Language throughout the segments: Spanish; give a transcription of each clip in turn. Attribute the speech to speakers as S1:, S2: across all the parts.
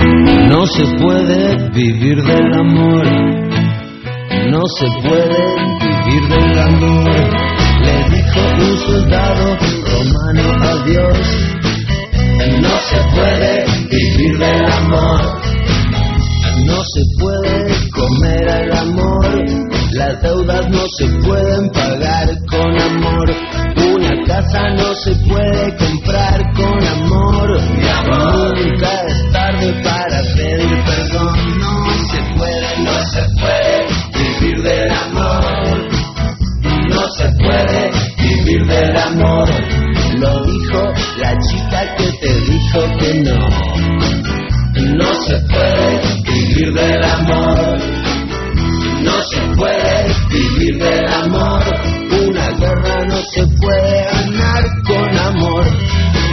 S1: No se puede vivir del amor, no se puede vivir del candor. Le dijo un soldado romano a Dios, no se puede vivir del amor. No se puede comer al amor, las deudas no se pueden pagar con amor, una casa no se puede comprar con amor, nunca es tarde para pedir perdón, no se puede, no se puede vivir del amor, no se puede vivir del amor, lo dijo la chica que te dijo que no. No se puede vivir del amor. No se puede vivir del amor. Una guerra no se puede ganar con amor.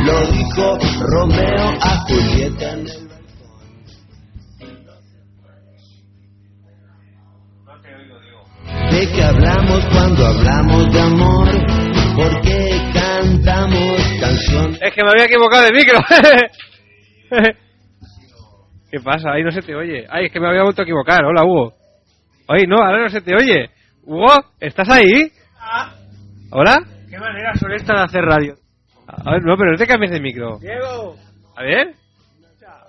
S1: Lo dijo Romeo a Julieta en el ¿De qué hablamos cuando hablamos de amor? ¿Por qué cantamos canciones?
S2: Es que me había equivocado de micro. ¿Qué pasa? Ahí no se te oye. Ay, es que me había vuelto a equivocar. Hola, Hugo. Ay, no, ahora no se te oye. Hugo, ¿estás ahí? ¿Hola?
S3: Ah. ¿Qué manera suele estar de hacer radio?
S2: A ver, no, pero no te cambies de micro.
S3: Diego.
S2: A ver.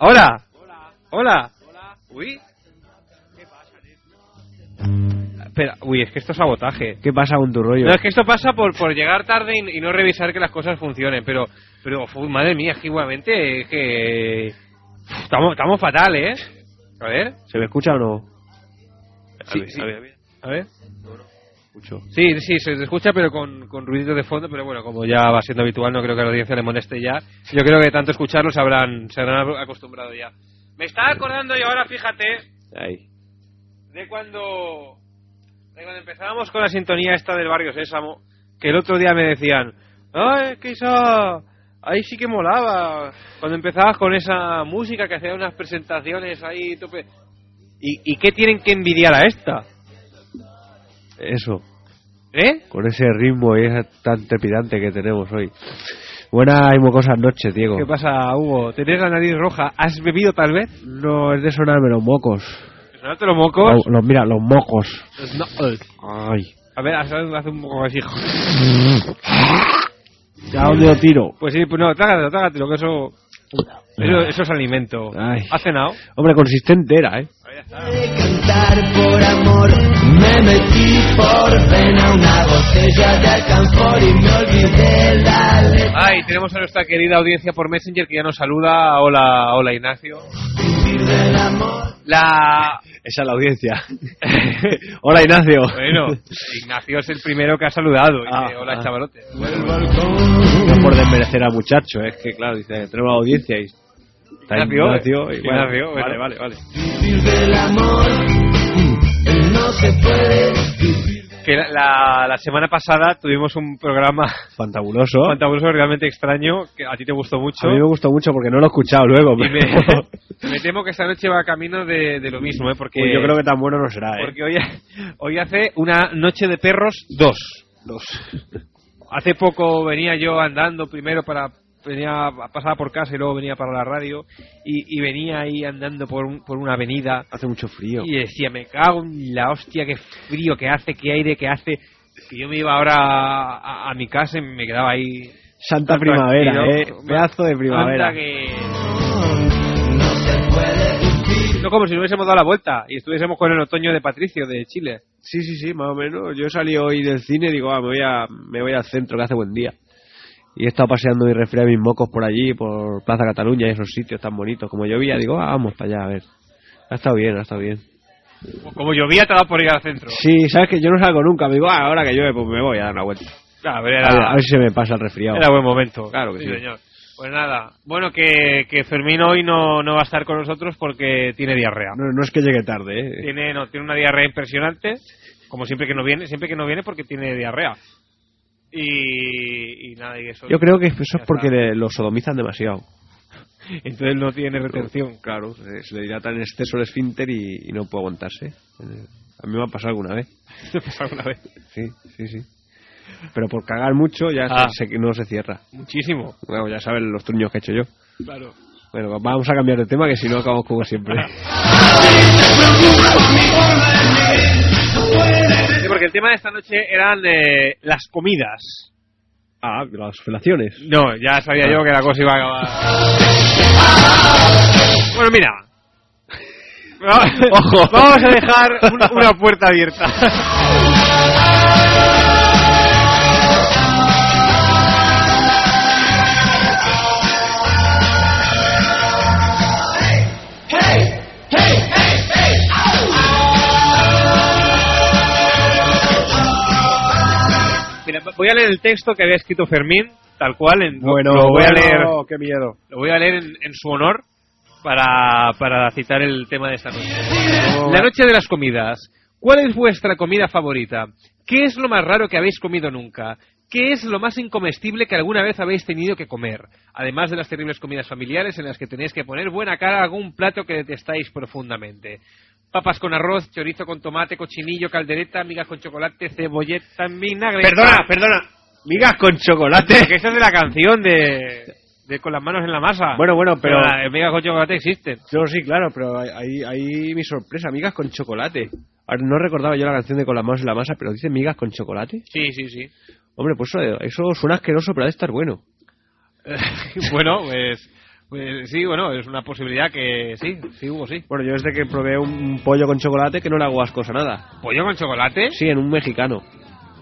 S2: Hola.
S3: Hola.
S2: Hola.
S3: Hola.
S2: Uy.
S3: ¿Qué pasa,
S2: Espera, uy, es que esto es sabotaje.
S4: ¿Qué pasa con tu rollo?
S2: No, es que esto pasa por, por llegar tarde y, y no revisar que las cosas funcionen, pero, pero fu- madre mía, es que igualmente es que uf, estamos, estamos fatal, ¿eh? A ver,
S4: ¿Se me escucha o no?
S2: Sí,
S4: a ver,
S2: sí.
S4: a ver, a ver.
S2: a ver.
S4: Escucho.
S2: Sí, sí, se te escucha, pero con, con ruiditos de fondo, pero bueno, como ya va siendo habitual, no creo que a la audiencia le moleste ya. Yo creo que de tanto escucharlo se habrán, se habrán acostumbrado ya. Me estaba acordando y ahora fíjate,
S4: Ahí.
S2: de cuando, de cuando empezábamos con la sintonía esta del barrio Sésamo, que el otro día me decían, ay, es que esa, ahí sí que molaba, cuando empezabas con esa música que hacía unas presentaciones ahí, tope. ¿Y, ¿Y qué tienen que envidiar a esta?
S4: Eso.
S2: ¿Eh?
S4: Con ese ritmo y esa tan trepidante que tenemos hoy. Buenas y mocosas noches, Diego.
S2: ¿Qué pasa, Hugo? ¿Tenés la nariz roja? ¿Has bebido tal vez?
S4: No, es de sonarme los mocos.
S2: ¿No te lo mocos? Pues
S4: Los, los- mira, los mocos.
S2: No.
S4: Ay.
S2: A ver, haz- haz un poco así.
S4: ¿A dónde lo tiro?
S2: Pues sí, pues no, trágatelo, trágatelo, que eso, eso, eso es alimento.
S4: Ay.
S2: ¿Has cenado?
S4: Hombre, consistente era, ¿eh?
S1: de cantar por amor. Me metí por vena una botella de alcanfor y me olvidé la letra.
S4: Ah.
S2: Ay, tenemos a nuestra querida audiencia por Messenger que ya nos saluda. Hola, hola Ignacio.
S1: Vivir del amor.
S2: La
S4: Esa es la audiencia. Hola, Ignacio.
S2: bueno, Ignacio es el primero que ha saludado. Y
S4: Ah,
S2: dice, hola
S4: ah.
S2: chavalote.
S4: No por desmerecer al muchacho, ¿eh? es que claro, dice, tenemos audiencia y... Está
S2: Ignacio, Ignacio,
S4: y eh, bueno,
S2: bueno.
S4: Vale, vale, vale.
S1: Vivir del amor. No se puede vivir.
S2: Que la, la- la semana pasada tuvimos un programa
S4: Fantabuloso.
S2: fantabuloso realmente extraño que a ti te gustó mucho.
S4: A mí me gustó mucho porque no lo he escuchado luego.
S2: Y
S4: pero-
S2: me, me temo que esta noche va camino de, de lo mismo, ¿eh? porque,
S4: Uy, Pues yo creo que tan bueno no será, ¿eh?
S2: porque hoy, hoy hace una noche de perros dos.
S4: Dos.
S2: Hace poco venía yo andando primero para venía pasaba por casa y luego venía para la radio y, y venía ahí andando por, un- por una avenida
S4: Hace mucho frío.
S2: y decía me cago en la hostia qué frío que hace qué aire que hace que yo me iba ahora a, a- a mi casa y me quedaba ahí
S4: Santa
S2: Tranquilo.
S4: primavera, ¿eh?
S2: Anda
S4: Pedazo de primavera.
S2: que-
S1: No se puede vivir.
S2: no como si no hubiésemos dado la vuelta y estuviésemos con el otoño de Patricio de Chile
S4: Sí, sí, sí, más o menos. Yo salí hoy del cine y digo, ah, me voy, a, me voy al centro, que hace buen día. Y he estado paseando y resfriado mis mocos por allí, por Plaza Cataluña y esos sitios tan bonitos. Como llovía, digo, ah, vamos para allá, a ver. Ha estado bien, ha estado bien.
S2: Como llovía, te ha dado por ir al centro.
S4: Sí, sabes que yo no salgo nunca. Me digo, ah, ahora que llueve, pues me voy a dar una vuelta.
S2: Ah, pero
S4: A ver, a
S2: era,
S4: ver si se me pasa el resfriado.
S2: era buen momento.
S4: Claro que sí.
S2: señor. Pues nada. Bueno, que, que Fermín hoy no, no va a estar con nosotros porque tiene diarrea.
S4: No, no es que llegue tarde, ¿eh?
S2: Tiene, no, tiene una diarrea impresionante. Como siempre que no viene, siempre que no viene porque tiene diarrea. Y, y nada, y eso.
S4: Yo creo que eso
S2: Ya
S4: es porque
S2: está.
S4: le- lo sodomizan demasiado.
S2: Entonces no tiene retención.
S4: Claro, se se le dilata en exceso el esfínter y, y no puede aguantarse. Eh, A mí me ha pasado alguna vez.
S2: Esto pasa alguna vez.
S4: Sí, sí, sí. Pero por cagar mucho ya
S2: Ah.
S4: se- se- no se cierra.
S2: Muchísimo.
S4: Bueno, ya saben los truños que he hecho yo.
S2: Claro.
S4: Bueno, vamos a cambiar de tema que si no acabamos como siempre.
S2: Sí, porque el tema de esta noche eran eh, las comidas.
S4: ah, las felaciones.
S2: No, ya sabía yo que la cosa iba a acabar. Bueno, mira.
S4: Ojo.
S2: Vamos a dejar un- una puerta abierta. Mira, voy a leer el texto que había escrito Fermín, tal cual. En,
S4: Bueno,
S2: lo voy a leer
S4: bueno, qué miedo.
S2: lo voy a leer en, en su honor para, para citar el tema de esta noche. La noche de las comidas. ¿Cuál es vuestra comida favorita? ¿Qué es lo más raro que habéis comido nunca? ¿Qué es lo más incomestible que alguna vez habéis tenido que comer? Además de las terribles comidas familiares en las que tenéis que poner buena cara a algún plato que detestáis profundamente. Papas con arroz, chorizo con tomate, cochinillo, caldereta, migas con chocolate, cebolleta en vinagre.
S4: Perdona, perdona. Migas con chocolate.
S2: Que esa es de la canción de, de Con las manos en la masa.
S4: Bueno, bueno, pero-
S2: las migas con chocolate existen.
S4: No, sí, claro, pero ahí, ahí mi sorpresa, migas con chocolate. Ahora, no recordaba yo la canción de Con las manos en la masa, pero dice migas con chocolate.
S2: Sí, sí, sí.
S4: Hombre, pues eso, eso suena asqueroso, pero ha de estar bueno.
S2: bueno, pues, pues sí, bueno, es una posibilidad que sí, sí, Hugo, sí.
S4: Bueno, yo desde que probé un pollo con chocolate que no le hago ascos a nada.
S2: ¿Pollo con chocolate?
S4: Sí, en un mexicano.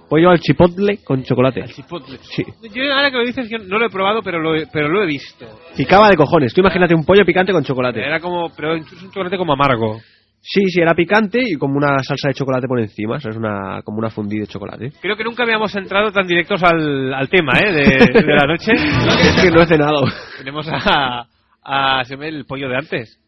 S4: Pollo al chipotle con chocolate.
S2: Al chipotle.
S4: Sí.
S2: Yo ahora que lo dices, yo no lo he probado, pero lo he, pero lo he visto.
S4: Picaba de cojones. Tú imagínate un pollo picante con chocolate.
S2: Era como, pero es un chocolate como amargo.
S4: Sí, sí, era picante y como una salsa de chocolate por encima. Eso es una, como una fundí de chocolate.
S2: Creo que nunca habíamos entrado tan directos al, al tema, ¿eh? De, de la noche.
S4: es que no he cenado.
S2: Tenemos a, a se me el pollo de antes.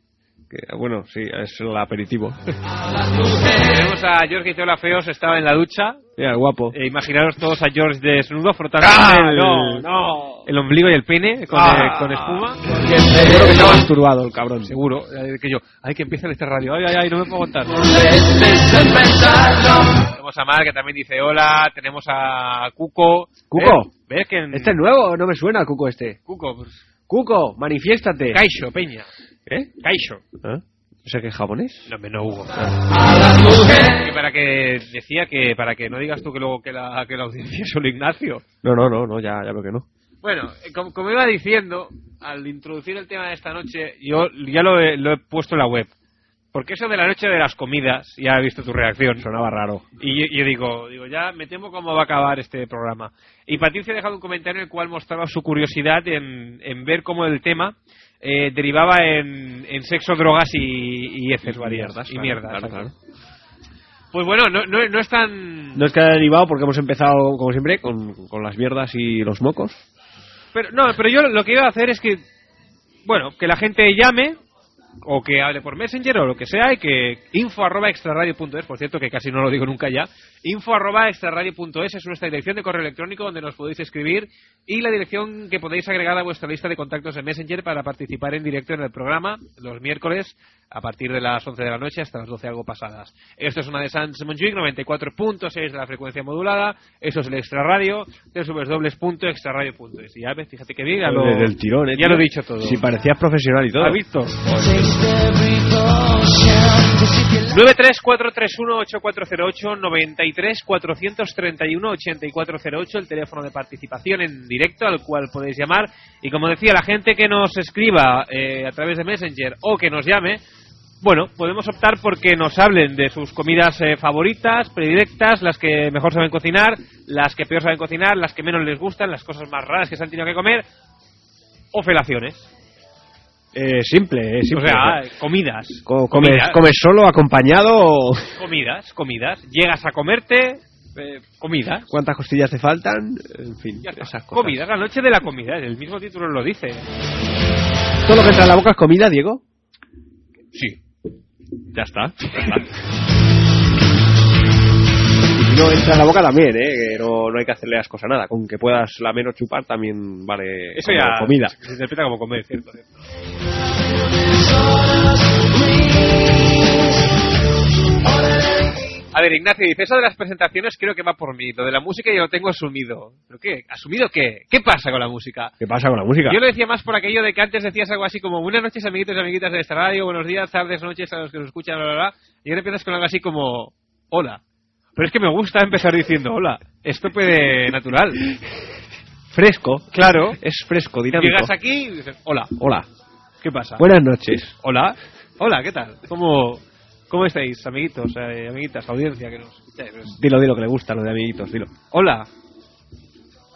S4: Que, bueno, sí, es el aperitivo.
S2: Tenemos a George Iteola Feos, estaba en la ducha.
S4: Mira, guapo.
S2: Eh, imaginaros todos a George desnudo frotando
S4: ¡Ah,
S2: el,
S4: no,
S2: el ombligo y el pene con,
S4: Ah.
S2: eh, con espuma.
S4: Seguro que estaba masturbado el cabrón.
S2: Seguro, eh, que yo, ay, que empieza esta radio, ay, ay, ay, no me puedo contar. Tenemos a Mar, que también dice hola, tenemos a Cuco.
S4: ¿Cuco?
S2: ¿Ves? ¿Ves que en...
S4: ¿Este es nuevo? No me suena, Cuco, este.
S2: Cuco, pues,
S4: Cuco, manifiéstate.
S2: Caixo, Peña.
S4: ¿Eh?
S2: Caixo.
S4: ¿Eh? O sea que es japonés.
S2: No, hombre, no hubo. Que para que decía que para que no digas tú que luego que la, que la audiencia es solo Ignacio.
S4: No, no, no, no ya, ya veo que no.
S2: Bueno, eh, como, como iba diciendo, al introducir el tema de esta noche, yo ya lo he, lo he puesto en la web. Porque eso de la noche de las comidas, ya he visto tu reacción.
S4: Sonaba raro.
S2: Y yo, yo digo, digo, ya me temo cómo va a acabar este programa. Y Patricia ha dejado un comentario en el cual mostraba su curiosidad en, en ver cómo el tema eh, derivaba en, en sexo, drogas y, y heces varias. y mierdas. exacto. Pues bueno, no, no, no es tan...
S4: No es que haya derivado porque hemos empezado, como siempre, con, con las mierdas y los mocos.
S2: Pero, no, pero yo lo que iba a hacer es que, bueno, que la gente llame o que hable por Messenger o lo que sea y que info arroba extraradio.es, por cierto que casi no lo digo nunca ya, info arroba extraradio.es es nuestra dirección de correo electrónico donde nos podéis escribir y la dirección que podéis agregar a vuestra lista de contactos de Messenger para participar en directo en el programa los miércoles a partir de las 11 de la noche hasta las 12 algo pasadas. Esto es una de Sans Montjuic 94.6 de la frecuencia modulada, eso es el extraradio, www.extraradio.es. Y ya ves, fíjate que bien, ya lo,
S4: Desde el tirón, ¿eh,
S2: ya
S4: tío?
S2: lo he dicho todo.
S4: Si parecías profesional y todo.
S2: ¿Ha visto? 934318408 934318408 el teléfono de participación en directo al cual podéis llamar y como decía la gente que nos escriba eh, a través de Messenger o que nos llame bueno, podemos optar porque nos hablen de sus comidas eh, favoritas, predilectas, las que mejor saben cocinar, las que peor saben cocinar, las que menos les gustan, las cosas más raras que se han tenido que comer o felaciones.
S4: Eh, simple, eh, simple.
S2: O sea, ah, comidas.
S4: Co- comes,
S2: comidas,
S4: comes solo, acompañado o...
S2: comidas, comidas. Llegas a comerte eh, comidas.
S4: ¿Cuántas costillas te faltan? En fin,
S2: Ya está.
S4: esas cosas.
S2: Comidas, la noche de la comida. El mismo título lo dice.
S4: ¿Todo lo que entra en la boca es comida, Diego?
S2: Sí. Ya está.
S4: Y si no entra en la boca también, ¿eh? Que no, no hay que hacerle ascos a nada. Con que puedas la menos chupar también vale
S2: Eso
S4: como
S2: ya
S4: comida.
S2: se interpreta como comer, cierto. cierto. A ver, Ignacio dice, eso de las presentaciones creo que va por mí. Lo de la música yo lo tengo asumido. ¿Pero qué? ¿Asumido qué? ¿Qué pasa con la música?
S4: ¿Qué pasa con la música?
S2: Yo lo decía más por aquello de que antes decías algo así como buenas noches amiguitos y amiguitas de esta radio, buenos días, tardes, noches a los que nos escuchan, bla, bla, bla. Y ahora empiezas con algo así como hola. Pero es que me gusta empezar diciendo hola. Esto puede natural.
S4: Fresco.
S2: Claro.
S4: Es fresco, dinámico.
S2: Llegas aquí y dices hola.
S4: Hola.
S2: ¿Qué pasa?
S4: Buenas noches.
S2: Hola. Hola, ¿qué tal? ¿Cómo, cómo estáis, amiguitos, eh, amiguitas, audiencia que nos escucháis? Pues,
S4: Dilo, dilo, que le gusta lo de amiguitos, dilo.
S2: Hola.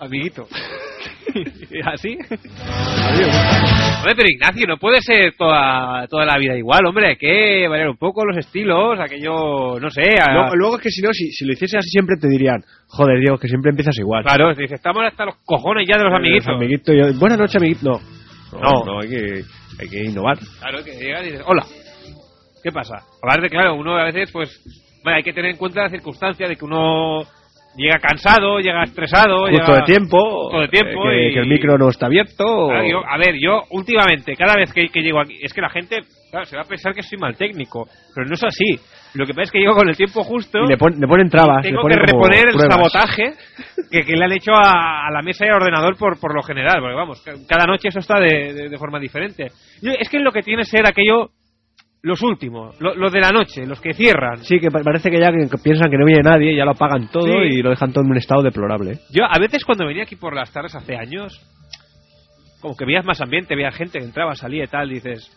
S2: Amiguito. ¿Así? ¿Ah, Hombre, pero Ignacio, no puede ser toda, toda la vida igual, hombre. Hay que variar un poco los estilos, aquello, no sé. a-
S4: Luego- luego es que si no, si, si lo hiciese así siempre te dirían, joder, Diego, que siempre empiezas igual.
S2: Claro, dice, estamos hasta los cojones ya de los amiguitos.
S4: amiguitos yo- Buenas noches, amiguito. No,
S2: No.
S4: no, no, hay, que, hay que innovar.
S2: Claro, que llegas y dices, hola, ¿qué pasa? Aparte, claro, uno a veces, pues, bueno, hay que tener en cuenta la circunstancia de que uno llega cansado, llega estresado,
S4: Justo
S2: llega...
S4: de tiempo.
S2: justo de tiempo
S4: eh, que,
S2: y-
S4: que el micro no está abierto.
S2: Claro, Ah, yo- a ver, yo últimamente, cada vez que, que llego aquí, es que la gente, claro, se va a pensar que soy mal técnico, pero no es así. Lo que pasa es que llego con el tiempo justo.
S4: Y le, pon- le ponen trabas. le
S2: Tengo que
S4: ponen como
S2: reponer el
S4: pruebas.
S2: sabotaje que, que le han hecho a, a la mesa y al ordenador por, por lo general. Porque vamos, ca- cada noche eso está de, de- de forma diferente. Y es que lo que tiene ser aquello, los últimos, lo- los de la noche, los que cierran.
S4: Sí, que pa- parece que ya que que piensan que no viene nadie, ya lo apagan todo
S2: Sí.
S4: y lo dejan todo en un estado deplorable. ¿eh?
S2: Yo a veces cuando venía aquí por las tardes hace años, como que veías más ambiente, veías gente que entraba, salía y tal, dices,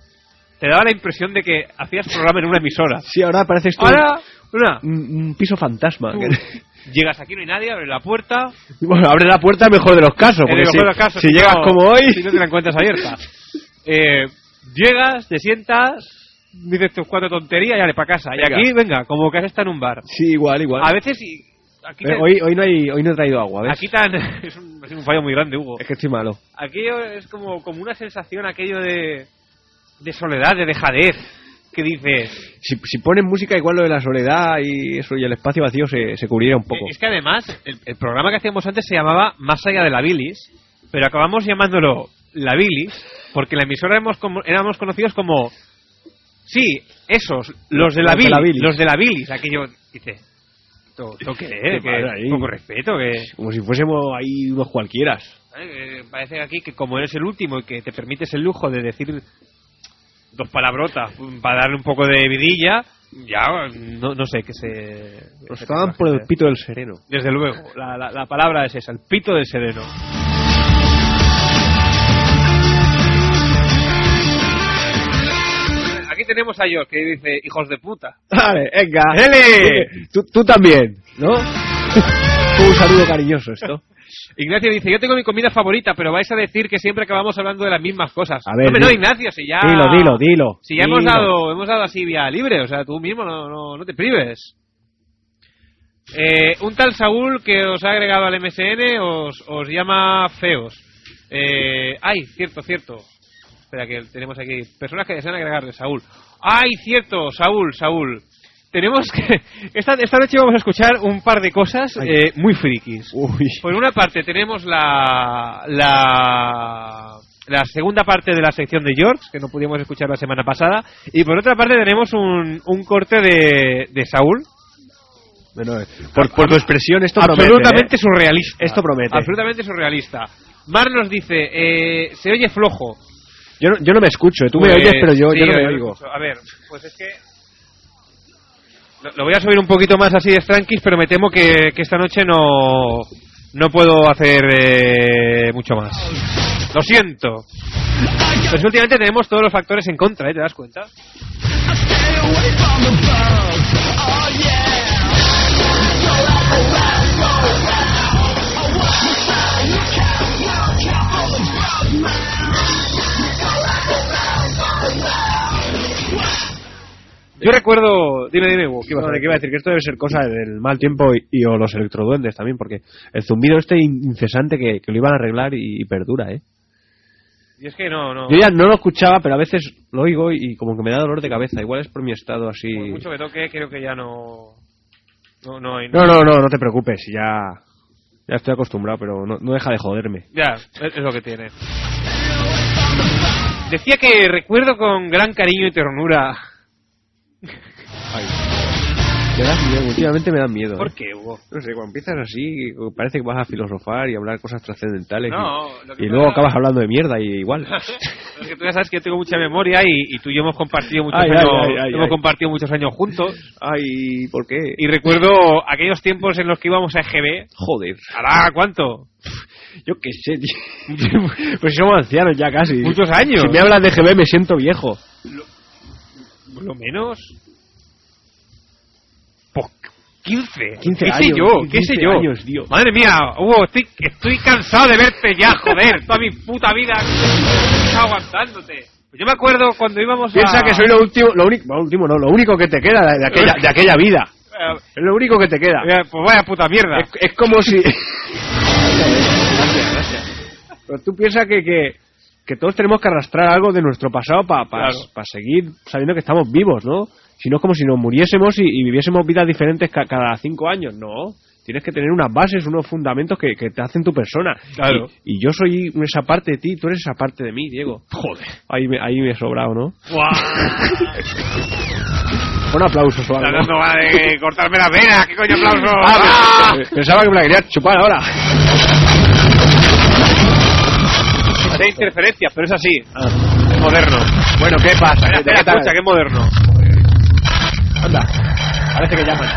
S2: te daba la impresión de que hacías programa en una emisora.
S4: Sí, ahora parece esto
S2: Ahora, una,
S4: un, un piso fantasma.
S2: tú
S4: que-
S2: llegas aquí, no hay nadie, abres la puerta,
S4: bueno, abre la puerta mejor de los casos.
S2: En
S4: Porque
S2: el
S4: si,
S2: mejor de los casos,
S4: si
S2: no-
S4: llegas como hoy,
S2: Si no te la encuentras abierta. Eh, llegas, te sientas, dices tus cuatro tonterías y dale para casa.
S4: Venga.
S2: Y aquí, venga, como que has estado en un bar.
S4: sí, igual, igual.
S2: A veces. y- Aquí, te-
S4: Pero Eh, hoy, hoy, no hay, hoy no he traído agua, ¿ves?
S2: aquí tan. Es un, es un fallo muy grande, Hugo.
S4: Es que estoy malo.
S2: Aquí es como, como una sensación aquello de. de soledad, de dejadez. Que dices.
S4: Si, si ponen música, igual lo de la soledad y eso y el espacio vacío se, se cubriera un poco.
S2: Eh, Es que además, el, el programa que hacíamos antes se llamaba Más allá de la bilis, pero acabamos llamándolo La bilis porque en la emisora hemos como- éramos conocidos como. Sí, esos, los de la,
S4: Los de
S2: bilis,
S4: la bilis.
S2: Los de la bilis, aquello. Dice. ¿Esto esto qué es?
S4: Qué
S2: Que-
S4: mal ahí.
S2: poco respeto, que.
S4: Como si fuésemos ahí unos cualquieras.
S2: Eh, Parece que aquí que como eres el último y que te permites el lujo de decir dos palabrotas mm, para darle un poco de vidilla, ya no, no sé qué se.
S4: Nos
S2: qué
S4: estaban
S2: se-
S4: por el pito del sereno.
S2: desde luego, la, la- la palabra es esa, el pito del sereno. Aquí tenemos a George que dice, hijos de puta.
S4: Vale, venga.
S2: ¡Ele!
S4: Tú, tú también, ¿no? Fue un saludo cariñoso esto.
S2: Ignacio dice, yo tengo mi comida favorita, pero vais a decir que siempre acabamos hablando de las mismas cosas.
S4: A ver,
S2: Hombre, no,
S4: di-
S2: Ignacio, si ya...
S4: Dilo, dilo, dilo.
S2: Si ya hemos
S4: Dilo.
S2: dado, hemos dado así vía libre, o sea, tú mismo no, no, no te prives. Eh, un tal Saúl que os ha agregado al MSN os, os llama feos. Eh, ay, cierto, cierto. Espera, que tenemos aquí personas que desean agregarle, Saúl. Ay, cierto, Saúl, Saúl. Tenemos que. Esta, esta noche vamos a escuchar un par de cosas
S4: Ay.
S2: eh, muy frikis.
S4: Uy.
S2: Por una parte tenemos la, la la segunda parte de la sección de George, que no pudimos escuchar la semana pasada, y por otra parte tenemos un, un corte de, de Saúl,
S4: Bueno, eh, por, por tu expresión esto
S2: absolutamente
S4: promete, ¿eh?
S2: surrealista.
S4: Esto promete.
S2: Absolutamente surrealista. Mar nos dice, eh, se oye flojo.
S4: Yo no, yo no me escucho, ¿eh? tú me
S2: Pues,
S4: oyes, pero yo,
S2: sí,
S4: yo no me
S2: lo
S4: oigo.
S2: escucho. A ver, pues es que... Lo, lo voy a subir un poquito más así de tranquis, pero me temo que, que esta noche no, no puedo hacer eh, mucho más. Lo siento. Pues últimamente tenemos todos los factores en contra, ¿eh? ¿Te das cuenta? Yo recuerdo... Dime, dime, Hugo, ¿qué ibas a
S4: No, de
S2: decir?
S4: que iba a decir que esto debe ser cosa del mal tiempo y, y o los electroduendes también, porque el zumbido este in- incesante que, que lo iban a arreglar y, y perdura, ¿eh?
S2: Y es que no, no...
S4: Yo ya no lo escuchaba, pero a veces lo oigo y como que me da dolor de cabeza. Igual es por mi estado así...
S2: Por mucho que toque, creo que ya no... No, no hay...
S4: No, no, no, no te preocupes, ya, ya estoy acostumbrado, pero no, no deja de joderme.
S2: Ya, es es lo que tiene. Decía que recuerdo con gran cariño y ternura
S4: Me das miedo, últimamente me da miedo.
S2: ¿Por
S4: ¿eh?
S2: qué, Hugo?
S4: No sé, cuando empiezas así, parece que vas a filosofar y hablar cosas trascendentales.
S2: No,
S4: y-
S2: lo que
S4: y, luego
S2: pasa-
S4: acabas hablando de mierda y igual.
S2: Es que tú ya sabes que yo tengo mucha memoria y, y tú y yo hemos compartido muchos
S4: Ay, ay,
S2: años,
S4: ay, ay,
S2: hemos
S4: ay.
S2: compartido muchos años juntos
S4: Ay, ¿por qué?
S2: y recuerdo aquellos tiempos en los que íbamos a EGB.
S4: Joder.
S2: ¡Hará cuánto!
S4: Yo qué sé, tío. Pues somos ancianos ya casi.
S2: Muchos años.
S4: Si me hablas de GB me siento viejo.
S2: Por lo menos. Po- 15.
S4: 15
S2: ¿Qué sé
S4: años,
S2: yo? ¿Qué sé
S4: 15
S2: yo?
S4: años, tío.
S2: Madre mía, Hugo, estoy, estoy cansado de verte ya, joder. Toda mi puta vida estoy aguantándote. Pues Yo me acuerdo cuando íbamos a...
S4: Piensa que soy lo último, lo único, bueno, último no, lo único que te queda de, de aquella, de aquella vida.
S2: Eh,
S4: Es lo único que te queda.
S2: eh, pues vaya puta mierda.
S4: Es, es como si. gracias, gracias. Pero Pues tú piensas que, que, que todos tenemos que arrastrar algo de nuestro pasado para
S2: Claro.
S4: seguir sabiendo que estamos vivos, ¿no? Si no es como si nos muriésemos y, y viviésemos vidas diferentes ca- cada cinco años, no. Tienes que tener unas bases, unos fundamentos que, que te hacen tu persona.
S2: Claro.
S4: Y, y yo soy esa parte de ti, tú eres esa parte de mí, Diego.
S2: Joder.
S4: Ahí me, ahí me he sobrado, ¿no?
S2: Guau.
S4: Un aplauso, o
S2: Está
S4: algo.
S2: dando va de cortarme las venas. ¿Qué coño aplauso?
S4: Ah,
S2: ¡Ah!
S4: pe- Pensaba que me la quería chupar ahora. ah.
S2: Hay interferencias, pero es así. Es moderno.
S4: Bueno, ¿qué pasa? ¿De
S2: Espera,
S4: qué tal?
S2: escucha, que es moderno.
S4: Anda, parece que llaman.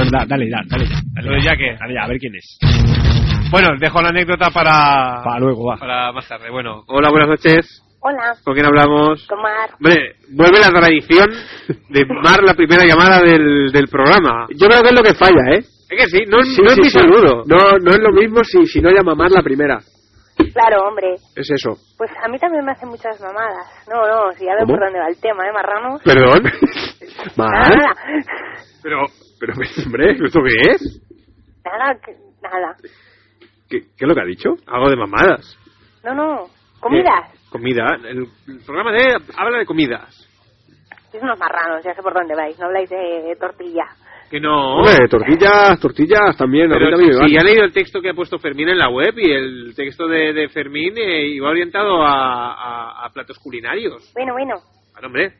S4: Anda, dale, ya, dale, ya, dale,
S2: Pero ya que...
S4: Dale ya, a ver quién es.
S2: Bueno, dejo la anécdota para...
S4: Para luego, va.
S2: para más tarde. Bueno, hola, buenas noches.
S5: Hola,
S2: ¿Con quién hablamos?
S5: Tomar.
S2: Hombre, vuelve la tradición de mar la primera llamada del, del programa.
S6: Yo creo que es lo que falla, ¿eh?
S2: Es que sí, no,
S6: Sí,
S2: no
S6: sí,
S2: es mi
S6: sí.
S2: saludo.
S6: No, no es lo mismo si, si no llama más la primera.
S5: Claro, hombre.
S6: Es eso.
S5: Pues a mí también me hacen muchas mamadas. No, no, si ya veo
S6: ¿Cómo?
S5: por dónde va el tema, ¿eh, marrano?
S6: ¿Perdón?
S5: Nada,
S6: ¿Más?
S5: nada.
S6: Pero, pero, hombre, ¿esto qué es?
S5: Nada, que- nada.
S6: ¿Qué, qué es lo que ha dicho?
S2: Algo de mamadas.
S5: No, no. Comidas.
S2: Eh, comida. El, el programa de habla de comidas.
S5: Es unos marranos, ya sé por dónde vais. No habláis de tortilla.
S2: Que no.
S6: Hombre, tortillas, tortillas también. a mí
S2: Pero
S6: también me
S2: si,
S6: van.
S2: si ya he leído el texto que ha puesto Fermín en la web y el texto de, de Fermín eh, iba orientado a, a- a platos culinarios.
S5: Bueno, bueno.
S2: Al hombre.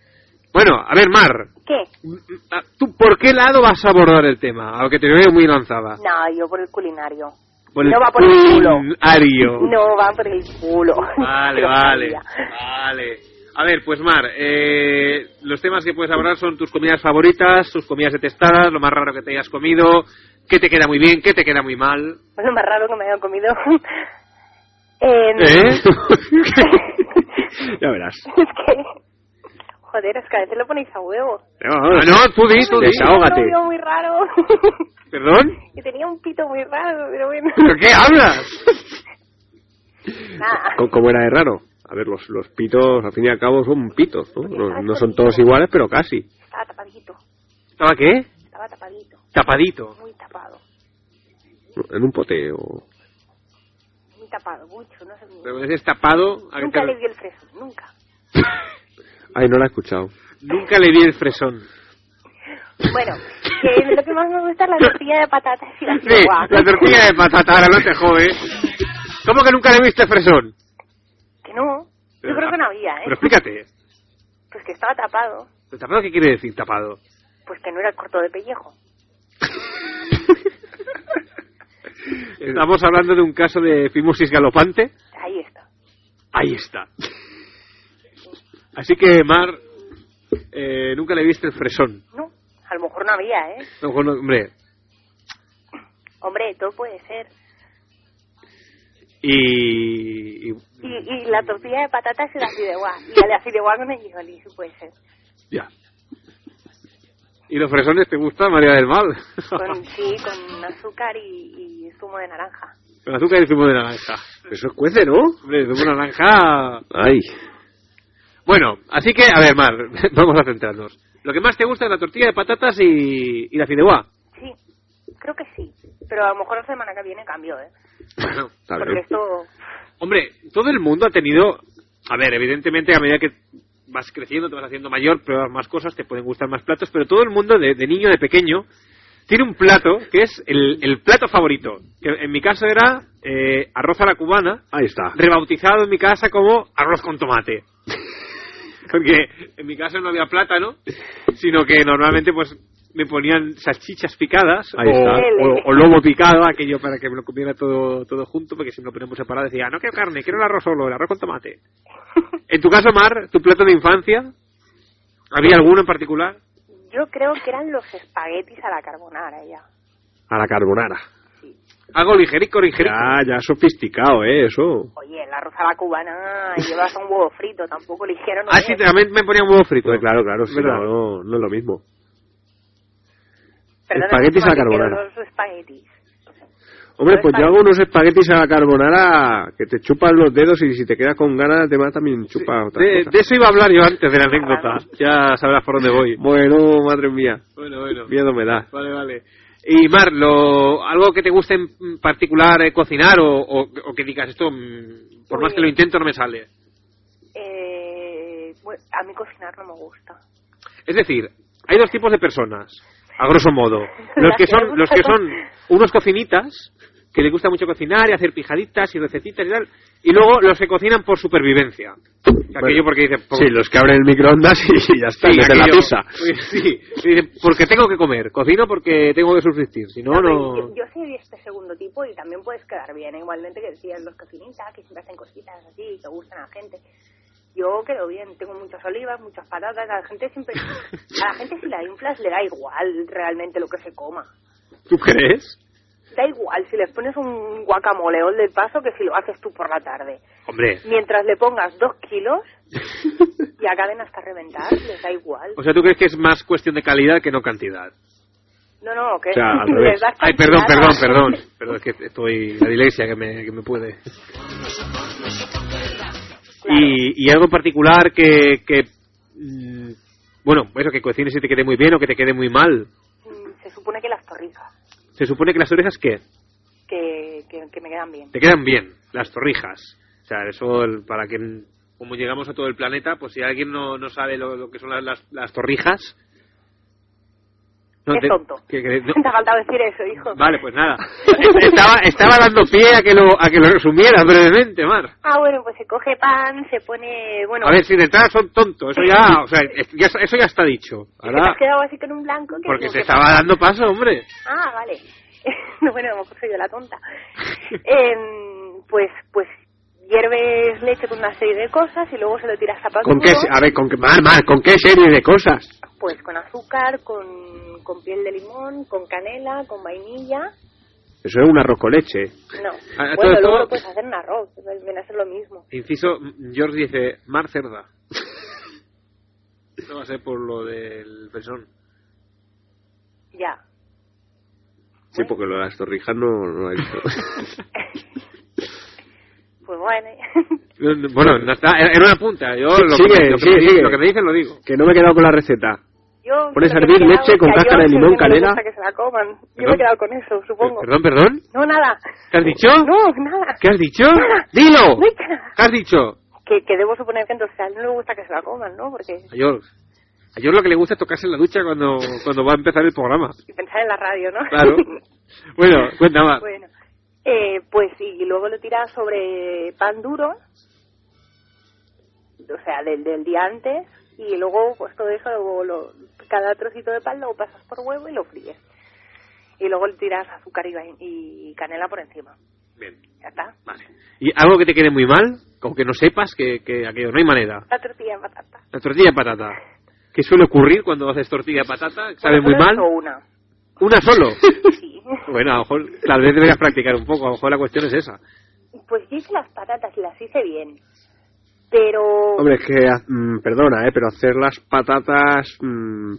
S2: Bueno, a ver, Mar,
S5: ¿Qué?
S2: Mm, ah, ¿tú por qué lado vas a abordar el tema? A lo que te veo muy lanzada.
S5: No, yo por el culinario.
S2: Ah. Por el
S5: no va por el culo.
S2: culinario.
S5: No va por el culo.
S2: Vale,
S5: Lo
S2: vale,
S5: sabía.
S2: vale. A ver, pues Mar, eh, los temas que puedes hablar son tus comidas favoritas, tus comidas detestadas, lo más raro que te hayas comido, qué te queda muy bien, qué te queda muy mal.
S5: Es Pues lo más raro que me haya comido. Eh,
S2: ¿Eh?
S6: ya verás.
S5: Es que... Joder, es que a veces lo ponéis a huevo.
S2: Ah, no, tú di, tú di.
S6: Desahógate.
S5: Tenía un novio muy raro.
S2: ¿Perdón?
S5: que tenía un pito muy raro, pero bueno.
S2: ¿Pero qué hablas?
S5: Nada.
S6: Co- ¿Cómo era de raro? A ver, los, los pitos, al fin y al cabo, son pitos, ¿no? No, no son todos iguales, pero casi.
S5: Estaba tapadito.
S2: ¿Estaba qué?
S5: Estaba tapadito.
S2: Tapadito.
S5: Muy tapado.
S6: En un pote o...
S5: Muy tapado. Mucho. No sé. ni-
S2: Pero es tapado. ¿a qué
S5: Nunca
S2: te-
S5: le vi el freso. Nunca.
S6: Ay, no la he escuchado.
S2: Nunca le vi el fresón.
S5: Bueno, que lo que más me gusta es la tortilla de patatas y la
S2: Sí,
S5: fideuá.
S2: la tortilla de patata, ahora no te jode. ¿Cómo que nunca le viste fresón?
S5: Que no. Yo creo que no había, ¿eh?
S2: Pero explícate,
S5: Pues que estaba tapado.
S2: ¿pero ¿tapado qué quiere decir tapado?
S5: Pues que no era corto de pellejo.
S2: Estamos hablando de un caso de fimosis galopante.
S5: Ahí está.
S2: Ahí está. Así que, Mar, eh, nunca le viste el fresón.
S5: No. A lo mejor no había, ¿eh?
S2: No, bueno, hombre,
S5: Hombre, todo puede ser.
S2: y, y-
S5: Y, y la tortilla de patatas y la fideuá. Y la fideuá con el guioli, sí puede ser.
S2: Ya. ¿Y los fresones te gustan, María del Mal?
S5: Con, sí, con azúcar y, y zumo de naranja.
S2: Con azúcar y zumo de naranja.
S6: Eso es cuece, ¿no?
S2: Hombre, zumo de naranja...
S6: Ay.
S2: Bueno, así que, a ver, Mar, vamos a centrarnos. Lo que más te gusta es la tortilla de patatas y, y la fideuá.
S5: Sí, creo que sí. Pero a lo mejor la semana que viene cambio, ¿eh?
S2: Bueno,
S6: Está
S5: Porque
S6: bien.
S5: esto...
S2: Hombre, todo el mundo ha tenido... A ver, evidentemente a medida que vas creciendo, te vas haciendo mayor, pruebas más cosas, te pueden gustar más platos, pero todo el mundo de, de niño, de pequeño, tiene un plato que es el, el plato favorito. Que en mi caso era eh, arroz a la cubana,
S4: Ahí está.
S2: rebautizado en mi casa como arroz con tomate. Porque en mi casa no había plátano, sino que normalmente pues me ponían salchichas picadas
S4: Ahí
S2: o,
S4: está.
S2: o- o lomo picado, aquello para que me lo comiera todo, todo junto, porque si me lo ponían por separado decía, no quiero carne, quiero el arroz solo, el arroz con tomate. En tu caso, Mar, tu plato de infancia, ¿había alguno en particular?
S5: Yo creo que eran los espaguetis a la carbonara ya.
S4: A la carbonara.
S2: Algo ligerico, ligerico.
S4: Ya, ya sofisticado, ¿eh? Eso.
S2: Pues
S5: Oye, el arroz a la cubana llevas un huevo frito, tampoco ligero no
S2: Ah,
S5: es.
S2: sí, también me ponía un huevo frito.
S4: Pues claro, claro, si
S2: ¿Verdad?
S4: no, no, no es lo mismo.
S5: Perdona,
S4: espaguetis a la
S5: que quiero
S4: carbonara.
S5: Los espaguetis.
S4: Hombre,
S5: Pero
S4: pues yo
S5: está-
S4: hago unos espaguetis a la carbonara que te chupan los dedos y si te quedas con ganas te va también chupa otra
S2: De,
S4: cosa.
S2: de eso iba a hablar yo antes de la anécdota. Ya sabrás por dónde voy.
S4: Bueno, madre mía,
S2: Bueno, bueno.
S4: miedo me da.
S2: Vale, vale. Y Mar, lo, ¿algo que te guste en particular eh, cocinar o, o, o que digas esto, mm, por
S5: Uy.
S2: más que lo intento, no me sale?
S5: Eh, bueno, a mí cocinar no me gusta.
S2: Es decir, hay dos tipos de personas, a grosso modo. Los que son, los que son unos cocinitas, que les gusta mucho cocinar y hacer pijaditas y recetitas y tal, y luego los que cocinan por supervivencia. O sea, Aquello
S4: Bueno,
S2: porque dicen... por-
S4: Sí, los que abren el microondas y ya está,
S2: Sí,
S4: desde la
S2: aquello-
S4: pizza.
S2: Sí, sí, dicen, porque tengo que comer. Cocino porque tengo que subsistir. Si no,
S5: pero
S2: no...
S5: Yo, yo soy de este segundo tipo y también puedes quedar bien. ¿eh? Igualmente que decían los cocinitas, que siempre hacen cositas así, que gustan a la gente. Yo quedo bien, tengo muchas olivas, muchas patatas. A la gente siempre. A la gente, si la inflas, le da igual realmente lo que se coma.
S2: ¿Tú crees?
S5: Da igual si les pones un guacamole o el del paso que si lo haces tú por la tarde.
S2: Hombre,
S5: Mientras le pongas dos kilos y acaben hasta reventar, les da igual.
S2: o sea, ¿tú crees que es más cuestión de calidad que no cantidad?
S5: No, no, que
S4: O sea, al
S5: les
S4: revés.
S5: das
S2: Ay, perdón, perdón,
S5: cantidad.
S2: perdón. Perdón, es que estoy la dislexia que me, que me puede.
S5: Claro.
S2: Y, y algo en particular que... que mm, bueno, eso, que cocines y te quede muy bien o que te quede muy mal.
S5: Mm, Se supone que las torrijas,
S2: Se supone que las orejas, ¿qué?
S5: que, que, que me quedan bien.
S2: te quedan bien las torrijas. O sea, eso el- para que, como llegamos a todo el planeta, pues si alguien no, no sabe lo, lo que son las, las, las torrijas.
S5: Qué tonto.
S2: que- que- no.
S5: Te ha faltado decir eso, hijo.
S2: Vale, pues nada. Estaba, estaba dando pie a que lo, a que lo resumieras brevemente, Mar.
S5: Ah, bueno, pues se coge pan, se pone... Bueno,
S2: A ver, si de entrada son tontos, eso ya, o sea, es- ya- eso ya está dicho.
S5: te has
S2: Ahora,
S5: quedado así con un blanco que...
S2: porque
S5: es lo
S2: se
S5: que-
S2: estaba dando paso, hombre.
S5: Ah, vale. bueno, a lo mejor soy yo la tonta. Em, pues, pues hierves leche con una serie de cosas y luego se lo tiras a pan
S4: ¿Con qué,
S5: duro,
S4: se- a ver, con qué, mal, mal, con qué serie de cosas?
S5: Pues con azúcar, con, con piel de limón, con canela, con vainilla...
S4: Eso es un arroz con leche.
S5: No,
S2: Ah, todo
S5: bueno,
S2: esto-
S5: luego lo puedes hacer en arroz, viene a ser lo mismo.
S2: Inciso, George dice, Mar Cerda. No va a ser por lo del pezón.
S5: Ya.
S4: Sí, porque lo de las torrijas no, no lo he visto.
S5: Pues bueno.
S2: No, no, Bueno, no está, era era una punta. Yo lo,
S4: Sigue,
S2: que, lo, que
S4: sigue,
S2: me, di-
S4: sigue.
S2: lo que me dicen lo digo.
S4: que no me he quedado con la receta.
S5: Yo
S4: Pones a
S5: lo que
S4: hervir
S5: me he quedado
S4: leche
S5: es
S4: con
S5: que a
S4: cáscara de
S5: George
S4: limón,
S5: no le gusta
S4: canela.
S5: que se la coman. Yo me
S2: ¿Perdón?
S5: he quedado con eso, supongo.
S2: Perdón, perdón.
S5: No, nada.
S2: ¿Qué has dicho?
S5: No, nada.
S2: ¿Qué has dicho?
S5: Nada.
S2: Dilo.
S5: No he dicho nada.
S2: ¿Qué has dicho?
S5: Que, que debo suponer que entonces a él no le gusta que se la coman, ¿no? Porque
S2: A George. A George lo que le gusta es tocarse en la ducha cuando, cuando va a empezar el programa.
S5: y pensar en la radio, ¿no?
S2: Claro. Bueno, cuenta más.
S5: bueno. Eh, pues sí, y luego lo tiras sobre pan duro, o sea, del, del día antes, y luego pues todo eso, luego lo- cada trocito de pan lo pasas por huevo y lo fríes. Y luego le tiras azúcar y, vai- y canela por encima.
S2: Bien,
S5: Ya está.
S2: vale. ¿Y algo que te quede muy mal? Como que no sepas que, que aquello no hay manera.
S5: La tortilla de patata.
S2: La tortilla de patata. ¿Qué suele ocurrir cuando haces tortilla de patata? ¿Sabe
S5: Bueno,
S2: muy
S5: solo he
S2: mal?
S5: hecho una.
S2: ¿Una solo?
S5: Sí.
S2: Bueno, a lo mejor, tal vez deberías practicar un poco. A lo mejor la cuestión es esa.
S5: Pues yo hice las patatas y las hice bien. Pero...
S4: Hombre, es que, ah, mm, perdona, ¿eh? Pero hacer las patatas mm,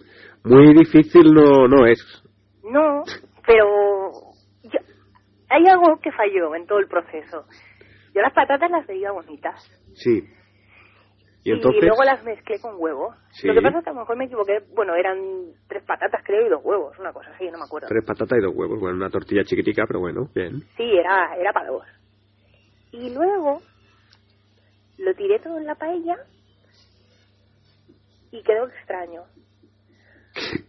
S4: muy difícil no, no es.
S5: No, pero yo- hay algo que falló en todo el proceso. Yo las patatas las veía bonitas
S4: Sí. Y entonces...
S5: luego las mezclé con huevo.
S4: Sí.
S5: Lo que pasa es que a lo mejor me equivoqué. Bueno, eran tres patatas creo y dos huevos, una cosa así, no me acuerdo.
S4: Tres patatas y dos huevos. Bueno, una tortilla chiquitica, pero bueno, bien.
S5: Sí, era, era para dos. Y luego lo tiré todo en la paella y quedó extraño.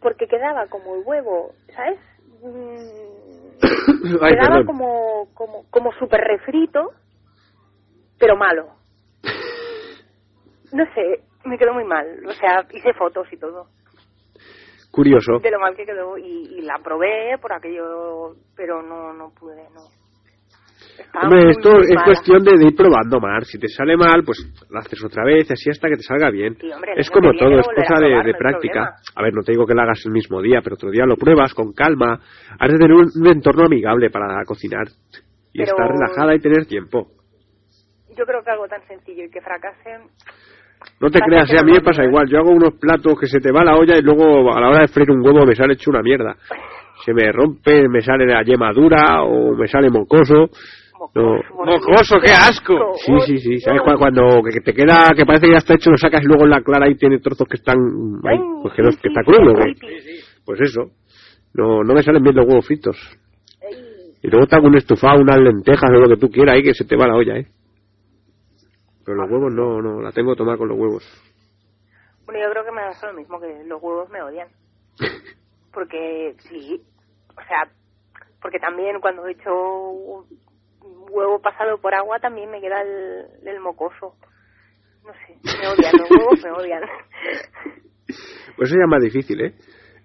S5: Porque quedaba como el huevo, ¿sabes? mm,
S4: Ay,
S5: quedaba
S4: perdón.
S5: como, como, como súper refrito, pero malo. No sé, me quedó muy mal. O sea, hice fotos y todo
S4: Curioso.
S5: de lo mal que quedó y, y la probé por aquello, pero no, no pude, no. Estaba
S4: Hombre,
S5: muy,
S4: esto
S5: Ah, muy
S4: es
S5: mala.
S4: cuestión de, de ir probando, Mar. Si te sale mal, pues lo haces otra vez, así hasta que te salga bien.
S5: Sí, hombre,
S4: es
S5: no
S4: como
S5: tenía que
S4: todo, es
S5: volver a
S4: cosa de- de,
S5: probarlo, el
S4: práctica.
S5: problema.
S4: A ver, no te digo que lo hagas el mismo día, pero otro día lo pruebas con calma. Has de tener un, un entorno amigable para cocinar y
S5: Pero-
S4: estar relajada y tener tiempo.
S5: Yo creo que algo tan sencillo y que fracase,
S4: No te
S5: Pasa
S4: creas,
S5: que
S4: eh, a
S5: no
S4: mí
S5: lo
S4: me pasa
S5: olvidas.
S4: igual. Yo hago unos platos que se te va la olla y luego a la hora de freír un huevo me sale hecho una mierda. Se me rompe, me sale la yema dura o me sale mocoso. No.
S2: ¡Mocoso, qué asco!
S4: Sí, sí, sí.
S5: oh,
S4: ¿Sabes cu- cuando que te queda, que parece que ya está hecho, lo sacas y luego en la clara y tiene trozos que están. Ahí, pues que, no- que está crudo, güey. Pues eso. No, no me salen bien los huevos fritos. Y luego te hago un estofado, unas lentejas o lo que tú quieras ahí que se te va la olla, ¿eh? Pero los huevos no, no, la tengo que tomar con los huevos.
S5: Bueno, yo creo que me pasa lo mismo, que los huevos me odian. Porque, sí, o sea, porque también cuando he hecho un huevo pasado por agua también me queda el, el mocoso. No sé, me odian, los huevos me odian.
S4: Pues eso ya es más difícil, ¿eh?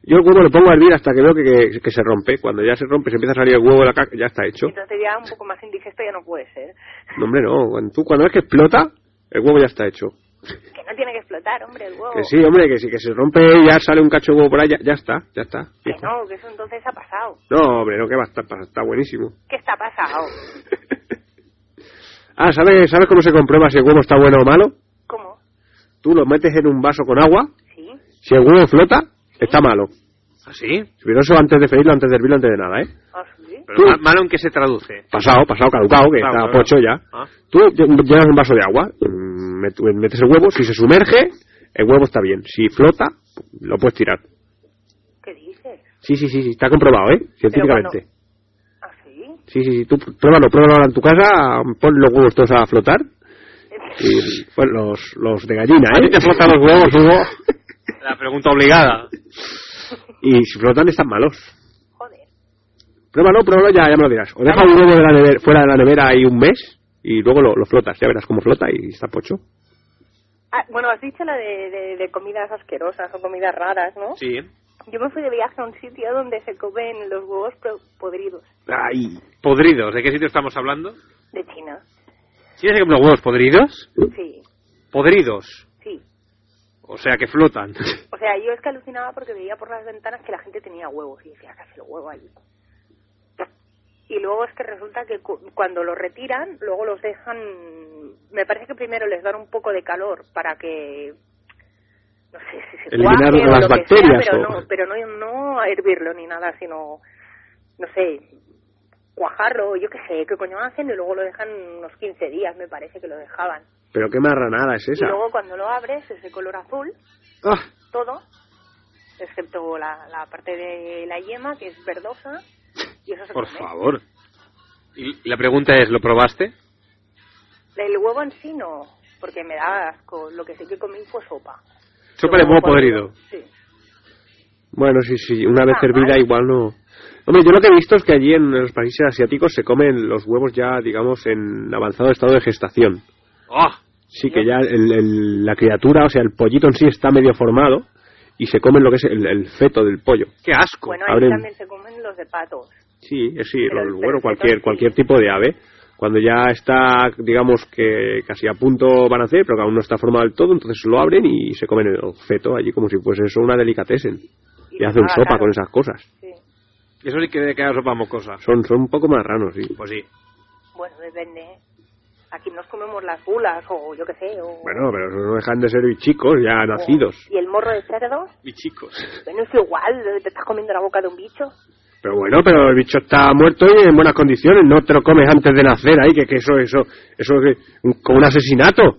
S4: Yo el huevo lo pongo a hervir hasta que veo que, que, que se rompe. Cuando ya se rompe, se empieza a salir el huevo de la caca, ya está hecho.
S5: Entonces ya un poco más indigesto ya no puede ser.
S4: No, hombre, no. Cuando, tú, cuando ves que explota, el huevo ya está hecho.
S5: Que no tiene que explotar, hombre, el huevo.
S4: Que sí, hombre, que sí, que se rompe y ya sale un cacho de huevo por ahí, ya, ya está, ya está.
S5: Que
S4: fijo.
S5: no, que eso entonces ha pasado.
S4: No, hombre, no, que va a estar, pa- está buenísimo.
S5: ¿Qué está pasado?
S4: ah, ¿sabes, ¿sabes cómo se comprueba si el huevo está bueno o malo?
S5: ¿Cómo?
S4: Tú lo metes en un vaso con agua,
S5: ¿Sí?
S4: si el huevo flota, está malo.
S2: ¿Así?
S4: Pero eso antes de freírlo, antes de hervirlo, antes de nada, ¿eh?
S5: ¿Ah, sí?
S2: Pero
S4: Tú.
S2: ma- malo en que se traduce.
S4: Pasado, pasado, caducado, que
S2: Claro,
S4: está
S2: claro.
S4: pocho ya.
S2: Ah.
S4: Tú lle- llenas un vaso de agua, mm, met- metes el huevo, si se sumerge, el huevo está bien. Si flota, lo puedes tirar.
S5: ¿Qué dices?
S4: Sí, sí, sí, sí, está comprobado, ¿eh? Científicamente.
S5: ¿Ah, sí?
S4: Sí, sí, sí, tú pr- pruébalo, pruébalo ahora en tu casa, pon los huevos todos a flotar. Y, bueno, los, los de gallina, ¿eh? te flotan los huevos, Hugo.
S2: La pregunta obligada.
S4: Y si flotan están malos.
S5: Joder.
S4: Pruébalo, pruébalo, ya, ya me lo dirás. O deja un huevo de la nevera- fuera de la nevera ahí un mes y luego lo, lo flotas, ya verás cómo flota y está pocho.
S5: Ah, bueno, has dicho la de, de, de comidas asquerosas o comidas raras, ¿no?
S2: Sí.
S5: Yo me fui de viaje a un sitio donde se comen los huevos pro- podridos
S4: Ay,
S2: Podridos. ¿De qué sitio estamos hablando?
S5: de China.
S2: ¿Tienes que unos huevos podridos?
S5: Sí,
S2: Podridos.
S5: sí.
S2: O sea, que flotan.
S5: O sea, yo es que alucinaba porque veía por las ventanas que la gente tenía huevos y decía, casi el huevo allí. Y luego es que resulta que cu- cuando los retiran, luego los dejan. Me parece que primero les dan un poco de calor para que. No sé si se
S4: Eliminar
S5: cuaje o
S4: las
S5: lo que
S4: bacterias,
S5: sea, pero,
S4: o-
S5: no, pero no, no a hervirlo ni nada, sino. No sé, cuajarlo, yo qué sé, qué coño hacen, y luego lo dejan unos 15 días, me parece que lo dejaban.
S4: pero qué marranada es esa.
S5: Y luego cuando lo abres es de color azul
S4: Ah,
S5: todo, excepto la, la parte de la yema, que es verdosa, y eso se
S2: Por
S5: come.
S2: favor. Y la pregunta es, ¿lo probaste?
S5: El huevo en sí no, porque me da asco. Lo que sí que comí fue sopa.
S2: Sopa de huevo podrido.
S5: Sí.
S4: bueno, sí, sí, una vez
S5: Ah,
S4: hervida
S5: vale.
S4: igual no... Hombre, yo lo que he visto es que allí en los países asiáticos se comen los huevos ya, digamos, en avanzado estado de gestación.
S2: ¡Ah!
S4: Sí, que ya el- el- la criatura, o sea, el pollito en sí está medio formado y se comen lo que es el, el feto del pollo.
S2: ¡Qué asco!
S5: Bueno,
S4: abren-
S5: ahí también se comen los de patos.
S4: Sí, eh, sí,
S5: Pero
S4: lo-
S5: el- pero
S4: bueno,
S5: el
S4: cualquier,
S5: feto sí.
S4: cualquier tipo de ave. Cuando ya está, digamos, que casi a punto van a hacer, pero que aún no está formado del todo, entonces lo abren y se comen el feto allí como si fuese eso una delicatessen. Y,
S5: les
S4: hacen
S5: daba
S4: sopa
S5: caro.
S4: con esas cosas.
S5: Ah, Sí.
S2: Eso sí que debe quedar sopa mocosa.
S4: Son, son un poco más raros, sí.
S2: Pues sí.
S5: Bueno, depende. ¿eh? Aquí nos comemos las bulas, o yo qué sé. O,
S4: Bueno, pero no dejan de ser chicos ya
S2: Oh.
S5: o-
S4: nacidos.
S5: Y el morro de cerdo,
S2: Y chicos.
S5: bueno, es igual, te estás comiendo la boca de un bicho.
S4: Pero bueno, pero el bicho está muerto y en buenas condiciones, no te lo comes antes de nacer ahí, que, que eso, eso, eso es un- como un asesinato.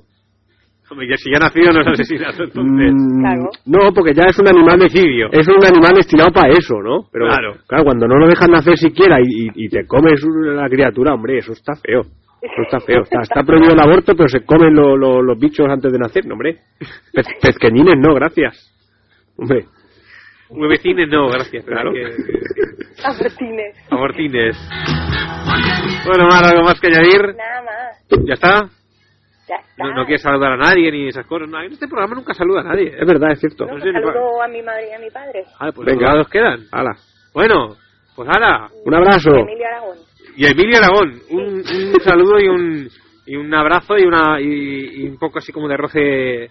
S2: Hombre, ya si ya ha nacido no es asesinato, entonces.
S4: Mm,
S5: Claro.
S4: No, porque ya es un animal
S2: Homicidio.
S4: Es un animal destinado para eso, ¿no? Pero
S2: Claro.
S4: cuando no lo dejas nacer siquiera y, y- y te comes la criatura, hombre, eso está feo. Eso está feo. Está, está prohibido el aborto, pero se comen lo- lo- los bichos antes de nacer, no, hombre. Pe- pezqueñines, no, gracias. Hombre.
S6: Huevecines no, gracias. Claro.
S5: Abortines.
S6: Abortines. Bueno, Mar, ¿algo más que añadir?
S5: Nada más.
S6: ¿Ya está?
S5: Ya está.
S6: No, no quieres saludar a nadie ni esas cosas. No, en este programa nunca saluda a nadie. ¿eh?
S7: Es verdad, es cierto.
S5: No, pues
S6: sé, ni pa-
S5: saludo a mi madre y a mi padre.
S6: Ah, pues
S7: Venga.
S6: los dos quedan.
S7: Hala.
S6: Bueno, pues ahora.
S7: Un abrazo.
S5: Y Emilio Aragón.
S6: Y a Emilio Aragón, un, un saludo y un, y un abrazo y, una, y, y un poco así como de roce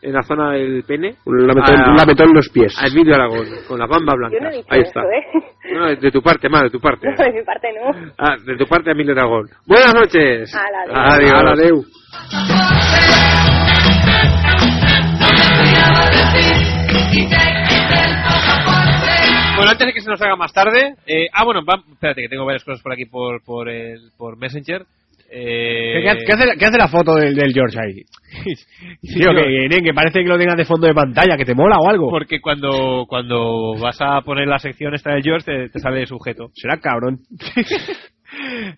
S6: en la zona del pene.
S7: Un lametón,
S6: Ah.
S7: un lametón en los pies.
S6: A Emilio Aragón, con la bamba blanca.
S5: Yo no he dicho
S6: Ahí
S5: eso,
S6: está.
S5: ¿eh?
S6: No, de tu parte, Mar, de tu parte.
S5: No, de mi parte no.
S6: Ah, de tu parte, Emilio Aragón. Buenas noches.
S5: Ala,
S6: Adiós.
S7: Hala, adeu.
S2: Bueno, antes de que se nos haga más tarde. eh, ah, bueno, va- espérate, que tengo varias cosas por aquí por, por, el, por Messenger. Eh,
S4: ¿Qué, qué hace- qué hace, la- qué hace la foto del, del George ahí? Tío,
S2: yo-
S4: que, que, que parece que lo tengas de fondo de pantalla, que te mola o algo.
S2: Porque cuando, cuando vas a poner la sección esta de George, te, te sale el sujeto.
S4: Será cabrón.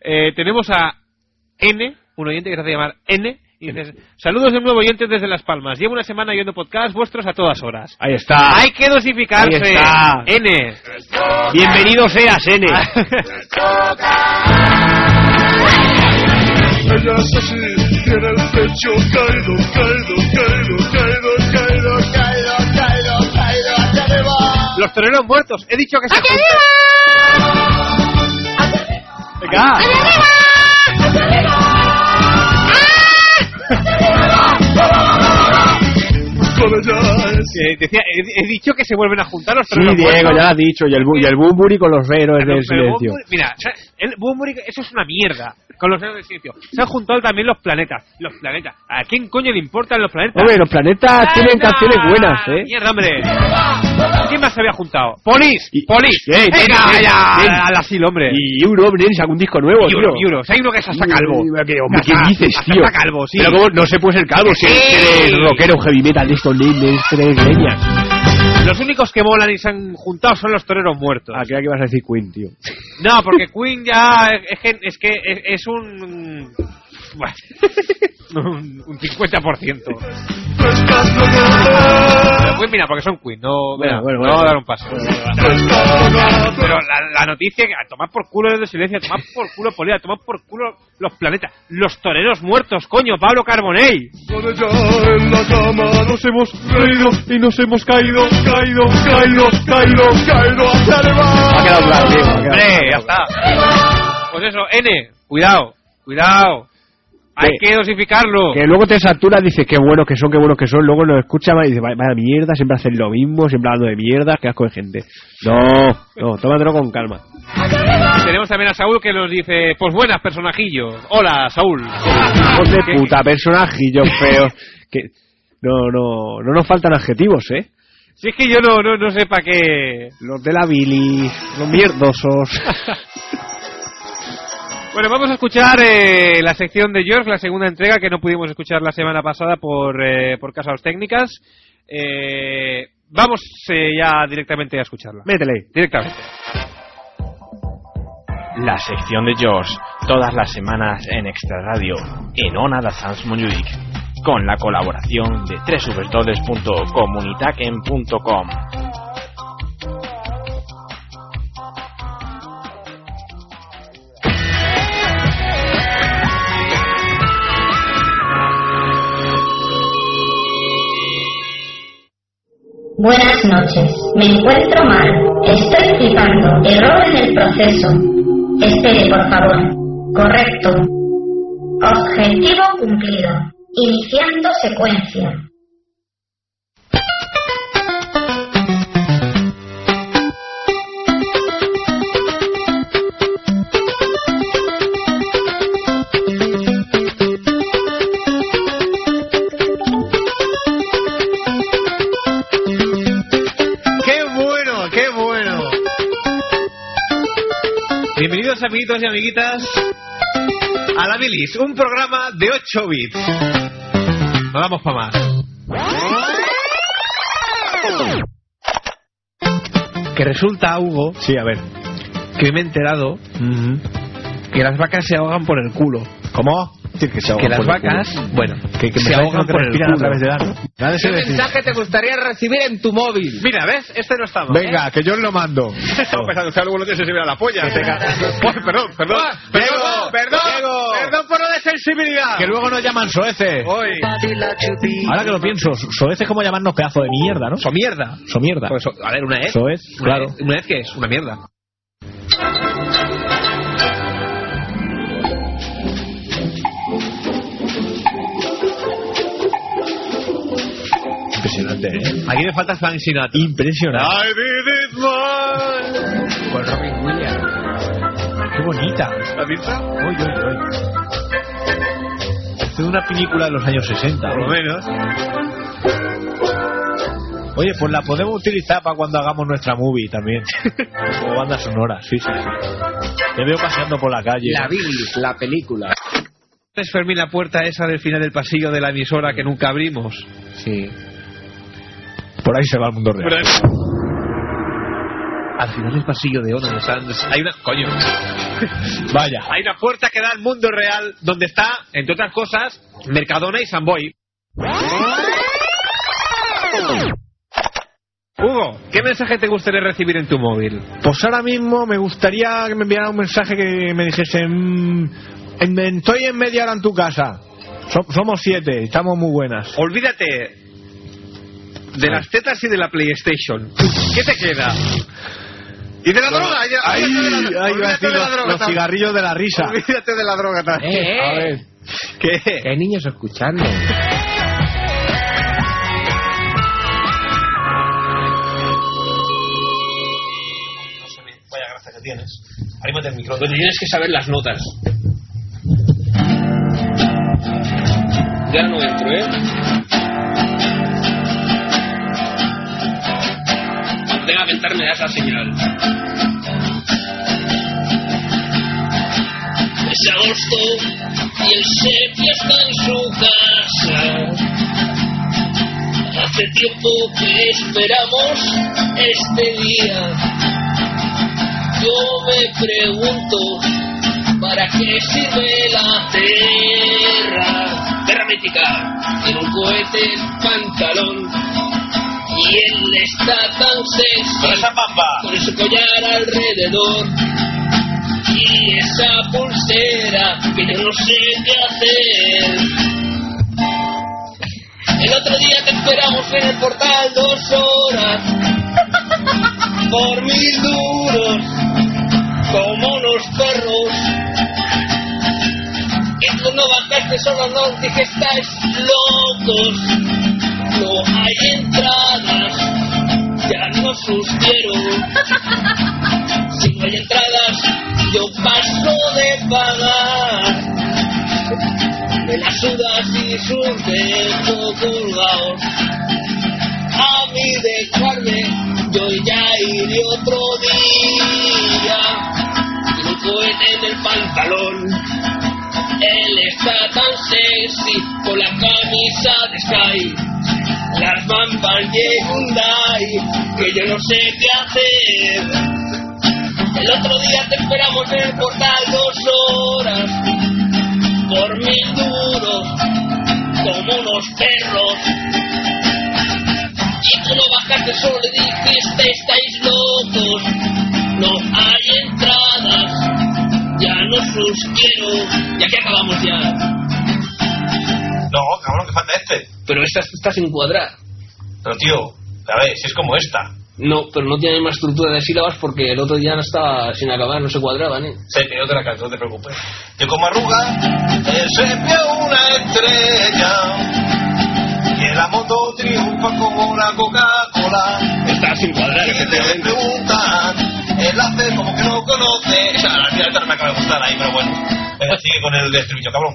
S2: Eh, tenemos a N, un oyente que se hace llamar N, y dices, saludos de nuevo oyente desde Las Palmas. Llevo una semana oyendo podcast vuestros a todas horas.
S4: Ahí está.
S2: Hay que dosificarse.
S4: Ahí está.
S2: N.
S4: Bienvenido seas, N.
S7: Ah,
S8: Ella es así, tiene el pecho caído, caído, caído, caído, caído, caído, caído, caído, hacia arriba.
S2: Los toreros muertos. He dicho que se junten.
S4: Venga.
S8: Con ella es
S2: Eh, decía, he, he dicho que se vuelven a juntar los
S4: Sí,
S2: toreros
S4: Diego,
S2: muertos.
S4: ya lo has dicho. Y el, bu- y el Bumburi con los héroes
S2: Pero-
S4: del
S2: pero
S4: silencio.
S2: Bunbury- mira, o sea, el Bunbury, eso es una mierda. Con los héroes del silencio. Se han juntado también los planetas. Los planetas. ¿A quién coño le importan los planetas?
S4: Hombre, los planetas tienen
S2: ¡Anda!
S4: canciones buenas, ¿eh?
S2: Mierda, hombre. ¿Quién más se había juntado? Polis,
S4: Y-
S2: Polis.
S4: ¡Ey,
S2: Venga,
S4: ven, ven,
S2: vaya,
S4: ven!
S2: al asilo, hombre.
S4: Y Euro, nen, saca un disco nuevo,
S2: Euro,
S4: tío.
S2: Euro. Se ha ido que es hasta calvo.
S4: Uy, Mm, ¿Qué, hombre, Ah,
S2: Hasta-
S4: ¿qué dices,
S2: hasta
S4: tío?
S2: está calvo, sí.
S4: Pero cómo no se puede ser calvo si
S2: Sí.
S4: eres rockero, heavy metal, esto, nen, nen, tres leñas.
S2: Los únicos que volan y se han juntado son los toreros muertos.
S4: Ah, creía que ibas a decir Queen, tío.
S2: No, porque Queen ya es es que es, que es, es un... bueno, un un 50%. Pero Queen, mira, porque son Queen, no, mira,
S4: Bueno, bueno,
S2: no
S4: bueno.
S2: va a dar un paso. Pero la, la noticia, que a tomar por culo desde silencio, a tomar por culo Polida, a tomar por culo los planetas, los toreros muertos, coño, Pablo Carbonell.
S8: con ella en la cama. Nos hemos reído y nos hemos caído, caído, caído, caído, caído hacia
S4: Ha quedado claro,
S8: arriba.
S4: Diego, ha quedado
S2: Hombre,
S4: claro.
S2: ya está. Pues eso, N, cuidado, cuidado. Hay
S4: Sí.
S2: que dosificarlo.
S4: Que luego te saturas, dices qué buenos que son, qué buenos que son. Luego lo escuchas y dices, vaya vaya mierda, siempre hacen lo mismo, siempre hablando de mierda, qué asco de gente. No, no, tómatelo con calma.
S2: Tenemos también a Saúl que nos dice, pues buenas, personajillo. Hola, Saúl.
S4: Hijos de
S2: Que-
S4: puta, personajillos feos. Que... No, no, no nos faltan adjetivos, ¿eh?
S2: Si es que yo no, no, no sé para qué...
S4: Los de la bilis, los mierdosos.
S2: Bueno, vamos a escuchar eh, la sección de George, la segunda entrega que no pudimos escuchar la semana pasada por, eh, por causas técnicas. Eh, vamos eh, ya directamente a escucharla.
S4: Métele.
S2: Directamente.
S9: La sección de George, todas las semanas en Extra Radio, en Ona da Sans Montjuïc, con la colaboración de www.comunitaquen.com.
S10: Buenas noches, me encuentro mal, estoy flipando, error en el proceso. Espere, por favor. Correcto. Objetivo cumplido. Iniciando secuencia.
S4: ¡Qué bueno, qué bueno!
S2: Bienvenidos amiguitos y amiguitas a La Bilis, un programa de 8 bits. No damos para más. Que resulta, Hugo,
S4: Sí, a ver.
S2: que hoy me he enterado que las vacas se ahogan por el culo.
S4: ¿Cómo? que se ahogan
S9: que las
S4: por el culo.
S9: vacas, bueno,
S4: que, que me
S9: se
S4: parece
S9: ahogan
S4: que
S9: por el
S4: respiran a
S9: culo.
S4: través de la Nadie se
S1: ¿Qué
S4: decide.
S1: mensaje te gustaría recibir en tu móvil?
S2: Mira, ¿ves? Este no está mal.
S4: Venga, que yo lo mando.
S1: Estaba pensando, usted luego lo tienes que subir a la polla.
S4: Pues, perdón, perdón.
S1: Ah,
S2: Perdón, perdón, perdón por lo de sensibilidad.
S4: Que luego nos llaman soeces.
S2: Hoy.
S4: Ahora que lo pienso, soez es como llamarnos pedazo de mierda, ¿no?
S1: So mierda.
S4: So mierda.
S1: Pues, a ver,
S2: ¿eh?
S1: una vez.
S4: Soez,
S1: una
S4: claro.
S1: vez- una vez que es una mierda.
S4: Impresionante, ¿eh?
S1: Aquí me falta Frank Sinatra.
S4: Impresionante.
S11: I did it mine.
S4: Con Robin Williams. Qué bonita.
S11: ¿Has visto?
S4: Uy, uy, uy. Esto es una película de los años 60.
S2: Por lo menos.
S4: Oye, pues la podemos utilizar para cuando hagamos nuestra movie también. Como banda sonora, sí, sí, sí. Te veo paseando por la calle.
S1: La vi, la película. Es Fermín la puerta esa del final del pasillo de la emisora que nunca abrimos.
S4: Sí. Por ahí se va el mundo real.
S1: Al final del pasillo de Ona de Sanz hay una coño,
S4: Vaya.
S1: hay una puerta que da al mundo real donde está, entre otras cosas, Mercadona y Samboy. Hugo, ¿qué mensaje te gustaría recibir en tu móvil?
S4: Pues ahora mismo me gustaría que me enviara un mensaje que me dijese: "Mm, en- en- Estoy en media hora en tu casa. So- somos siete, estamos muy buenas.
S1: Olvídate de las tetas y de la PlayStation. ¿Qué te queda? Y de la droga. ya-
S4: Ahí,
S1: olvídate de la-
S4: ahí va Eh. a
S1: olvídate
S4: decir
S1: de la
S4: los,
S1: droga,
S4: los
S1: tam-
S4: cigarrillos de la risa.
S1: Olvídate de la droga también.
S4: A ver.
S1: ¿Qué?
S9: hay Eh, niños escuchando.
S1: Vaya gracia que tienes. Arrímate el micrófono. Tienes que saber las notas. Ya no entro, ¿eh? Cuando tenga que entrar, me das la señal. Es agosto y el sepia está en su casa. Hace tiempo que esperamos este día. Yo me pregunto, ¿para qué sirve la tierra? Tierra mítica, tiene un cohete en el pantalón. Y él está tan sexy. Con esa Con ese collar alrededor. Y esa pulsera que yo no sé qué hacer. El otro día te esperamos en el portal dos horas. Por mil duros. Como unos perros. Y tú no bajaste solo, no dije, estáis locos. No hay entradas, ya no sugiero. Si no hay entradas, yo paso de pagar. Me las sudas y sus dejo colgados. A mí dejarme, yo ya iré otro día. Y un cohete en el pantalón. Él está tan sexy con la camisa de Sky. Las bambas de Hyundai, que yo no sé qué hacer. El otro día te esperamos en el portal dos horas, por mil duros, como unos perros. Y tú no bajaste solo y dijiste, estáis locos, no hay entradas ya no sus quiero. Y aquí acabamos ya.
S9: No, cabrón, que falta este.
S1: Pero esta está sin cuadrar.
S9: Pero tío, a ver, si es como esta.
S1: No, pero no tiene más estructura de sílabas porque el otro día no estaba sin acabar, no se cuadraban, ¿eh?
S9: Sí, que yo te la canto, no te preocupes. Yo como arruga, el sepia una estrella. Y la moto triunfa como una Coca-Cola.
S1: Está sin cuadrar,
S9: Y le
S1: efectivamente.
S9: preguntan, él hace como que no conoce. Esa, al final esta no me acaba de gustar ahí, pero bueno. Venga, sigue con el estribillo, cabrón.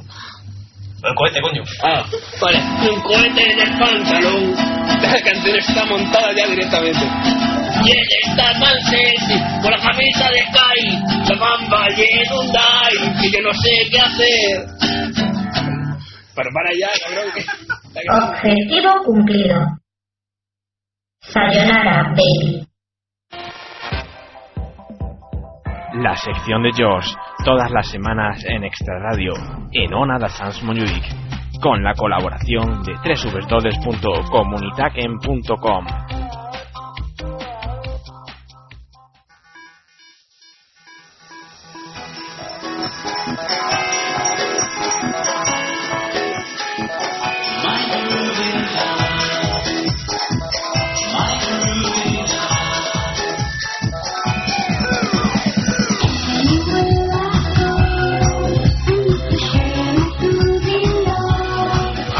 S9: El cohete, coño.
S1: Ah, vale. Un cohete en el pantalón. La canción está montada ya directamente. Y él está tan sexy, con la camisa de Sky, la bamba y el Hyundai, que yo no sé qué hacer. Pero para allá, cabrón, que...
S10: Objetivo cumplido. Sayonara, baby.
S9: La sección de George,
S12: todas las semanas en Extra Radio en Ona da Sans Music con la colaboración de www.comunitaquen.com.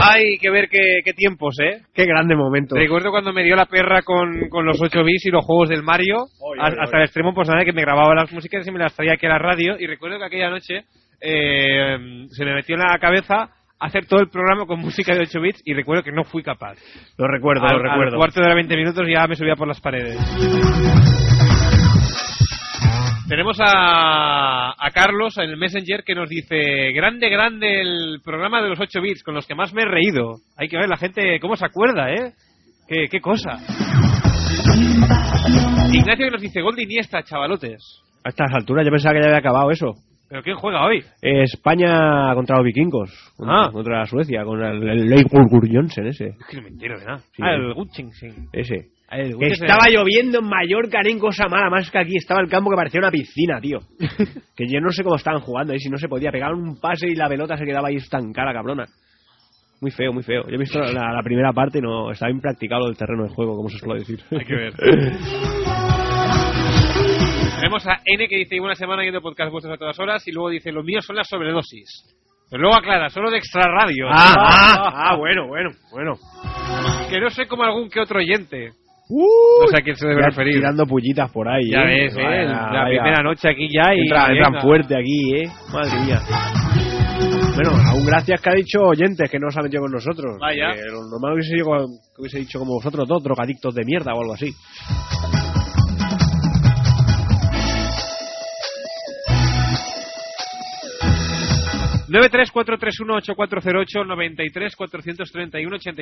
S2: Hay que ver qué, qué tiempos, ¿eh?
S4: Qué grande momento.
S2: Recuerdo cuando me dio la perra con, con los 8 bits y los juegos del Mario, a- hasta el extremo, pues nada, que me grababa las músicas y me las traía aquí a la radio. Y recuerdo que aquella noche eh, se me metió en la cabeza hacer todo el programa con música de 8 bits y recuerdo que no fui capaz.
S4: Lo recuerdo,
S2: al,
S4: lo recuerdo.
S2: Al cuarto de los 20 minutos ya me subía por las paredes. Tenemos a, a Carlos en el Messenger que nos dice: Grande, grande el programa de los 8 bits, con los que más me he reído. Hay que ver la gente cómo se acuerda, ¿eh? Qué, qué cosa. Ignacio que nos dice: Gol de Iniesta, chavalotes.
S4: A estas alturas yo pensaba que ya había acabado eso.
S2: ¿Pero quién juega hoy?
S4: Eh, España contra los vikingos. Contra,
S2: Ah.
S4: contra Suecia, con el, el Leipzig Johnsen ese.
S2: Es que no me entero de nada.
S4: Sí.
S2: Ah, el Gutschensing.
S4: Ese.
S2: El
S4: Que
S2: Gutschensing.
S4: estaba lloviendo en Mallorca, en cosa mala, más que aquí. Estaba el campo que parecía una piscina, tío. que yo no sé cómo estaban jugando ahí, si no se podía pegar un pase y la pelota se quedaba ahí estancada, cabrona. Muy feo, muy feo. Yo he visto la, la primera parte y no estaba impracticable el terreno del juego, como se suele decir.
S2: Hay que ver. Tenemos a N que dice: Una semana yendo podcast vuestros a todas horas y luego dice: Lo mío son las sobredosis. Pero luego aclara: Solo de extra radio.
S4: Ah, ah, ah, bueno, bueno, bueno.
S2: Que no sé como algún que otro oyente.
S4: Uh,
S2: No sé a quién se debe
S4: ya
S2: referir.
S4: Tirando pullitas por ahí.
S2: Ya
S4: ¿eh?
S2: ves, ¿eh?
S4: Vaya,
S2: la
S4: vaya.
S2: primera noche aquí ya y.
S4: Entra- entran
S2: venga.
S4: fuerte aquí, ¿eh? Madre mía. Bueno, aún gracias que ha dicho oyentes que no se ha metido con nosotros.
S2: Vaya.
S4: Que lo normal hubiese, sido con- que hubiese dicho como vosotros dos, drogadictos de mierda o algo así.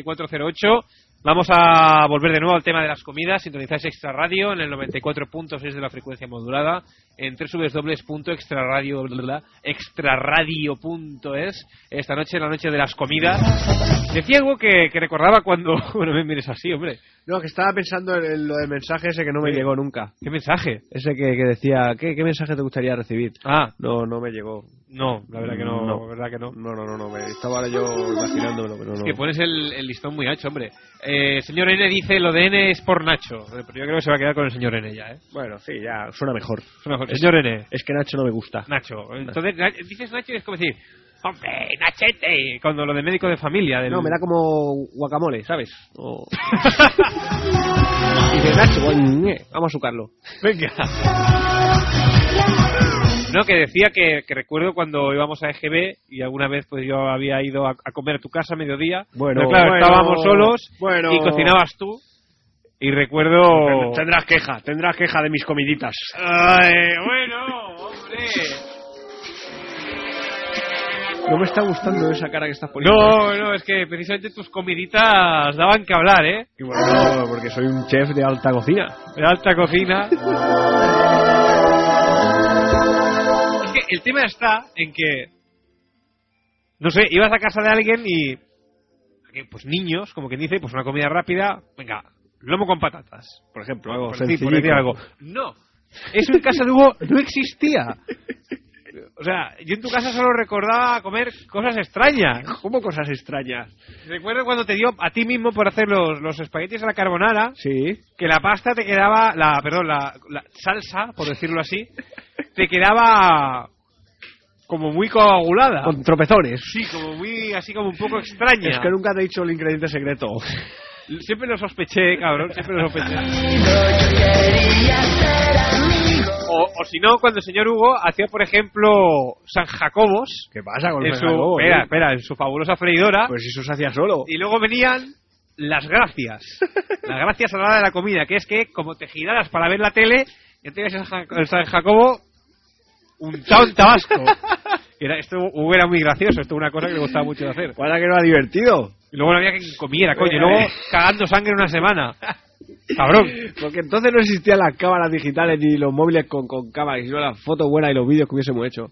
S2: cuatro ocho Vamos a volver de nuevo al tema de las comidas. Sintonizáis Extra Radio en el 94.6 de la frecuencia modulada en www.extraradio.extraradio.es Esta noche, la noche de las comidas. Decía algo que, que recordaba cuando... Bueno, me mires así, hombre.
S4: No, que estaba pensando en, en lo del mensaje ese que no me llegó nunca.
S2: ¿Qué mensaje?
S4: Ese que, que decía, ¿qué, ¿qué mensaje te gustaría recibir?
S2: Ah,
S4: No, no me llegó.
S2: no, la verdad que no.
S4: No.
S2: La verdad que no.
S4: No, no, no, no. me- estaba ahora yo imaginándomelo, pero no.
S2: Es que pones el, el listón muy ancho, hombre. Eh, señor N dice, lo de N es por Nacho. Pero yo creo que se va a quedar con el señor N ya, ¿eh?
S4: Bueno, sí, ya, suena mejor.
S2: Suena mejor.
S4: Es-
S2: Señor N.
S4: Es que Nacho no me gusta.
S2: Nacho. Entonces, na- dices Nacho y es como decir, hombre, Nachete, cuando lo de médico de familia. Del...
S4: No, me da como guacamole, ¿sabes? O... y dice, Nacho, guay, vamos a azucarlo.
S2: Venga. No, que decía que, que recuerdo cuando íbamos a EGB y alguna vez pues yo había ido a, a comer a tu casa a mediodía.
S4: Bueno,
S2: Pero claro,
S4: bueno,
S2: estábamos solos
S4: bueno.
S2: y cocinabas tú. Y recuerdo...
S4: Tendrás queja, tendrás queja de mis comiditas.
S2: Ay, bueno, hombre.
S4: No me está gustando esa cara que estás poniendo.
S2: No, no, es que precisamente tus comiditas daban que hablar, ¿eh?
S4: Y bueno, porque soy un chef de alta cocina.
S2: De alta cocina. es que el tema está en que, no sé, ibas a casa de alguien y, que, pues niños, como quien dice, pues una comida rápida, venga, lomo con patatas, por ejemplo, algo, por decir- por decir
S4: sencillico.
S2: algo. No, eso en casa de Hugo no existía. O sea, yo en tu casa solo recordaba comer cosas extrañas.
S4: ¿Cómo cosas extrañas?
S2: Recuerdo cuando te dio a ti mismo por hacer los, los espaguetis a la carbonara,
S4: Sí.
S2: que la pasta te quedaba, la, perdón, la, la salsa, por decirlo así, te quedaba como muy coagulada.
S4: Con tropezones.
S2: Sí, como muy, así como un poco extraña.
S4: Es que nunca te he dicho el ingrediente secreto.
S2: Siempre lo sospeché, cabrón, siempre lo sospeché. O, o si no, cuando el señor Hugo hacía, por ejemplo, San Jacobos,
S4: ¿Qué pasa con
S2: en
S4: el
S2: su,
S4: Ferragamo,
S2: espera,
S4: eh?
S2: espera, en su fabulosa freidora,
S4: Pues eso se hacía solo.
S2: y luego venían las gracias. Las gracias a la hora de la comida, que es que como te giraras para ver la tele, ya tenías el, Ja- el San Jacobo untado en tabasco. Y Era, esto Hugo era muy gracioso, esto era una cosa que le gustaba mucho de hacer.
S4: Para que no era divertido. eh.
S2: Y luego no había quien comiera, coño, y luego cagando sangre una semana. Cabrón.
S4: Porque entonces no existían las cámaras digitales ni los móviles con, con cámaras, sino las fotos buenas y los vídeos que hubiésemos hecho.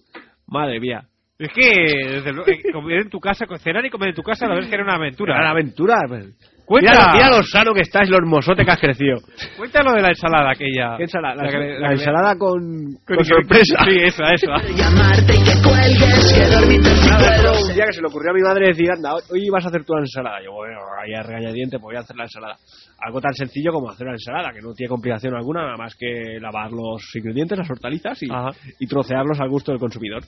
S4: Madre mía.
S2: Es que, desde luego, eh, comer en tu casa, cenar y comer en tu casa, la verdad es que era una aventura.
S4: Era una aventura. pues.
S2: Cuenta.
S4: Mira, mira lo sano que estás, lo hermosote que has crecido.
S2: Cuéntalo de la ensalada aquella.
S4: ¿Qué ensalada? La,
S2: que-
S4: la ensalada con,
S2: que-
S4: con sorpresa.
S2: Sí, esa, esa.
S4: Un día que se le ocurrió a mi madre decir, anda, hoy- hoy vas a hacer tu ensalada. Yo, bueno, ahí a regañadientes, pues voy a hacer la ensalada. Algo tan sencillo como hacer una ensalada, que no tiene complicación alguna, nada más que lavar los ingredientes, las hortalizas y, y trocearlos al gusto del consumidor.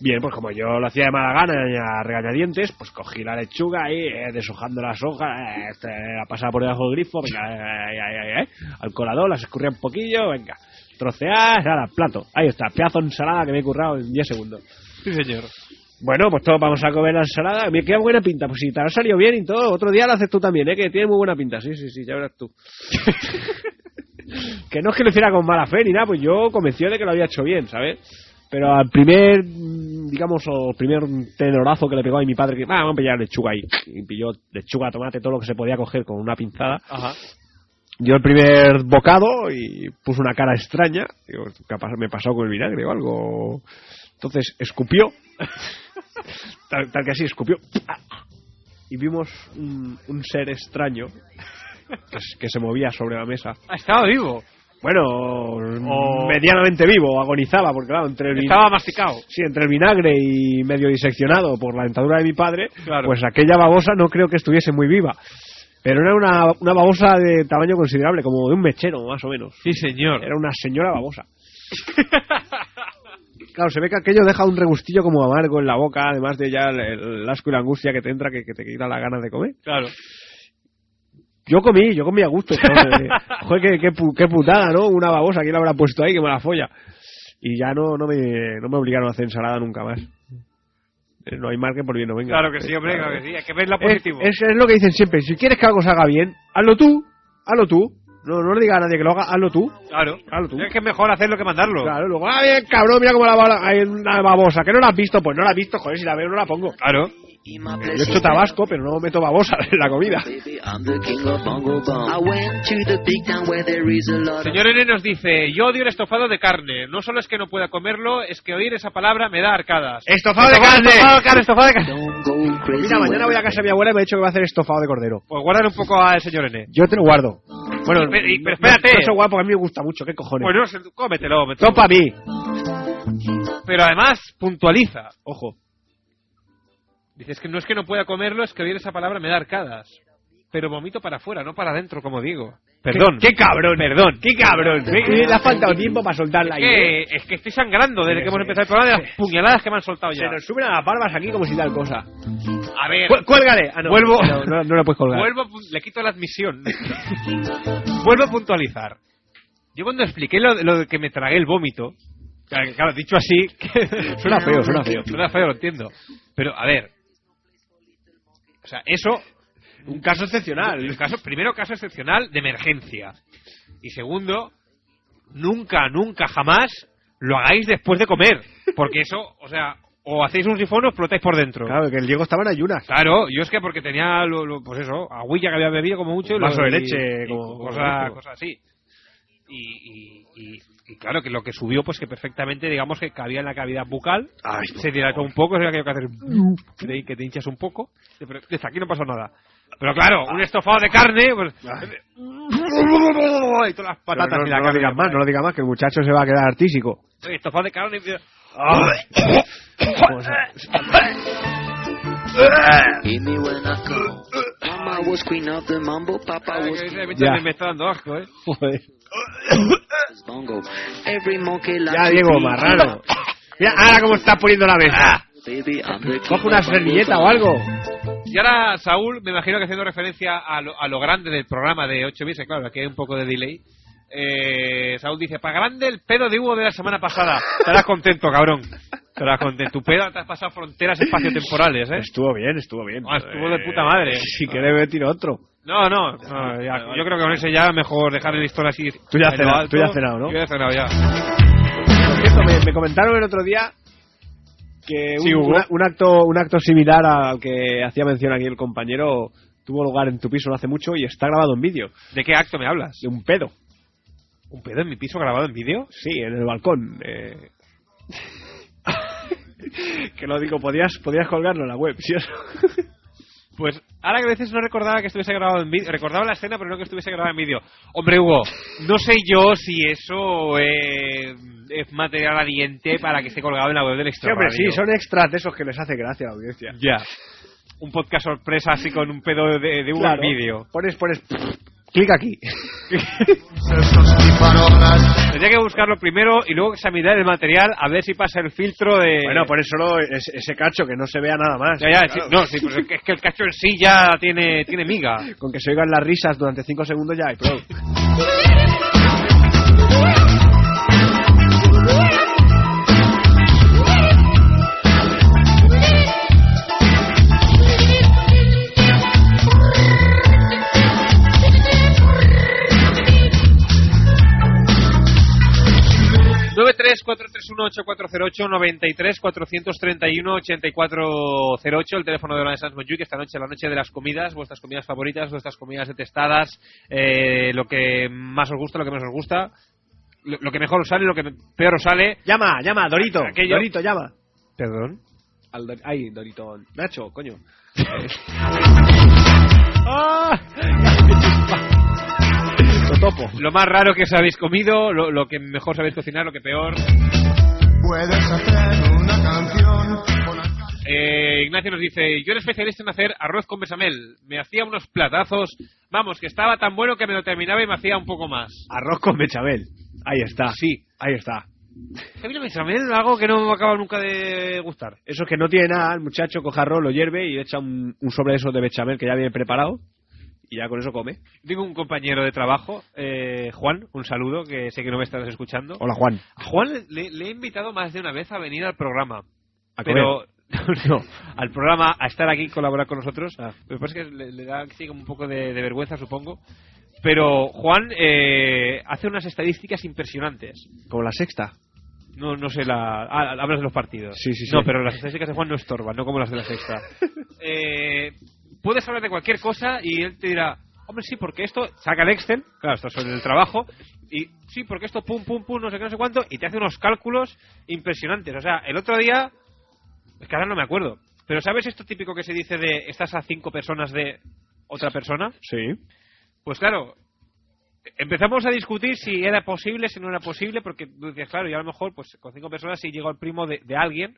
S4: Bien, pues como yo lo hacía de mala gana y a regañadientes, pues cogí la lechuga y eh, deshojando las hojas, eh, este, la pasaba por debajo del grifo, venga, eh, eh, eh, eh, al colador, las escurría un poquillo, venga, trocear, al plato. Ahí está, pedazo de ensalada que me he currado en 10 segundos.
S2: Sí, señor.
S4: Bueno, pues todos vamos a comer la ensalada. Mira, qué buena pinta. Pues si te ha salido bien y todo, otro día lo haces tú también, ¿eh? Que tiene muy buena pinta. Sí, sí, sí, ya verás tú. que no es que lo hiciera con mala fe ni nada, pues yo convenció de que lo había hecho bien, ¿sabes? Pero al primer, mm, digamos, o primer tenorazo que le pegó a mi padre, que "Ah, vamos a pillar lechuga ahí. Y pilló lechuga, tomate, todo lo que se podía coger con una pinzada.
S2: Ajá.
S4: Dio el primer bocado y puso una cara extraña. Digo, capaz me pasó con el vinagre o algo. Entonces escupió. tal, tal que así, escupió. Y vimos un, un ser extraño que, s- que se movía sobre la mesa.
S2: Ah, Estaba vivo.
S4: Bueno, medianamente vivo, agonizaba, porque claro, entre el, vin-
S2: Estaba masticado.
S4: sí, entre el vinagre y medio diseccionado por la dentadura de mi padre,
S2: Claro.
S4: pues aquella babosa no creo que estuviese muy viva. Pero era una, una babosa de tamaño considerable, como de un mechero, más o menos.
S2: Sí, señor.
S4: Era una señora babosa. Claro, se ve que aquello deja un regustillo como amargo en la boca, además de ya el, el asco y la angustia que te entra, que, que te quita las ganas de comer.
S2: Claro.
S4: Yo comí, yo comí a gusto. Joder, Joder, qué, qué, pu- qué putada, ¿no? Una babosa, ¿quién la habrá puesto ahí? Que me la folla. Y ya no, no, me, no me obligaron a hacer ensalada nunca más. Eh, No hay mal que por bien no venga.
S2: Claro que sí, hombre,
S4: Eh,
S2: claro que sí. Hay que verla
S4: es,
S2: positivo.
S4: es, es lo que dicen siempre. Si quieres que algo se haga bien, hazlo tú. Hazlo tú. No, no le digas a nadie que lo haga, hazlo tú.
S2: Claro.
S4: Hazlo tú.
S2: Es que es mejor hacerlo que mandarlo.
S4: Claro, luego, ah, bien, cabrón, mira cómo la bala- hay una babosa. ¿Que no la has visto? Pues no la has visto, joder, si la veo no la pongo. Eh,
S2: Claro.
S4: Yo he hecho tabasco, pero no meto babosa en la comida.
S2: Señor N nos dice, yo odio el estofado de carne. No solo es que no pueda comerlo, es que oír esa palabra me da arcadas.
S4: ¡Estofado de carne!
S2: Estofado de carne, estofado de carne.
S4: Mira, mañana voy a casa de mi abuela y me ha dicho que va a hacer estofado de cordero.
S2: Pues guárdale un poco al señor N.
S4: Yo te lo guardo. Bueno,
S2: Pero- y- pero espérate.
S4: Eso es guapo, a mí me gusta mucho, qué cojones.
S2: Bueno, se- cómetelo, me-
S4: Topa a mí.
S2: pero además puntualiza.
S4: Ojo.
S2: Dices que no es que no pueda comerlo, es que oír esa palabra me da arcadas. Pero vomito para afuera, no para adentro, como digo. Perdón.
S4: Qué, qué cabrón.
S2: Perdón.
S4: Qué cabrón. Le ha faltado tiempo para soltarla.
S2: Es
S4: ahí, ¿eh?
S2: que, es que estoy sangrando desde que hemos empezado el programa de las puñaladas que me han soltado
S4: Se
S2: ya.
S4: nos suben a las barbas aquí como si tal cosa.
S2: A ver,
S4: Cué- Cuélgale. Ah, no.
S2: Eh, Vuelvo.
S4: No, no, no la puedes colgar.
S2: vuelvo, a pu- le quito la admisión. vuelvo a puntualizar. Yo cuando expliqué lo, lo de que me tragué el vómito, claro, claro, dicho así, que-
S4: Suena feo, suena feo.
S2: Suena feo, lo entiendo. Pero, a ver, o sea, eso
S4: Un caso excepcional.
S2: el caso, primero, caso excepcional de emergencia. Y segundo, nunca, nunca, jamás lo hagáis después de comer. Porque eso, o sea, o hacéis un sifón o explotáis por dentro. Claro,
S4: Claro, que el Diego estaba en ayunas.
S2: yo es que porque tenía, lo, lo- pues eso, agüilla que había bebido como mucho. y
S4: Vaso
S2: lo-
S4: de
S2: y-
S4: leche,
S2: y
S4: como-
S2: cosa-
S4: como-
S2: cosas así. Y, y- y- y claro, que lo que subió, pues que perfectamente, digamos que cabía en la cavidad bucal.
S4: Ay,
S2: se dilató un poco, se que hacer que te- que te hinchas un poco. Pero desde aquí no pasó nada. Pero claro,
S4: Ah.
S2: un estofado de carne, pues, y todas las
S4: No,
S2: patatas
S4: Ah. no,
S2: y la
S4: no lo
S2: carne.
S4: digas más, no lo digas más, que el muchacho se va a quedar artísico.
S2: Oye, estofado de carne. y-
S4: Pues, Ah,
S2: Ay, que dice, me,
S4: Ya.
S2: me está dando asco, ¿eh?
S4: joder. Ya, Diego, marrano. Mira, ahora cómo estás poniendo la mesa. Coge una servilleta o algo.
S2: Y ahora, Saúl, me imagino que haciendo referencia a lo, a lo grande del programa de 8 meses, claro, aquí hay un poco de delay. Eh, Saúl dice, para grande el pedo de Hugo de la semana pasada. Estarás contento, cabrón. Estarás contento. Tu pedo te has pasado fronteras espaciotemporales, ¿eh?
S4: Estuvo bien, estuvo bien.
S2: Ah, estuvo de puta madre.
S4: Si quieres me tiro otro.
S2: No, no, no, ya, yo creo que con ese ya mejor dejar el listón así.
S4: Tú ya has
S2: en lo
S4: cenado,
S2: alto.
S4: tú ya has cenado, ¿no?
S2: Yo ya he cenado ya.
S4: Por cierto, me, me comentaron el otro día que un,
S2: Sí, Hugo.
S4: una- un acto un acto similar al que hacía mención aquí el compañero tuvo lugar en tu piso no hace mucho y está grabado en vídeo.
S2: ¿De qué acto me hablas?
S4: De un pedo.
S2: ¿Un pedo en mi piso grabado en vídeo?
S4: Sí, en el balcón. eh. que lo digo, podías, podías colgarlo en la web, ¿sí?
S2: Pues ahora que dices no recordaba que estuviese grabado en vídeo. Recordaba la escena, pero no que estuviese grabada en vídeo. Hombre, Hugo, no sé yo si eso eh, es material adiente para que esté colgado en la web del
S4: Sí,
S2: extra.
S4: hombre, sí,
S2: Radio.
S4: son extras de esos que les hace gracia a la audiencia.
S2: Ya. Un podcast sorpresa así con un pedo de, de Hugo
S4: Claro.
S2: en vídeo.
S4: Pones, pones, clic aquí.
S2: Tendría que buscarlo primero y luego examinar el material a ver si pasa el filtro de.
S4: Bueno, pones solo es- ese cacho que no se vea nada más.
S2: Ya, ya, sí,
S4: Claro.
S2: no, sí, pues es que- es que el cacho en sí ya tiene, tiene miga.
S4: Con que se oigan las risas durante 5 segundos ya hay pro.
S2: noventa y 93-431-8408, el teléfono de Hora de Sans Montjuic, esta noche, la noche de las comidas, vuestras comidas favoritas, vuestras comidas detestadas, eh, lo que más os gusta, lo que menos os gusta, lo, lo que mejor os sale, lo que peor os sale.
S4: Llama, llama, Dorito.
S2: Aquello-
S4: Dorito, llama.
S2: Perdón.
S4: Al Dor- Ay, Dorito. Nacho, coño. Ah. Totopo.
S2: Lo más raro que os habéis comido, lo, lo que mejor sabéis cocinar, lo que peor.
S8: Puedes hacer una canción con
S2: Eh, Ignacio nos dice, yo era especialista en hacer arroz con besamel. Me hacía unos platazos, vamos, que estaba tan bueno que me lo terminaba y me hacía un poco más.
S4: Arroz con bechamel. Ahí está. Sí. Ahí está.
S2: A mí el bechamel algo que no me acaba nunca de gustar.
S4: Eso es que no tiene nada. El muchacho coge arroz, lo hierve y le echa un, un sobre de esos de bechamel que ya viene preparado. Y ya con eso come.
S2: Tengo un compañero de trabajo, eh, Juan, un saludo, que sé que no me estás escuchando.
S4: Hola, Juan.
S2: A Juan le, le he invitado más de una vez a venir al programa.
S4: A comer.
S2: pero no, al programa, a estar aquí, colaborar con nosotros.
S4: Ah.
S2: Lo que pasa es que le, le da sí, como un poco de, de vergüenza, supongo. Pero Juan eh, hace unas estadísticas impresionantes.
S4: Como la sexta.
S2: No, no sé, la, ah, hablas de los partidos.
S4: Sí, sí, sí.
S2: No, pero las estadísticas de Juan no estorban, no como las de la sexta. Eh, puedes hablar de cualquier cosa y él te dirá, hombre, sí, porque esto, saca el Excel, claro, esto es sobre el trabajo, y sí, porque esto, pum, pum, pum, no sé qué, no sé cuánto, y te hace unos cálculos impresionantes. O sea, el otro día, es que ahora no me acuerdo, pero ¿sabes esto típico que se dice de estás a cinco personas de otra persona?
S4: Sí.
S2: Pues claro, empezamos a discutir si era posible, si no era posible, porque tú decías, claro, yo a lo mejor pues con cinco personas sí llegó el primo de, de alguien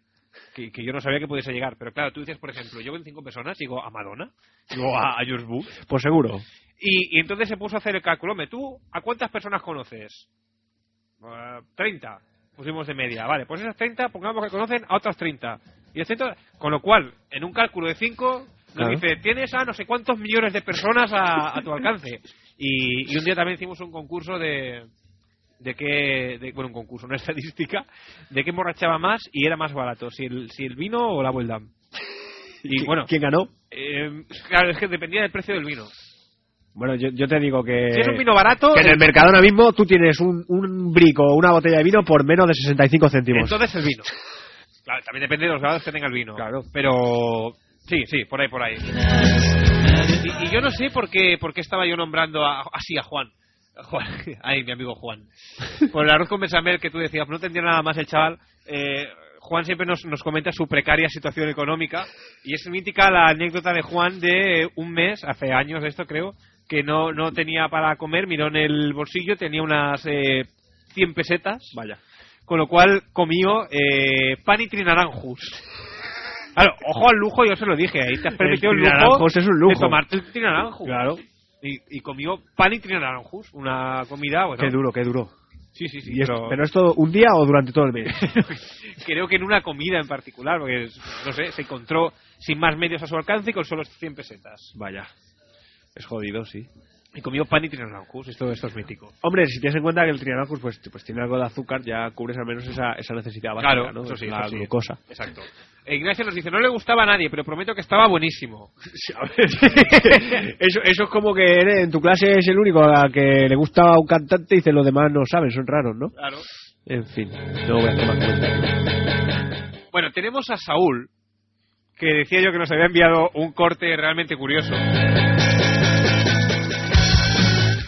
S2: que, que yo no sabía que pudiese llegar. Pero claro, tú dices, por ejemplo, yo con cinco personas llego a Madonna, llego a, a George Bush,
S4: Pues seguro.
S2: y, y entonces se puso a hacer el cálculo. Hombre, ¿tú a cuántas personas conoces? Eh, 30. Pusimos de media. Vale, pues esas 30, pongamos que conocen a otras 30. Y esas 30 con lo cual, en un cálculo de 5,
S4: Claro.
S2: nos dice, tienes a no sé cuántos millones de personas a, a tu alcance. Y, y un día también hicimos un concurso de... De qué, de- bueno, un concurso, una estadística, de qué emborrachaba más y era más barato, si el, si el vino o la vuelta. Y bueno,
S4: ¿Quién ganó?
S2: eh, claro, es que dependía del precio del vino.
S4: Bueno, yo, yo te digo que.
S2: Si es un vino barato,
S4: Eh, Que en el
S2: eh,
S4: mercado ahora mismo tú tienes un, un brico o una botella de vino por menos de 65 céntimos.
S2: entonces el vino. Claro, también depende de los grados que tenga el vino. Claro. Pero sí, sí, por ahí, por ahí. Y, y yo no sé por qué, por qué estaba yo nombrando a- así a Juan. A Juan, ay, mi amigo Juan. Por el arroz con bechamel que tú decías, no tendría nada más el chaval. eh, Juan siempre nos, nos comenta su precaria situación económica y es mítica la anécdota de Juan de eh, un mes, hace años de esto creo, que no, no tenía para comer, miró en el bolsillo, tenía unas eh, 100 pesetas.
S4: Vaya.
S2: Con lo cual comió eh, pan y trinaranjus. Claro, ojo al lujo, yo se lo dije. Ahí te has permitido el, lujo,
S4: trinaranjus es un lujo.
S2: de tomarte el trinaranjus.
S4: Claro.
S2: Y, y comió pan y trinaranjus. Una comida, bueno.
S4: Qué duro, qué duro.
S2: Sí, sí, sí.
S4: Y esto-
S2: pero-
S4: ¿Pero esto un día o durante todo el mes?
S2: creo que en una comida en particular, porque, no sé, se encontró sin más medios a su alcance y con solo 100 pesetas.
S4: Vaya. Es jodido, sí.
S2: Y comió pan y trinaranjus. Esto, esto es mítico.
S4: Hombre, si tienes en cuenta que el trianacus pues, pues tiene algo de azúcar, ya cubres al menos esa, esa necesidad básica,
S2: Claro,
S4: ¿no?
S2: eso sí,
S4: la
S2: eso sí.
S4: glucosa.
S2: Exacto. E Ignacio nos dice, no le gustaba a nadie, pero prometo que estaba buenísimo.
S4: eso, eso es como que eres- en tu clase es el único a la que le gusta un cantante y dice los demás no saben, son raros, ¿no?
S2: Claro.
S4: En fin, no voy a hacer más comentarios.
S2: Bueno, tenemos a Saúl, que decía yo que nos había enviado un corte realmente curioso.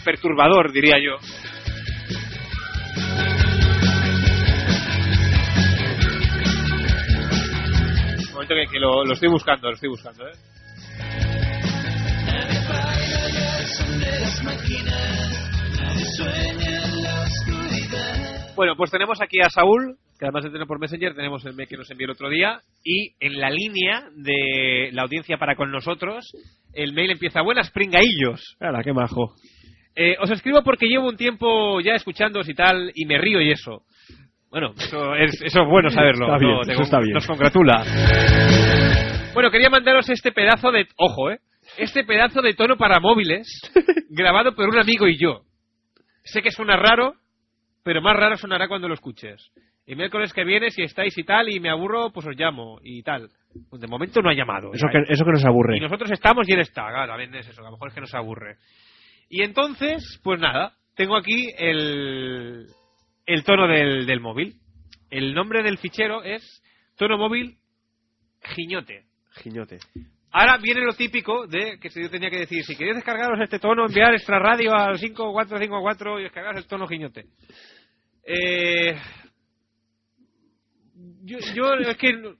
S2: perturbador, diría yo. Un momento que, que lo, lo estoy buscando, lo estoy buscando, ¿eh? Bueno, pues tenemos aquí a Saúl, que además de tener por Messenger, tenemos el mail que nos envió el otro día. Y en la línea de la audiencia para con nosotros, el mail empieza: Buenas pringaillos.
S4: Ahora, qué majo.
S2: Eh, os escribo porque llevo un tiempo ya escuchándoos y tal, y me río y eso. Bueno, eso es, eso es bueno saberlo.
S4: Está bien,
S2: ¿no? Te
S4: eso está bien.
S2: Nos congratula. Bueno, quería mandaros este pedazo de. Ojo, ¿eh? Este pedazo de tono para móviles grabado por un amigo y yo. Sé que suena raro, pero más raro sonará cuando lo escuches. El miércoles que viene, si estáis y tal, y me aburro, pues os llamo y tal. Pues de momento no ha llamado.
S4: Eso
S2: ya.
S4: que, eso que nos aburre.
S2: Y nosotros estamos y él está, claro, también es eso, que a lo mejor es que nos aburre. Y entonces, pues nada, tengo aquí el, el tono del, del móvil. El nombre del fichero es tono móvil giñote.
S4: Giñote.
S2: Ahora viene lo típico de que si yo tenía que decir, si queréis descargaros este tono, enviar extra radio al 5454 y descargaros el tono giñote. Eh, yo, yo es que no-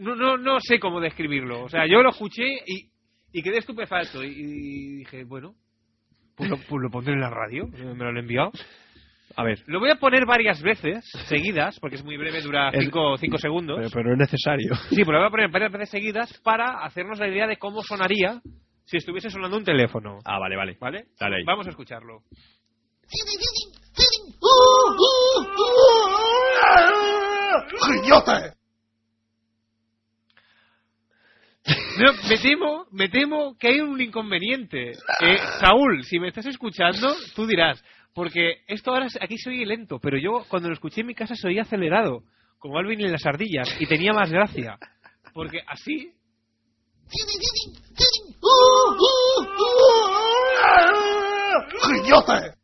S2: no, no, no sé cómo describirlo. O sea, yo lo escuché y, y quedé estupefacto y, y dije, bueno, pues lo, pues lo pondré en la radio, me lo han enviado.
S4: A ver.
S2: Lo voy a poner varias veces seguidas, porque es muy breve, dura
S4: Es-
S2: 5 segundos.
S4: Pero, pero es necesario.
S2: Sí, pero lo voy a poner varias veces seguidas para hacernos la idea de cómo sonaría si estuviese sonando un teléfono.
S4: Ah, vale, vale.
S2: ¿Vale?
S4: Dale ahí.
S2: Vamos a escucharlo.
S8: ¡Gillote!
S2: No, me temo, me temo que hay un inconveniente. Eh, Saúl, si me estás escuchando, tú dirás, porque esto ahora es- aquí se oye lento, pero yo cuando lo escuché en mi casa se oía acelerado, como Alvin y las ardillas, y tenía más gracia. Porque así,
S8: ¡Gillote!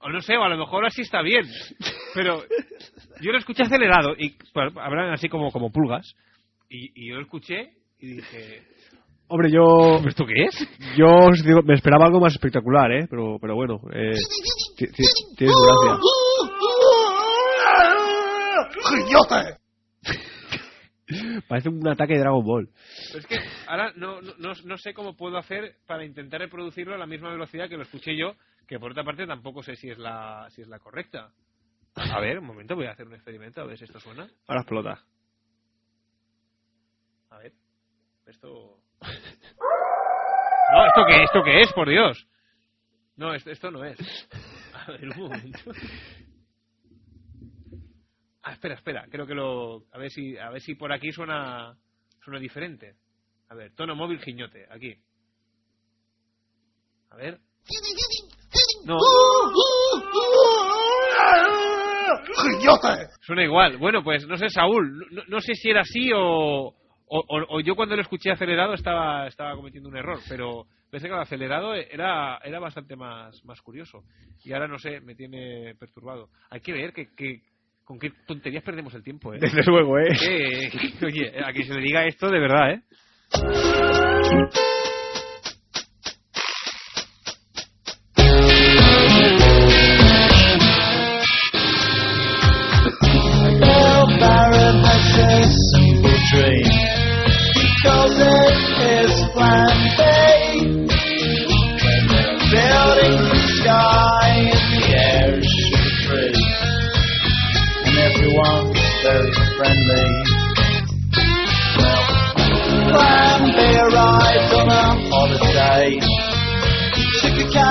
S2: o no sé, o a lo mejor así está bien, pero yo lo escuché acelerado, y bueno, hablan así como, como pulgas, y, y yo lo escuché y dije,
S4: Hombre, yo.
S2: ¿esto qué es?
S4: Yo os digo, me esperaba algo más espectacular, ¿eh? Pero, pero bueno. Eh, ti- ti- tienes gracia.
S8: ¡Gillote!
S4: Parece un ataque de Dragon Ball.
S2: Pero es que ahora no, no, no- no sé cómo puedo hacer para intentar reproducirlo a la misma velocidad que lo escuché yo, que por otra parte tampoco sé si es la, si es la correcta. A ver, un momento, voy a hacer un experimento, a ver si esto suena.
S4: Ahora explota.
S2: A ver, esto... No, ¿esto qué, esto qué es, por Dios? No, esto, esto no es. A ver, un momento. Ah, espera, espera, creo que lo... A ver si, a ver si por aquí suena, suena diferente. A ver, tono móvil giñote, aquí. A ver. No.
S8: ¡Gillote!
S2: Suena igual. Bueno, pues no sé, Saúl. No, no sé si era así o, o, o- o yo cuando lo escuché acelerado estaba, estaba cometiendo un error, pero pensé que lo acelerado era, era bastante más, más curioso. Y ahora no sé, me tiene perturbado. Hay que ver que, que- con qué tonterías perdemos el tiempo, ¿eh?
S4: Desde luego, ¿eh?
S2: Que- que, oye, a que se le diga esto de verdad, ¿eh?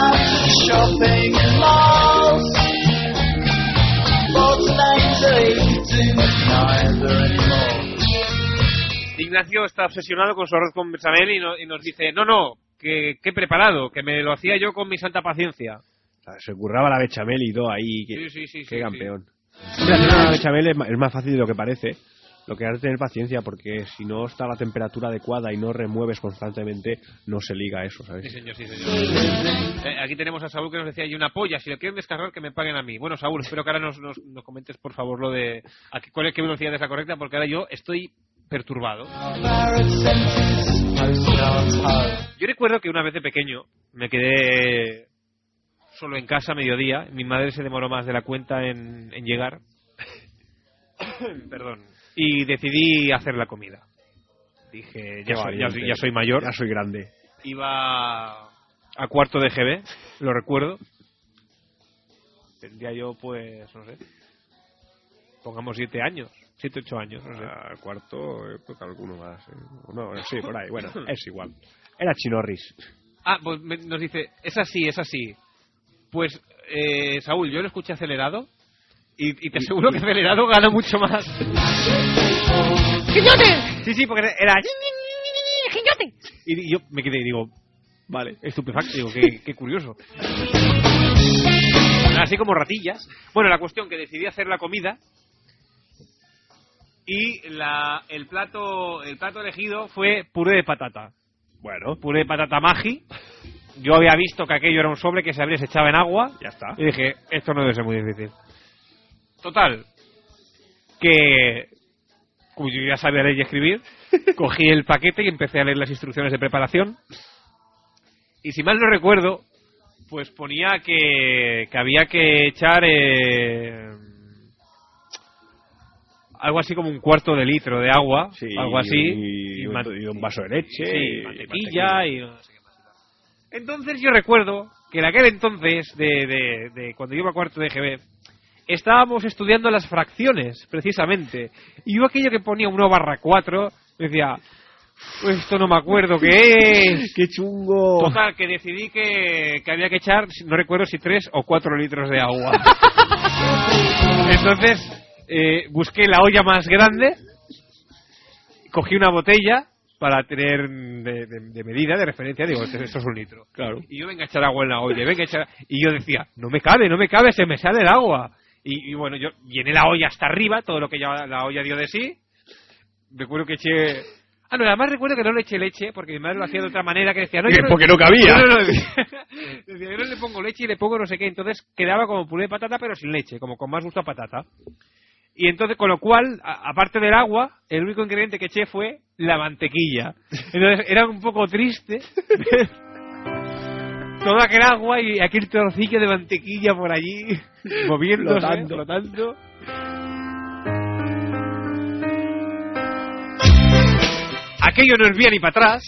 S8: Shopping malls, both lanes are eating, neither anymore.
S2: Ignacio está obsesionado con su arroz con bechamel y, no- y nos dice, no, no, que, que he preparado, que me lo hacía yo con mi santa paciencia.
S4: O sea, se curraba la bechamel y todo ahí.
S2: Sí,
S4: Que,
S2: sí, sí,
S4: qué
S2: sí,
S4: campeón. Mira, hacer una bechamel es ma- es más fácil de lo que parece. Lo que hay que tener paciencia porque si no está a la temperatura adecuada y no remueves constantemente, no se liga eso,
S2: Sí,
S4: ¿sabes?
S2: señor, sí, señor. Eh, aquí tenemos a Saúl que nos decía, hay una polla, si lo quieren descargar, que me paguen a mí. Bueno, Saúl, espero que ahora nos, nos, nos comentes, por favor, lo de a qué, cuál es qué velocidad es la correcta, porque ahora yo estoy perturbado. Yo recuerdo que una vez de pequeño me quedé solo en casa a mediodía. Mi madre se demoró más de la cuenta en, en llegar. Perdón. Y decidí hacer la comida. Dije, ya, soy, ya- ya soy mayor.
S4: Ya soy grande.
S2: Iba a cuarto de GB, lo recuerdo. Tendría yo, pues, no sé. Pongamos siete años, siete, ocho años, no sé.
S4: Ah, Al cuarto, eh, creo que alguno más. eh. No, sí, por ahí. Bueno, es igual. Era Chinorris.
S2: Ah, pues me- nos dice, es así, es así. Pues, eh, Saúl, yo lo escuché acelerado y, y te aseguro que acelerado gana mucho más. ¡Gingote! Sí, sí, porque era... ¡Gingote! Y yo me quedé y digo, vale, estupefacto, digo, qué, qué curioso. Así como ratillas. Bueno, la cuestión que decidí hacer la comida y la, el, plato, el plato elegido fue puré de patata. Bueno. Puré de patata magi. Yo había visto que aquello era un sobre que se abría y se echaba en agua.
S4: Ya está.
S2: Y dije, esto no debe ser muy difícil. Total, que cuyo ya sabía leer y escribir, cogí el paquete y empecé a leer las instrucciones de preparación. Y si mal no recuerdo, pues ponía que, que había que echar eh, algo así como un cuarto de litro de agua, algo así,
S4: Y, y un,
S2: man-
S4: y un vaso de leche.
S2: sí,
S4: y
S2: mantequilla y no sé qué más. Entonces yo recuerdo que en aquel entonces, de, de- de cuando yo iba a cuarto de GB, estábamos estudiando las fracciones, precisamente. Y yo aquello que ponía 1 barra 4, decía, "Pues esto no me acuerdo qué es.
S4: ¡Qué chungo!
S2: Total, que decidí que, que había que echar, no recuerdo si 3 o 4 litros de agua. Entonces eh, busqué la olla más grande, cogí una botella para tener de, de- de medida, de referencia, digo, esto esto es un litro. Claro. Y yo venga a echar agua en la olla, venga a echar... Y yo decía, no me cabe, no me cabe, se me sale el agua. Y, y bueno, yo llené la olla hasta arriba, todo lo que ya la olla dio de sí. Recuerdo que eché... Ah, no, además recuerdo que no le eché leche, porque mi madre lo hacía de otra manera, que decía... No,
S4: Y
S2: yo
S4: porque no cabía.
S2: No, no, no, Decía, yo no le pongo leche y le pongo no sé qué. Entonces quedaba como puré de patata, pero sin leche, como con más gusto a patata. Y entonces, con lo cual, a- aparte del agua, el único ingrediente que eché fue la mantequilla. Entonces, era un poco triste ver todo aquel agua y aquel trocillo de mantequilla por allí, moviéndose,
S4: Flotando.
S2: flotando. Aquello no hervía ni para atrás,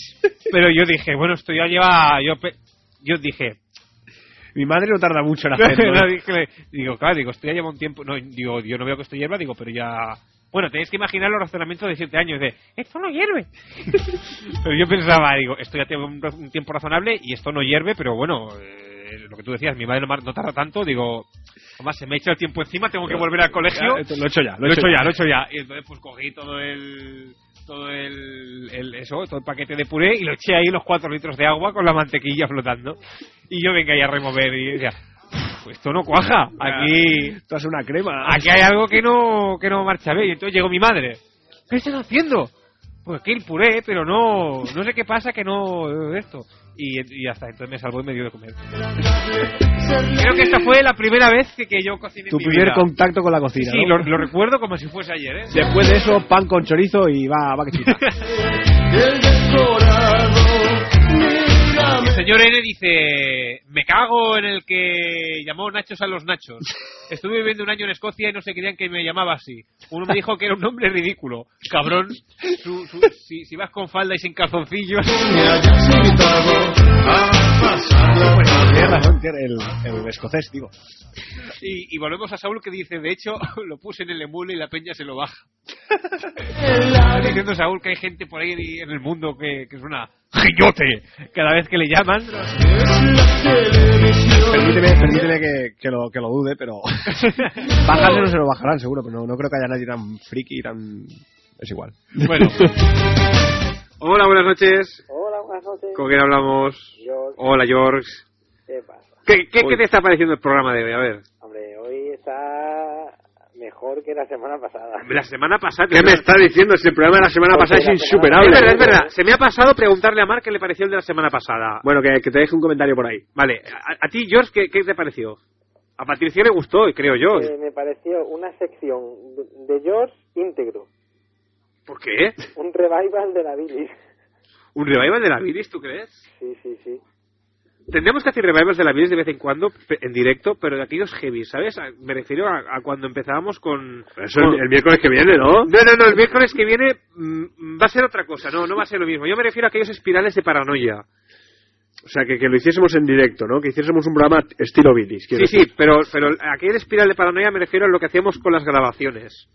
S2: pero yo dije, bueno, esto ya lleva... Yo, pe- yo dije,
S4: Mi madre no tarda mucho en hacerlo. ¿eh?
S2: no, dije- digo, claro, digo, esto ya lleva un tiempo. No, digo, yo no veo que esto hierva, digo, pero ya. Bueno, tenéis que imaginar los razonamientos de 7 años, de esto no hierve. pero yo pensaba, digo, esto ya tiene un, raz- un tiempo razonable y esto no hierve, pero bueno, eh, lo que tú decías, mi madre no, mar- no tarda tanto, digo, además se me echa el tiempo encima, tengo que volver al colegio.
S4: Ya, esto lo he hecho ya,
S2: Lo he hecho ya, lo he hecho ya. Y entonces pues cogí todo el todo el, el- eso, todo el paquete de puré y lo eché ahí los cuatro litros de agua con la mantequilla flotando. Y yo venga ya a remover y decía, "Uf, esto no cuaja, aquí
S4: Esto es una crema.
S2: aquí hay algo que no que no marcha bien. Y entonces llegó mi madre. ¿Qué estás haciendo? Pues que el puré, pero no no sé qué pasa que no eh, esto. Y, y hasta entonces me salvó y me dio de comer. Creo que esta fue la primera vez que, que yo cociné en
S4: Tu
S2: mi
S4: primer
S2: vida.
S4: contacto con la cocina.
S2: Sí,
S4: ¿no?
S2: lo, lo recuerdo como si fuese ayer, ¿eh?
S4: Después de eso, pan con chorizo y va, va que chita.
S2: El señor N dice, me cago en el que llamó Nachos a los Nachos. Estuve viviendo un año en Escocia y no se creían que me llamaba así. Uno me dijo que era un nombre ridículo. Cabrón, Su- su- si, si vas con falda y sin calzoncillos... Pues,
S4: Tienes razón, tiene el, el escocés, digo.
S2: Y, y volvemos a Saúl que dice, de hecho, lo puse en el emule y la peña se lo baja. Está diciendo Saúl que hay gente por ahí en el mundo que, que es una gillote cada vez que le llaman.
S4: Permíteme, permíteme que, que lo, que lo dude, pero. Bajarse no se lo bajarán, seguro, pero no, no creo que haya nadie tan friki, tan. Es igual.
S2: Bueno.
S6: Hola, buenas noches.
S13: Hola, buenas noches.
S6: ¿Con quién hablamos?
S13: George.
S6: Hola, George.
S13: ¿Qué pasa?
S6: ¿Qué, qué,
S13: Uy.
S6: qué te está pareciendo el programa de hoy? A ver.
S13: Hombre, hoy está mejor que la semana pasada.
S6: La semana pasada...
S7: ¿Qué me está diciendo?
S4: este
S7: Si el programa de la semana
S6: Porque
S7: pasada es
S6: la semana-
S7: insuperable.
S6: Es verdad, es verdad. Se me ha pasado preguntarle a Mark qué le pareció el de la semana pasada.
S7: Bueno, que, que te deje un comentario por ahí.
S6: Vale, a, a ti, George, ¿qué, qué te pareció? A Patricia le gustó, creo yo.
S13: Eh, me pareció una sección de- de George íntegro.
S6: ¿Por qué?
S13: Un revival de la bilis.
S6: ¿Un revival de la bilis, tú crees?
S13: Sí, sí, sí.
S2: Tendríamos que hacer revivals de la Beatles de vez en cuando, pe- en directo, pero de aquellos heavy, ¿sabes? A- me refiero a, a cuando empezábamos con...
S4: eso el- el miércoles que viene, ¿no?
S2: No, no, no, el miércoles que viene mm, va a ser otra cosa, no, no va a ser lo mismo. Yo me refiero a aquellos espirales de paranoia.
S4: O sea, que, que lo hiciésemos en directo, ¿no? Que hiciésemos un programa estilo Billys.
S2: Sí, sí, pero, pero aquel espiral de paranoia me refiero a lo que hacíamos con las grabaciones.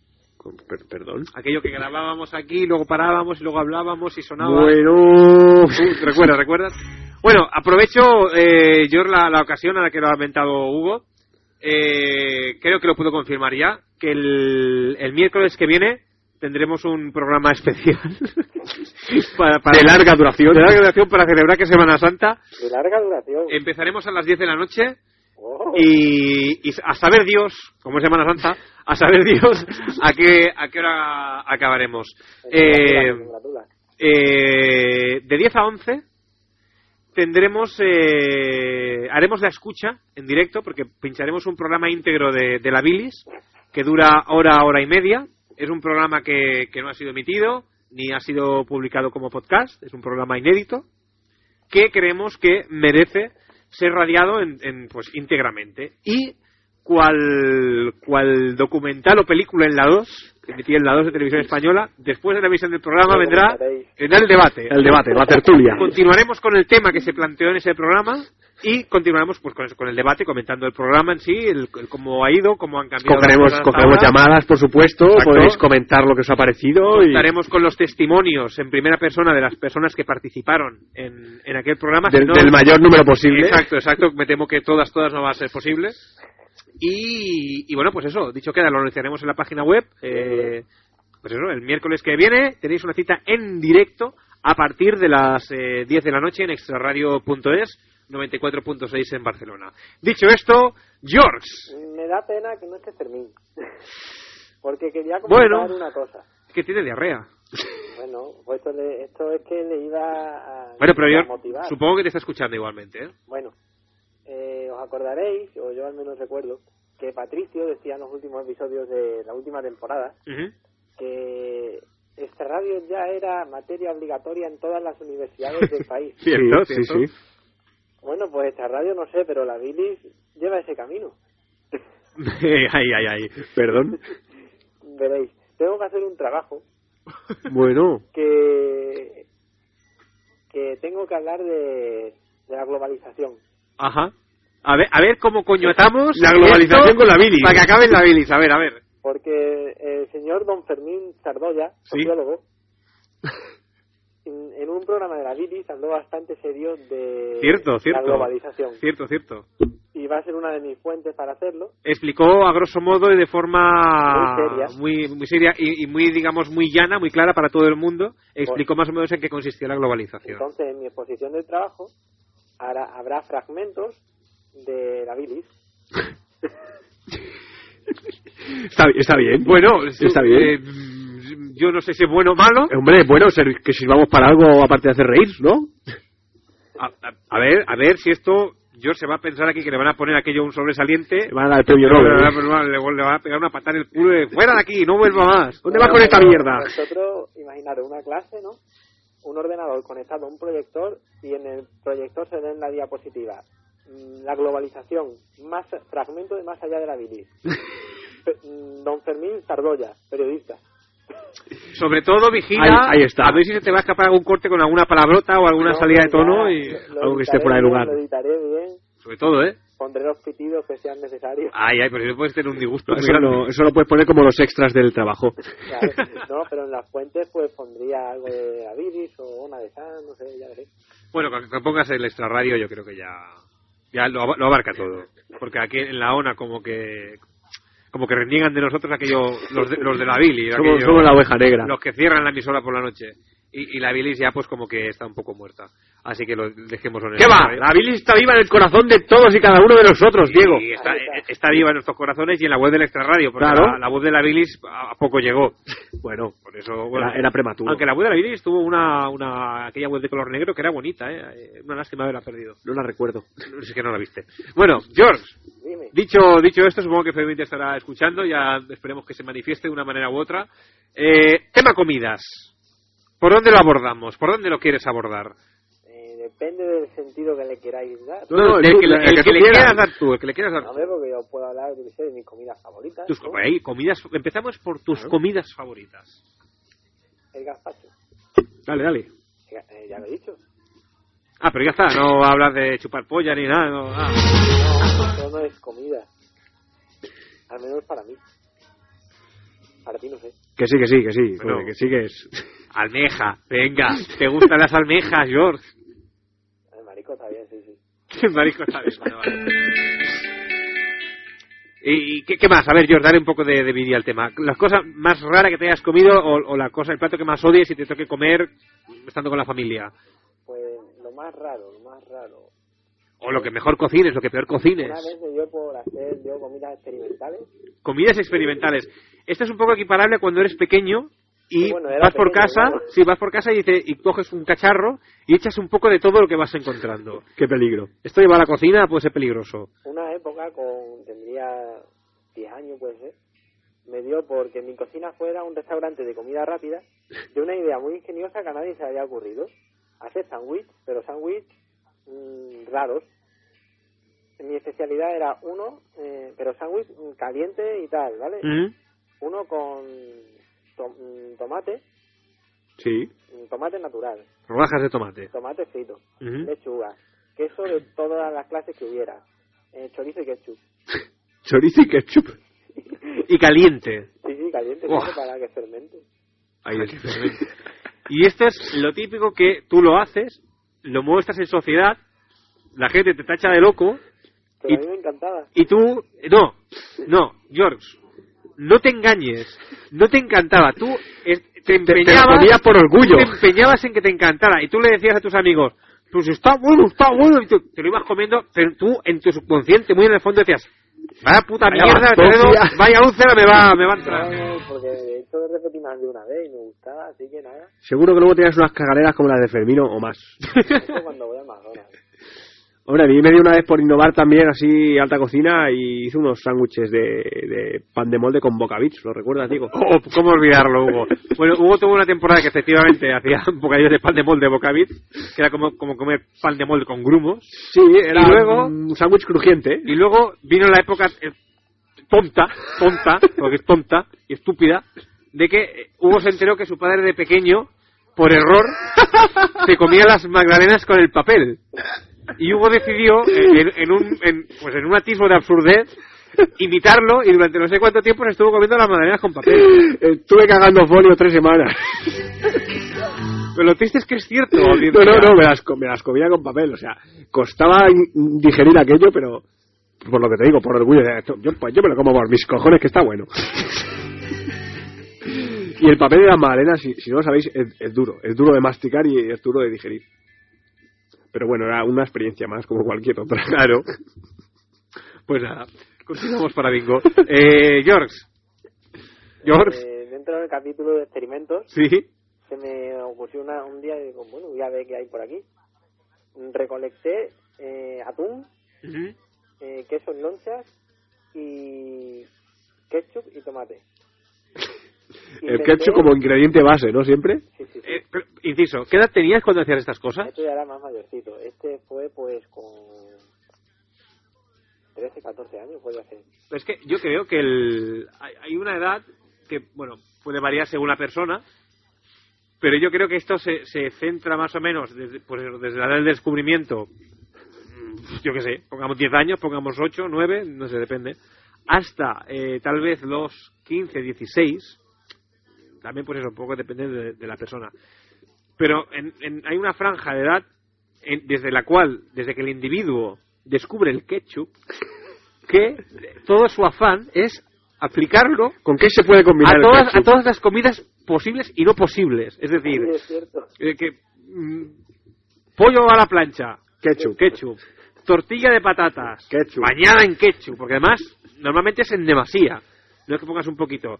S4: perdón.
S2: Aquello que grabábamos aquí, luego parábamos, y luego hablábamos y sonaba.
S4: Bueno.
S2: Uh, recuerda, recuerda. Bueno, aprovecho eh, yo la, la ocasión a la que lo ha comentado Hugo. Eh, creo que lo puedo confirmar ya, que el, el miércoles que viene tendremos un programa especial para, para-
S4: De larga duración.
S2: de larga duración para celebrar que es Semana Santa.
S13: De larga duración. Oh,
S2: Empezaremos a las 10 de la noche Eh, y, y a saber Dios, como es Semana Santa, a saber Dios a qué, a qué hora acabaremos. Eh, eh, de 10 a 11 tendremos eh, haremos la escucha en directo porque pincharemos un programa íntegro de, de la bilis que dura hora hora y media es un programa que, que no ha sido emitido ni ha sido publicado como podcast es un programa inédito que creemos que merece ser radiado en, en, pues íntegramente y cual cual documental o película en la 2 que emitía en la 2 de televisión española después de la emisión del programa vendrá vendrá el debate
S4: El debate, la tertulia.
S2: continuaremos con el tema que se planteó en ese programa y continuaremos pues con, eso, con el debate comentando el programa en sí el, el cómo ha ido cómo han cambiado las
S4: Cogeremos,
S2: cosas hasta
S4: cogeremos
S2: ahora.
S4: llamadas, por supuesto.
S2: Exacto.
S4: Podéis comentar lo que os ha parecido. Y
S2: Contaremos con los testimonios en primera persona de las personas que participaron en, en aquel programa.
S4: Del-
S2: Si no-
S4: del mayor número posible.
S2: Exacto, exacto. Me temo que todas, todas no va a ser posible. Y, y bueno, pues eso, dicho queda, lo anunciaremos en la página web. Eh, pues eso, el miércoles que viene tenéis una cita en directo a partir de las eh, 10 de la noche en extraradio.es 94.6 en Barcelona. Dicho esto, George,
S13: Me da pena que no esté Fermín. Porque quería comentar
S2: Bueno.
S13: una cosa.
S2: que tiene diarrea.
S13: Bueno, pues esto, le- esto es que le iba a,
S2: Bueno, pero
S13: a
S2: yo
S13: motivar.
S2: supongo que te está escuchando igualmente. ¿eh?
S13: Bueno, eh, os acordaréis, o yo al menos recuerdo, que Patricio decía en los últimos episodios de la última temporada
S2: Ujú.
S13: que este radio ya era materia obligatoria en todas las universidades del país.
S4: Cierto, sí,
S2: cierto.
S4: sí.
S13: Bueno, pues esta radio no sé, pero la bilis lleva ese camino.
S2: ay, ay, ay.
S4: Perdón.
S13: Veréis, tengo que hacer un trabajo
S4: Bueno.
S13: que que tengo que hablar de, de la globalización.
S2: Ajá. A ver, a ver cómo coñotamos
S4: La globalización
S2: esto
S4: con la bilis.
S2: Para que acabe en la bilis, a ver, a ver.
S13: Porque el señor don Fermín Sardoya,
S2: Sí.
S13: sociólogo, en, en un programa de la bilis habló bastante serio de
S2: Cierto, cierto.
S13: la globalización.
S2: Cierto, cierto.
S13: Y va a ser una de mis fuentes para hacerlo.
S2: Explicó a grosso modo y de forma
S13: Muy seria.
S2: muy, muy seria y, y muy, digamos, muy llana, muy clara para todo el mundo. Explicó más o menos en qué consistía la globalización.
S13: Entonces, en mi exposición de trabajo hará- habrá fragmentos de la bilis.
S4: Está, está bien.
S2: Bueno,
S4: está
S2: eh,
S4: bien.
S2: mm, yo no sé si es bueno o malo.
S4: Eh, Hombre, bueno, ser- que sirvamos para algo aparte de hacer reír, ¿no?
S2: A, a- a ver, a ver si esto. Yo se va a pensar aquí que le van a poner aquello un sobresaliente.
S4: Te van a dar el premio
S2: Pero
S4: Nobel.
S2: le va- le, va- le va a pegar una patada en el culo de fuera de aquí, no vuelva más. ¿Dónde
S13: Bueno,
S2: vas con esta
S13: pero
S2: mierda?
S13: Vosotros, imaginaros una clase, ¿no? Un ordenador conectado a un proyector y en el proyector se ven la diapositiva. Mm, La globalización, más fragmento de más allá de la bilis. Pe- mm, Don Fermín Sardoya, periodista.
S2: Sobre todo vigila
S4: Ahí- ahí está.
S2: a ver si se te va a escapar algún corte con alguna palabrota o alguna
S13: No,
S2: salida de
S13: ya,
S2: tono y
S13: lo
S4: algo que esté
S13: editaré
S4: fuera de
S13: bien,
S4: lugar.
S13: Lo editaré bien,
S2: sobre todo, ¿eh?
S13: pondré los pitidos que sean necesarios.
S2: Ay, ay, pero si no puedes tener un disgusto. muy
S4: Eso
S2: grande.
S4: lo, eso lo puedes poner como los extras del trabajo.
S13: Claro, pues, no, pero en las fuentes pues pondría algo de la bilis o una de San, no sé, ya veré.
S2: Bueno, con que pongas el extra radio yo creo que ya ya lo, ab- lo abarca todo, porque aquí en la ONA como que como que reniegan de nosotros aquello los de, los de la Bili,
S4: Somos-
S2: aquello-
S4: somos la oveja negra.
S2: los que cierran la emisora por la noche. Y, y la bilis ya pues como que está un poco muerta. Así que lo dejemos en
S4: ¿Qué va? La bilis está viva en el corazón de todos y cada uno de nosotros, Diego.
S2: Y está, está viva en nuestros corazones y en la web del Extra Radio, porque
S4: Claro.
S2: la, la voz de la Bilis a a poco llegó. Bueno, por eso... bueno.
S4: Era- era prematuro.
S2: Aunque la web de la Bilis tuvo una, una aquella web de color negro que era bonita, ¿eh? Eh, Una lástima haberla perdido.
S4: No la recuerdo.
S2: No sé que no la viste. Bueno, George,
S13: Dime.
S2: dicho, dicho esto, supongo que Fermín te estará escuchando, ya esperemos que se manifieste de una manera u otra. Eh, tema comidas. ¿Por dónde lo abordamos? ¿Por dónde lo quieres abordar?
S13: Eh, depende del sentido que le queráis dar.
S2: No, no, el, que, le- el que le quieras dar tú, el que le quieras dar
S13: No,
S2: tú.
S13: hombre, porque yo puedo hablar yo qué sé, de mis comidas favoritas.
S2: Tus
S13: ¿no?
S2: com- ahí, comidas, empezamos por tus
S13: Claro.
S2: comidas favoritas.
S13: El gazpacho.
S2: Dale, dale.
S13: El ga- eh, ya lo he dicho.
S2: Ah, pero ya está, no hablas de chupar polla ni nada. no, ah.
S13: Eso no es comida. Al menos para mí. Para ti no sé.
S4: Que sí, que sí, que sí.
S2: Bueno.
S4: joder, que sí que es.
S2: Almeja, venga, te gustan las almejas, George.
S13: El marico está bien, sí, sí.
S2: Marico, está bien, vale, vale. ¿Y qué, qué más? A ver, George, dale un poco de, de vídeo al tema. Las cosas más raras que te hayas comido o, o la cosa, el plato que más odies y te toque comer estando con la familia.
S13: Pues lo más raro, lo más raro.
S2: O lo que mejor cocines, lo que peor cocines.
S13: Una vez me dio por hacer yo comidas experimentales.
S2: comidas experimentales. Esto es un poco equiparable a cuando eres pequeño y
S13: Sí, bueno, era
S2: vas por
S13: pequeño,
S2: casa,
S13: claro.
S2: sí, vas por casa y, te- y coges un cacharro y echas un poco de todo lo que vas encontrando.
S4: Qué peligro.
S2: Esto lleva a la cocina puede ser peligroso.
S13: Una época con tendría 10 años, puede ser. Me dio porque mi cocina fuera un restaurante de comida rápida de una idea muy ingeniosa que a nadie se le había ocurrido. Hacer sándwich, pero sándwich mm, raros. Mi especialidad era uno, eh, pero sándwich mm, caliente y tal, ¿vale?
S2: Mm.
S13: Uno con to- mm, tomate,
S4: Sí.
S13: mm, tomate natural,
S2: Rodajas de tomate.
S13: tomate frito,
S2: Ujú.
S13: lechuga, queso de todas las clases que hubiera, eh, chorizo y ketchup.
S4: Chorizo y ketchup.
S2: Y caliente. Ah,
S13: Sí, sí, caliente,
S2: Buah.
S13: claro, para que fermente.
S4: Ahí está.
S2: Y esto es lo típico que tú lo haces, lo muestras en sociedad, la gente te tacha de loco
S13: Pero
S2: Y-
S13: a mí me encantaba.
S2: y tú... No, no, George, no te engañes, no te encantaba. Tú es- te
S4: te lo
S2: empeñabas...
S4: comías por orgullo.
S2: Te empeñabas en que te encantara y tú le decías a tus amigos... Pues está bueno, está bueno, y tú- te lo ibas comiendo, pero tú en tu subconsciente, muy en el fondo, decías, vaya puta
S4: Vaya
S2: mierda,
S4: bastondia.
S2: Toledo, vaya úlcera, me va, me va a entrar.
S13: No, porque de hecho repetí más de una vez y me gustaba, así que nada.
S4: Seguro que luego tenías unas cagaderas como las de Fermino o más.
S13: Eso cuando voy a McDonald's.
S4: Hombre, a mí me dio una vez por innovar también así alta cocina y hice unos sándwiches de, de pan de molde con bocabits, ¿lo recuerdas, digo?
S2: Oh, ¿Cómo olvidarlo, Hugo? Bueno, Hugo tuvo una temporada que efectivamente hacía bocadillos de pan de molde bocavit, que era como, como comer pan de molde con grumos.
S4: Sí, era
S2: Y luego-
S4: un sándwich crujiente.
S2: Y luego vino la época eh, tonta, tonta, porque es tonta y estúpida, de que eh, Hugo se enteró que su padre de pequeño, por error, se comía las magdalenas con el papel. Y Hugo decidió, eh, en, en un, en- pues en un atisbo de absurdez, imitarlo y durante no sé cuánto tiempo se estuvo comiendo las magdalenas con papel.
S4: Estuve cagando folio tres semanas.
S2: Pero lo triste es que es cierto.
S4: No,
S2: audiencia.
S4: no, no, me las, co- me las comía con papel, o sea, costaba in- digerir aquello, pero por lo que te digo, por orgullo, de esto, yo, pues yo me lo como por mis cojones, que está bueno. y el papel de las magdalenas, si, si no lo sabéis, es, es duro, es duro de masticar y es duro de digerir. Pero bueno, era una experiencia más, como cualquier otra.
S2: Claro. Pues nada, continuamos para bingo. Eh, George. George.
S13: Eh, dentro del capítulo de experimentos
S2: Sí.
S13: se me ocurrió una, un día y digo, bueno, voy a ver qué hay por aquí. Recolecté eh, atún, eh, queso en lonchas y ketchup y tomate.
S4: El ketchup como ingrediente base, ¿no? Siempre.
S13: Sí, sí, sí.
S2: Eh, pero, inciso, ¿qué edad tenías cuando hacías estas cosas?
S13: Este ya era más mayorcito. Este fue pues con 13, 14 años, puede ser.
S2: Es que yo creo que el, hay, hay una edad que, bueno, puede variar según la persona, pero yo creo que esto se, se centra más o menos desde, pues, desde la edad del descubrimiento, mm, yo qué sé, pongamos 10 años, pongamos 8, 9, no sé, depende, hasta eh, tal vez los 15, 16, también pues eso, un poco depende de, de la persona. Pero en- en- hay una franja de edad en- desde la cual, desde que el individuo descubre el ketchup, que todo su afán es aplicarlo
S4: ¿Con qué se puede combinar
S2: a
S4: el
S2: todas, a
S4: ketchup?
S2: todas las comidas posibles y no posibles. Es decir,
S13: Sí, es cierto.
S2: eh, que mm, pollo a la plancha,
S4: Ketchup.
S2: ketchup, tortilla de patatas,
S4: Ketchup.
S2: bañada en ketchup, porque además normalmente es en demasía, no es que pongas un poquito.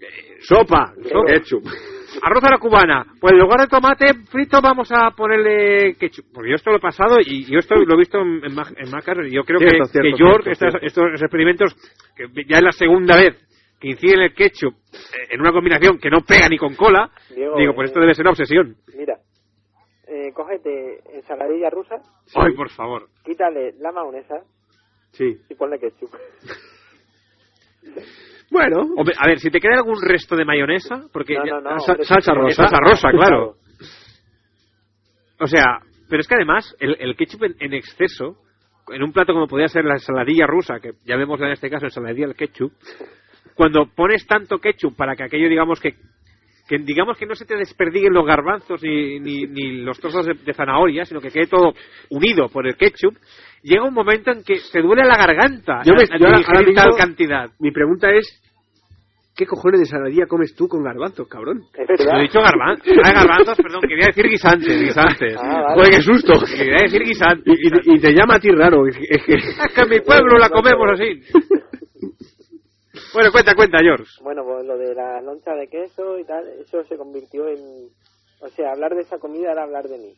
S2: Eh,
S4: Sopa.
S2: Sopa.
S4: Ketchup.
S2: Arroz a la cubana, pues en lugar de tomate frito vamos a ponerle ketchup. Porque yo esto lo he pasado y yo esto lo he visto en, en, ma- en Macar y yo creo
S4: Cierto,
S2: que,
S4: cierto,
S2: que York,
S4: cierto,
S2: estas-
S4: cierto.
S2: estos experimentos, que ya es la segunda vez que inciden el ketchup eh, en una combinación que no pega ni con cola,
S13: Diego,
S2: digo, pues
S13: eh,
S2: esto debe ser una obsesión.
S13: Mira, eh, eh, cógete ensaladilla rusa.
S2: Ay, por favor.
S13: Quítale la mayonesa
S2: Sí.
S13: y ponle ketchup.
S2: Bueno. a ver, si te queda algún resto de mayonesa, porque
S13: No,
S2: ya-
S13: no, no,
S2: ah, sa-
S13: hombre,
S2: salsa
S13: sí,
S2: rosa.
S13: salsa rosa,
S2: claro. O sea, pero es que además el, el ketchup en, en exceso, en un plato como podría ser la ensaladilla rusa, que ya vemos en este caso ensaladilla el ketchup, cuando pones tanto ketchup para que aquello digamos que que digamos que no se te desperdiguen los garbanzos ni, ni, ni los trozos de, de zanahoria, sino que quede todo unido por el ketchup, llega un momento en que se duele la garganta
S4: Yo me-
S2: al- al
S4: yo ahora-
S2: digerir
S4: ahora mismo-
S2: tal cantidad.
S4: Mi pregunta es, ¿qué cojones de saladilla comes tú con garbanzos, cabrón?
S2: Lo he dicho garbanzos. Ah, garbanzos, perdón, quería decir guisantes, guisantes.
S4: Ah, vale. Joder, qué susto.
S2: Quería decir guisantes.
S4: Y, y- y te llama a ti raro. Es que- es que-
S2: Es que en mi pueblo la comemos así. Bueno, cuenta, cuenta, George.
S13: Bueno, pues lo de la loncha de queso y tal, eso se convirtió en... O sea, hablar de esa comida era hablar de mí.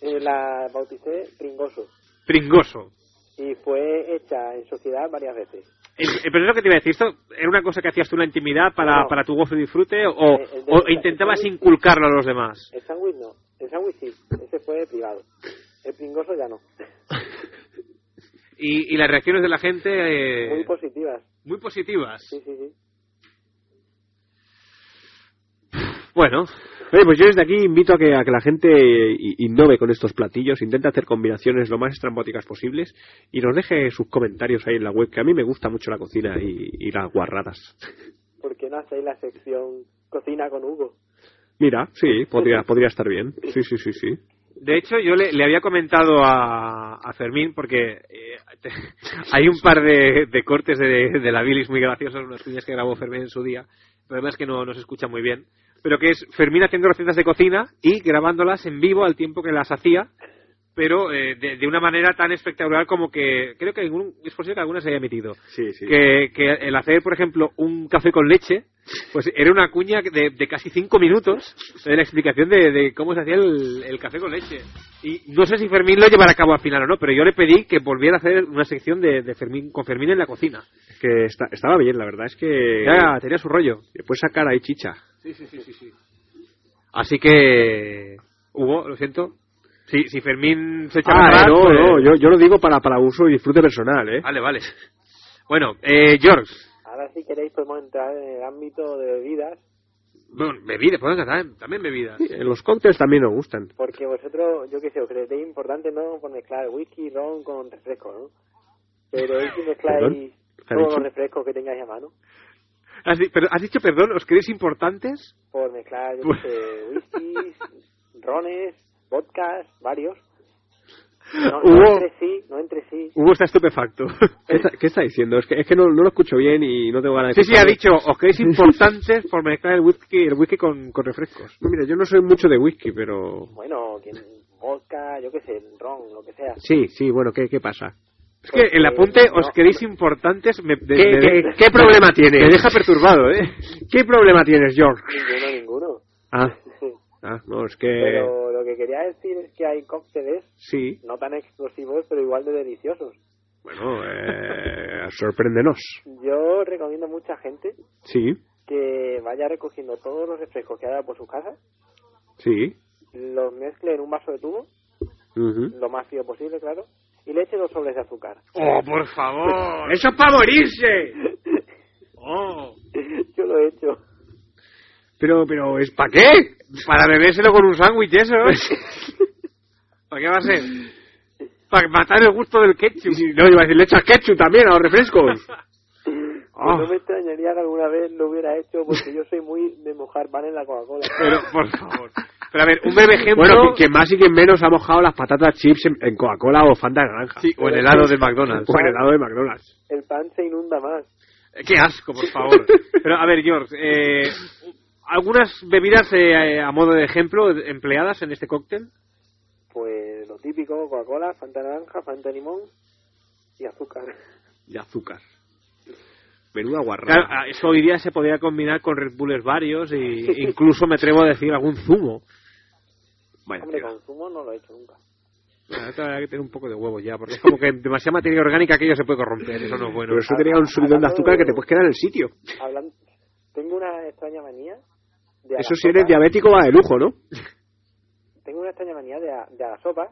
S13: Eh, la bauticé Pringoso
S2: Pringoso.
S13: y fue hecha en sociedad varias veces.
S2: Eh, eh, Pero es lo que te iba a decir, ¿esto era una cosa que hacías tú en la intimidad para,
S13: No.
S2: para tu gozo y disfrute o,
S13: Eh, el de-
S2: o intentabas inculcarlo a los demás?
S13: El sándwich no, el sándwich sí, ese fue privado. El Pringoso ya no.
S2: Y, y las reacciones de la gente... eh,
S13: Muy positivas.
S2: muy positivas.
S13: Sí, sí, sí.
S2: Bueno.
S4: Oye, pues yo desde aquí invito a que, a que la gente i- innove con estos platillos, intente hacer combinaciones lo más estrambóticas posibles y nos deje sus comentarios ahí en la web, que a mí me gusta mucho la cocina y, y las guarradas.
S13: ¿Por qué no hacéis la sección cocina con Hugo?
S4: Mira, sí, podría, podría estar bien. Sí, sí, sí, sí.
S2: De hecho, yo le, le había comentado a, a Fermín porque eh, te- hay un par de, de cortes de, de la bilis muy graciosos, unas cuñas que grabó Fermín en su día. El problema es que no, no se escucha muy bien. Pero que es Fermín haciendo recetas de cocina y grabándolas en vivo al tiempo que las hacía, pero eh, de, de una manera tan espectacular como que creo que algún- es posible que alguna se haya emitido.
S4: Sí, sí.
S2: que, que el hacer, por ejemplo, un café con leche, pues era una cuña de, de casi cinco minutos de la explicación de, de cómo se hacía el, el café con leche. Y no sé si Fermín lo llevará a cabo al final o no, pero yo le pedí que volviera a hacer una sección de, de Fermín, con Fermín en la cocina.
S4: Que esta- estaba bien, la verdad es que...
S2: Ya, tenía su rollo.
S4: Puedes sacar ahí chicha.
S2: Sí, sí, sí, sí, Así que, Hugo, lo siento. Si, si Fermín se echa
S4: Ah,
S2: para atrás,
S4: no,
S2: pues-
S4: no, yo, yo lo digo para, para uso y disfrute personal, ¿eh?
S2: Vale, vale. Bueno, eh, George,
S13: Ahora si queréis podemos entrar en el ámbito de bebidas,
S2: bueno, bebidas, podemos tratar también bebidas.
S4: Eh, Los cócteles también nos gustan.
S13: porque vosotros, yo qué sé, os creéis importante no por mezclar whisky, ron con refresco, ¿no? Pero es que mezcláis
S4: Perdón, ¿qué ha
S13: todos
S4: dicho?
S13: los refrescos que tengáis a mano,
S2: Has, di- pero- has dicho perdón, ¿os creéis importantes?
S13: por mezclar, yo
S2: Pues-
S13: qué sé, whiskies, rones, vodkas, varios. No, no
S4: Hubo-
S13: entre sí, no entre sí.
S2: Hugo está estupefacto.
S4: ¿Qué está, qué está diciendo? Es que, es que no, no lo escucho bien y no tengo ganas de
S2: Sí, sí, ha
S4: escucharlo.
S2: dicho, os creéis importantes por mezclar el whisky, el whisky con, con refrescos.
S4: No, mira, yo no soy mucho de whisky, pero...
S13: Bueno, que vodka, yo qué sé, ron, lo que sea.
S4: Sí, sí, bueno, ¿qué, qué pasa?
S2: Es que el apunte, os
S13: No.
S2: creéis importantes... me- de-
S4: Eh, ¿Qué,
S2: de-
S4: qué- qué problema tienes?
S2: Me deja perturbado, ¿eh?
S4: ¿Qué problema tienes, George?
S13: Ninguno, ninguno.
S4: Ah, ah no, es que...
S13: Pero lo que quería decir es que hay cócteles
S4: Sí,
S13: no tan explosivos, pero igual de deliciosos.
S4: bueno, eh, sorpréndenos.
S13: Yo recomiendo a mucha gente
S4: Sí,
S13: que vaya recogiendo todos los refrescos que haya por su casa,
S4: sí.
S13: los mezcle en un vaso de tubo,
S4: ujú.
S13: lo más frío posible, claro, y le eche dos sobres de azúcar.
S2: ¡Oh, por favor!
S4: ¡Eso es para morirse!
S2: ¡Oh!
S13: Yo lo he hecho.
S4: Pero, pero, ¿es para qué?
S2: ¿Qué? Para bebérselo con un sándwich, eso.
S4: Pues-
S2: ¿Para qué va a ser? Para matar el gusto del ketchup.
S4: No, iba a decir, le echas ketchup también a los refrescos. Ah.
S13: Pues no me extrañaría que alguna vez lo hubiera hecho porque yo soy muy de mojar pan en la Coca-Cola.
S2: Pero, por favor. Pero a ver, un breve ejemplo...
S4: Bueno, qui- quien más y quien menos ha mojado las patatas chips en, en Coca-Cola o Fanta de naranja.
S2: Sí, o el helado de McDonald's.
S4: O el helado de McDonald's.
S13: El pan se inunda más.
S2: Eh, Qué asco, por favor. Pero a ver, George, eh, algunas bebidas eh, a modo de ejemplo empleadas en este cóctel.
S13: Pues lo típico, Coca-Cola, Fanta naranja, Fanta limón y azúcar.
S4: Y azúcar. Menuda
S2: Claro,
S4: guarrada.
S2: ah, eso hoy día se podría combinar con Red Bulls varios e incluso me atrevo a decir algún zumo.
S4: Vaya,
S13: Hombre,
S4: tío.
S13: con zumo no lo he hecho nunca.
S2: Bueno, Ah, esto habrá que tener un poco de huevos ya, porque es como que demasiada materia orgánica aquello se puede corromper, eso no es bueno.
S4: Pero eso tenía un subidón de azúcar que te puedes quedar en el sitio.
S13: Hablan- Tengo una extraña manía. De a
S4: Eso
S13: las
S4: si eres
S13: cosas-
S4: diabético va de lujo, ¿no?
S13: tengo una extraña manía de a, de a la sopa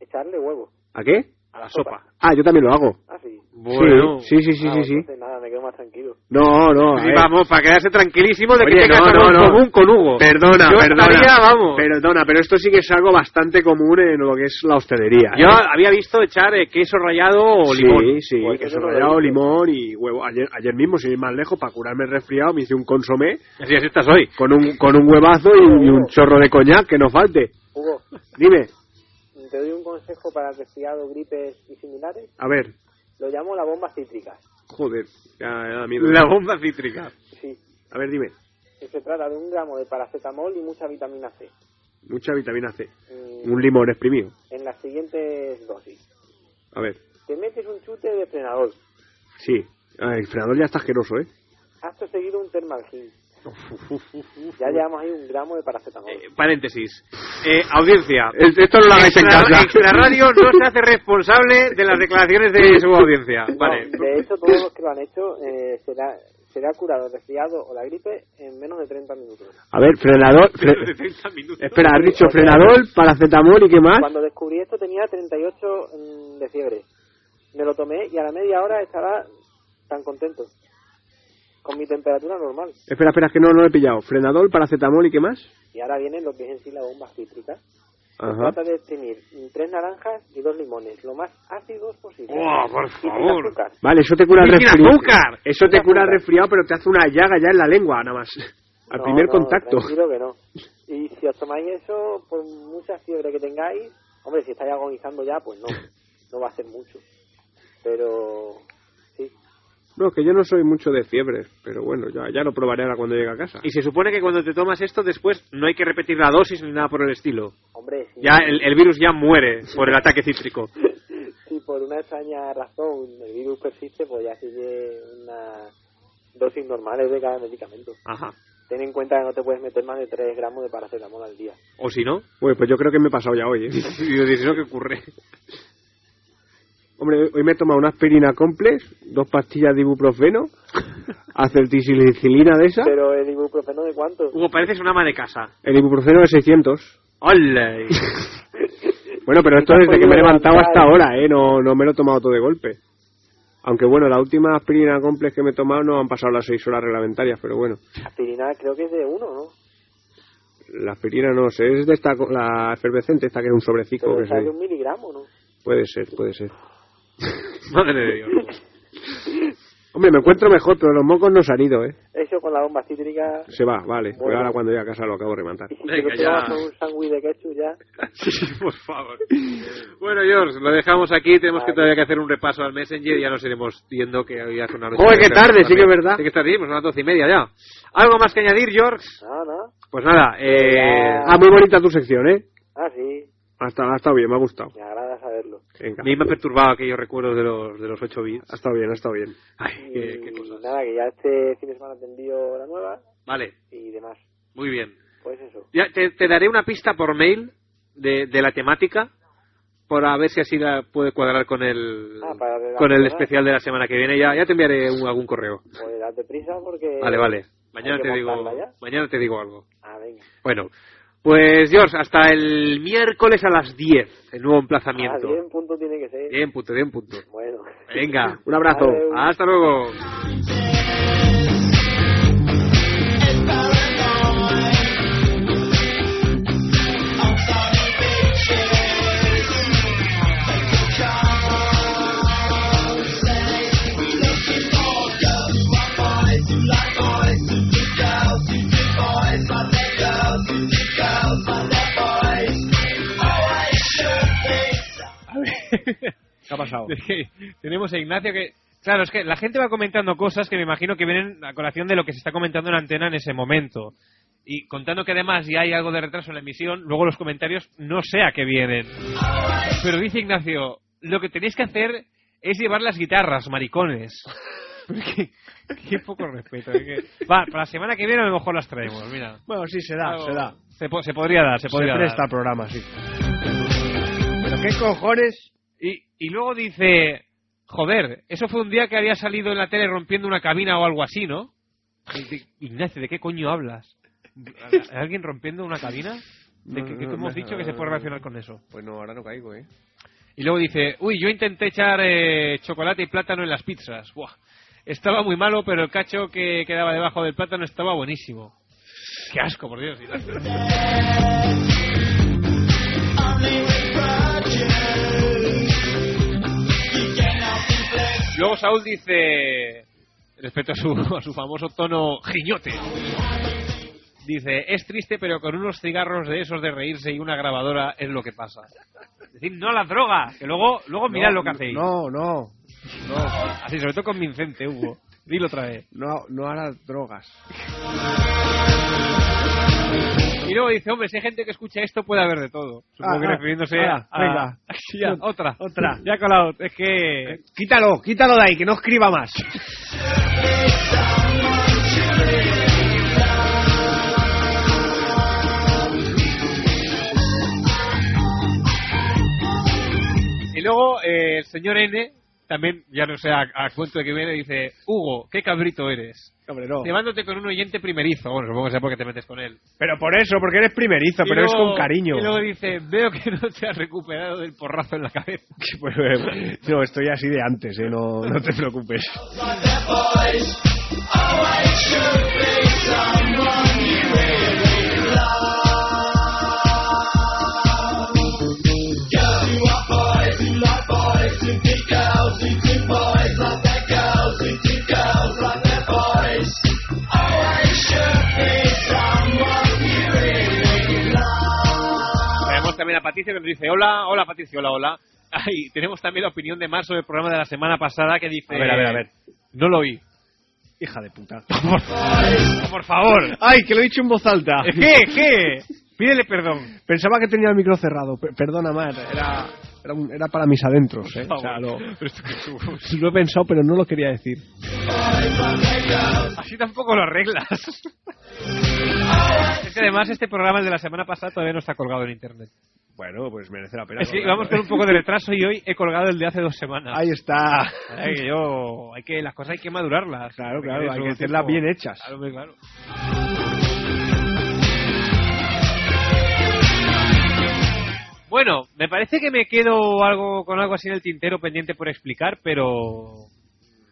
S13: echarle huevo.
S4: ¿A qué?
S13: A la sopa.
S4: Ah, yo también lo hago.
S13: Ah, sí.
S2: Bueno.
S4: Sí, sí, sí,
S13: Ah,
S4: sí. sí.
S13: entonces nada, me quedo más tranquilo.
S4: No, no. a
S2: Sí,
S4: ver.
S2: vamos, para quedarse tranquilísimo de que
S4: eh, Oye,
S2: tengas
S4: no,
S2: algo
S4: no,
S2: en
S4: no.
S2: común con Hugo.
S4: Perdona,
S2: Yo
S4: perdona.
S2: estaría, vamos.
S4: Perdona, pero esto sí que es algo bastante común en lo que es la hostelería.
S2: Yo
S4: ¿eh?
S2: había visto echar eh, queso rallado o
S4: Sí,
S2: limón.
S4: sí, queso rallado, limón y huevo. Ayer, ayer mismo, sin ir más lejos, para curarme el resfriado, me hice un consomé
S2: Así es, esta soy.
S4: con un, con un huevazo y un, y un chorro de coñac, que no falte.
S13: Hugo,
S4: Dime,
S13: te doy un consejo para resfriado, gripes y similares.
S4: a ver,
S13: Lo llamo la bomba cítrica.
S4: joder, ya, ya da miedo.
S2: La bomba cítrica.
S13: Sí.
S4: A ver, dime,
S13: que Se trata de un gramo de paracetamol y mucha vitamina C.
S4: mucha vitamina C,
S13: Mm,
S4: un limón exprimido,
S13: En las siguientes dosis.
S4: a ver,
S13: Te metes un chute de frenador.
S4: sí, Ah, el frenador ya está asqueroso, ¿eh?
S13: Acto seguido un termalgin. Ya llevamos ahí un gramo de paracetamol.
S2: Paréntesis. Eh, audiencia.
S4: Es- esto no lo hagáis en
S2: Extra-
S4: casa.
S2: Extra radio no se hace responsable de las declaraciones de su audiencia.
S13: No,
S2: Vale.
S13: de hecho, todos los que lo han hecho eh, será, será curado el resfriado o la gripe en menos de 30 minutos.
S4: A ver, frenador, fre-
S2: De 30 minutos.
S4: espera, has dicho frenador, paracetamol y qué
S2: Ah.
S4: más?
S13: Cuando descubrí esto tenía 38 mm, de fiebre. Me lo tomé y a la media hora estaba tan contento. Con mi temperatura normal.
S4: Espera, espera, que no, no lo he pillado, frenador, paracetamol y qué más?
S13: Y ahora viene lo que es en sí la bomba cítrica.
S2: Ah.
S4: Ajá.
S13: Trata de exprimir tres naranjas y dos limones, lo más ácidos posible.
S2: ¡Oh, por
S13: Y sin
S2: favor!
S13: azúcar.
S4: Vale, eso te cura el
S2: Y sin
S4: resfriado.
S2: azúcar.
S4: Eso te
S13: Sin
S4: cura el
S13: azúcar.
S4: resfriado, pero te hace una llaga ya en la lengua, nada más. Al
S13: No,
S4: primer
S13: no,
S4: contacto.
S13: Tranquilo que no. Y si os tomáis eso, por mucha fiebre que tengáis, hombre, si estáis agonizando ya, pues no, no va a ser mucho. Pero sí,
S4: No, que yo no soy mucho de fiebres, pero bueno, ya, ya lo probaré ahora cuando llegue a casa.
S2: Y se supone que cuando te tomas esto, después no hay que repetir la dosis ni nada por el estilo.
S13: hombre, si,
S2: Ya el, el virus ya muere por el ataque cítrico.
S13: si por una extraña razón el virus persiste, pues ya sigue una dosis normales de cada medicamento.
S2: Ajá.
S13: Ten en cuenta que no te puedes meter más de 3 gramos de paracetamol al día.
S2: O si no,
S4: Uy, pues yo creo que me he pasado ya hoy. ¿eh?
S2: yo digo, si no, ¿qué ocurre?
S4: Hombre, hoy me he tomado una aspirina complex, dos pastillas de ibuprofeno, acetilcilicilina de esa,
S13: Pero el ibuprofeno de cuánto?
S2: Hugo, pareces un ama de casa.
S4: el ibuprofeno de 600.
S2: ¡Ole!
S4: Bueno, pero esto
S13: te has
S4: desde que me he
S13: podido
S4: levantado hasta
S13: levantar.
S4: ahora, ¿eh? No, no me lo he tomado todo de golpe. Aunque bueno, la última aspirina complex que me he tomado no han pasado las 6 horas reglamentarias, pero bueno.
S13: Aspirina creo que es de uno, ¿no?
S4: La aspirina no sé, es de esta, co- la efervescente, esta que es un sobrecico
S13: Pero
S4: que
S13: está de
S4: se...
S13: un miligramo, ¿no?
S4: Puede ser, puede ser.
S2: Madre de Dios.
S4: Hombre, me encuentro mejor, pero los mocos no se han ido, ¿eh?
S13: Eso con la bomba cítrica.
S4: Se va, vale. Pues
S13: Bueno.
S4: ahora cuando llegue a casa lo acabo de rematar.
S13: Y si
S2: Venga, ya.
S13: te lo pruebas con un sándwich de ketchup ya.
S2: por favor. Bueno, George, lo dejamos aquí. Tenemos que todavía que hacer un repaso al Messenger. Ya nos iremos viendo que hoy hace una noche.
S4: Joder, qué
S2: muy
S4: tarde, sí
S2: también.
S4: que es verdad.
S2: Sí que está bien, pues son las doce y media ya. ¿Algo más que añadir, George?
S13: No, no.
S2: Pues nada, eh,
S4: Ah, muy bonita tu sección, ¿eh?
S13: Ah, sí.
S4: Hasta, ha estado bien, me ha gustado.
S13: Me agrada saberlo.
S4: Venga.
S2: a mí me ha perturbado aquellos recuerdos de los, de los 8 bits.
S4: Ha estado bien, ha estado bien.
S2: Ay, qué,
S4: Mm,
S2: qué
S13: Y
S2: cosas.
S13: Nada, que ya este fin de semana te envío la nueva
S2: Vale,
S13: y demás.
S2: muy bien.
S13: Pues eso.
S2: Ya, te, te daré una pista por mail de, de la temática para ver si así la puede cuadrar con el
S13: Ah, para relacionar.
S2: con el especial de la semana que viene. Ya, ya te enviaré un- algún correo.
S13: Pues date prisa
S4: Eh,
S13: porque.
S2: Vale, vale. Mañana
S13: hay que
S2: te digo
S13: montarla ya.
S2: mañana te digo algo.
S13: Ah, venga.
S2: Bueno, pues George, hasta el miércoles a las 10, el nuevo
S13: Ah,
S2: emplazamiento.
S13: bien punto tiene que ser.
S2: Bien, punto, bien, punto.
S13: Bueno.
S2: Venga,
S4: Un abrazo.
S13: Adeu.
S2: hasta luego.
S14: ¿Qué ha pasado?
S15: Es que tenemos a Ignacio que... Claro, es que la gente va comentando cosas que me imagino que vienen a colación de lo que se está comentando en antena en ese momento. Y contando que además ya hay algo de retraso en la emisión, luego los comentarios no sé a qué vienen. Pero dice Ignacio, lo que tenéis que hacer es llevar las guitarras, maricones. Porque- qué poco respeto. es que- Va, para la semana que viene a lo mejor las traemos, mira.
S14: Bueno, sí, se da,
S15: Algo-
S14: se da.
S15: Se, po- se podría dar, se podría
S14: se
S15: dar.
S14: presta al programa, sí. ¿Pero qué cojones?
S15: Y, y luego dice, joder, eso fue un día que había salido en la tele rompiendo una cabina o algo así, ¿no? Y dice, Ignacio, ¿de qué coño hablas? ¿Alguien rompiendo una cabina?
S2: De
S4: No,
S2: que,
S4: no,
S2: que tú
S4: no,
S2: hemos
S4: no,
S2: dicho que
S4: no,
S2: se puede
S4: no.
S2: relacionar con eso.
S4: Pues no, ahora no caigo, ¿eh?
S2: Y luego dice, uy, yo intenté echar eh, chocolate y plátano en las pizzas. Buah. Estaba muy malo, pero el cacho que quedaba debajo del plátano estaba buenísimo. Qué asco, por Dios. Luego Saúl dice, respecto a su, a su famoso tono giñote, dice, es triste, pero con unos cigarros de esos de reírse y una grabadora es lo que pasa. Es decir, no a las drogas, que luego, luego mirad
S4: No,
S2: Oh, lo que hacéis.
S4: No, no. No,
S2: Así, sobre todo convincente, Hugo. Dilo otra vez.
S4: no, no a las drogas.
S2: Y luego dice, hombre, si hay gente que escucha esto puede haber de todo. Supongo
S4: Ah,
S2: que
S4: ah,
S2: refiriéndose
S4: ah,
S2: a...
S4: venga.
S2: Sí, a- otra.
S4: Otra. Eh,
S2: Ya con la otra. Es que...
S4: Quítalo, quítalo de ahí, que no escriba más.
S2: Y luego eh, el señor N, también, ya no sé a, a cuento de que viene, dice, Hugo, qué cabrito eres.
S4: Hombre, no.
S2: Llevándote con un oyente primerizo. Bueno, supongo que sea porque te metes con él.
S4: Pero por eso, porque eres primerizo,
S2: Y
S4: pero es
S2: luego-
S4: con cariño.
S2: Y luego dice, veo que no te has recuperado del porrazo en la cabeza.
S4: Pues, eh, no, estoy así de antes, eh, no, no te preocupes.
S2: Tenemos también a Patricio que nos dice, hola, hola Patricio, hola, hola. Ay, tenemos también la opinión de Marzo del programa de la semana pasada que dice...
S4: A ver, a ver, a ver.
S2: No lo oí.
S4: Hija de puta.
S2: Por favor.
S4: Ay, que lo he dicho en voz alta.
S2: ¿Qué? ¿Qué? Pídele perdón.
S4: Pensaba que tenía el micro cerrado. Pe- Perdona, Mar. Era, era, un- era para mis adentros, eh. O
S2: Por
S4: sea,
S2: favor.
S4: lo,
S2: Pero esto que tú-
S4: lo he pensado, pero no lo quería decir.
S2: Así tampoco lo arreglas. es que además este programa el de la semana pasada todavía no está colgado en internet.
S4: Bueno, pues merece la pena.
S2: Es que
S4: colgarlo,
S2: vamos
S4: eh.
S2: con un poco de retraso y hoy he colgado el de hace dos semanas.
S4: Ahí está.
S2: Ay, que yo, hay que, las cosas hay que madurarlas.
S4: Claro,
S2: Porque
S4: claro,
S2: eso
S4: hay que
S2: tipo-
S4: hacerlas bien hechas.
S2: Claro, hombre, claro. Bueno, me parece que me quedo algo con algo así en el tintero pendiente por explicar, pero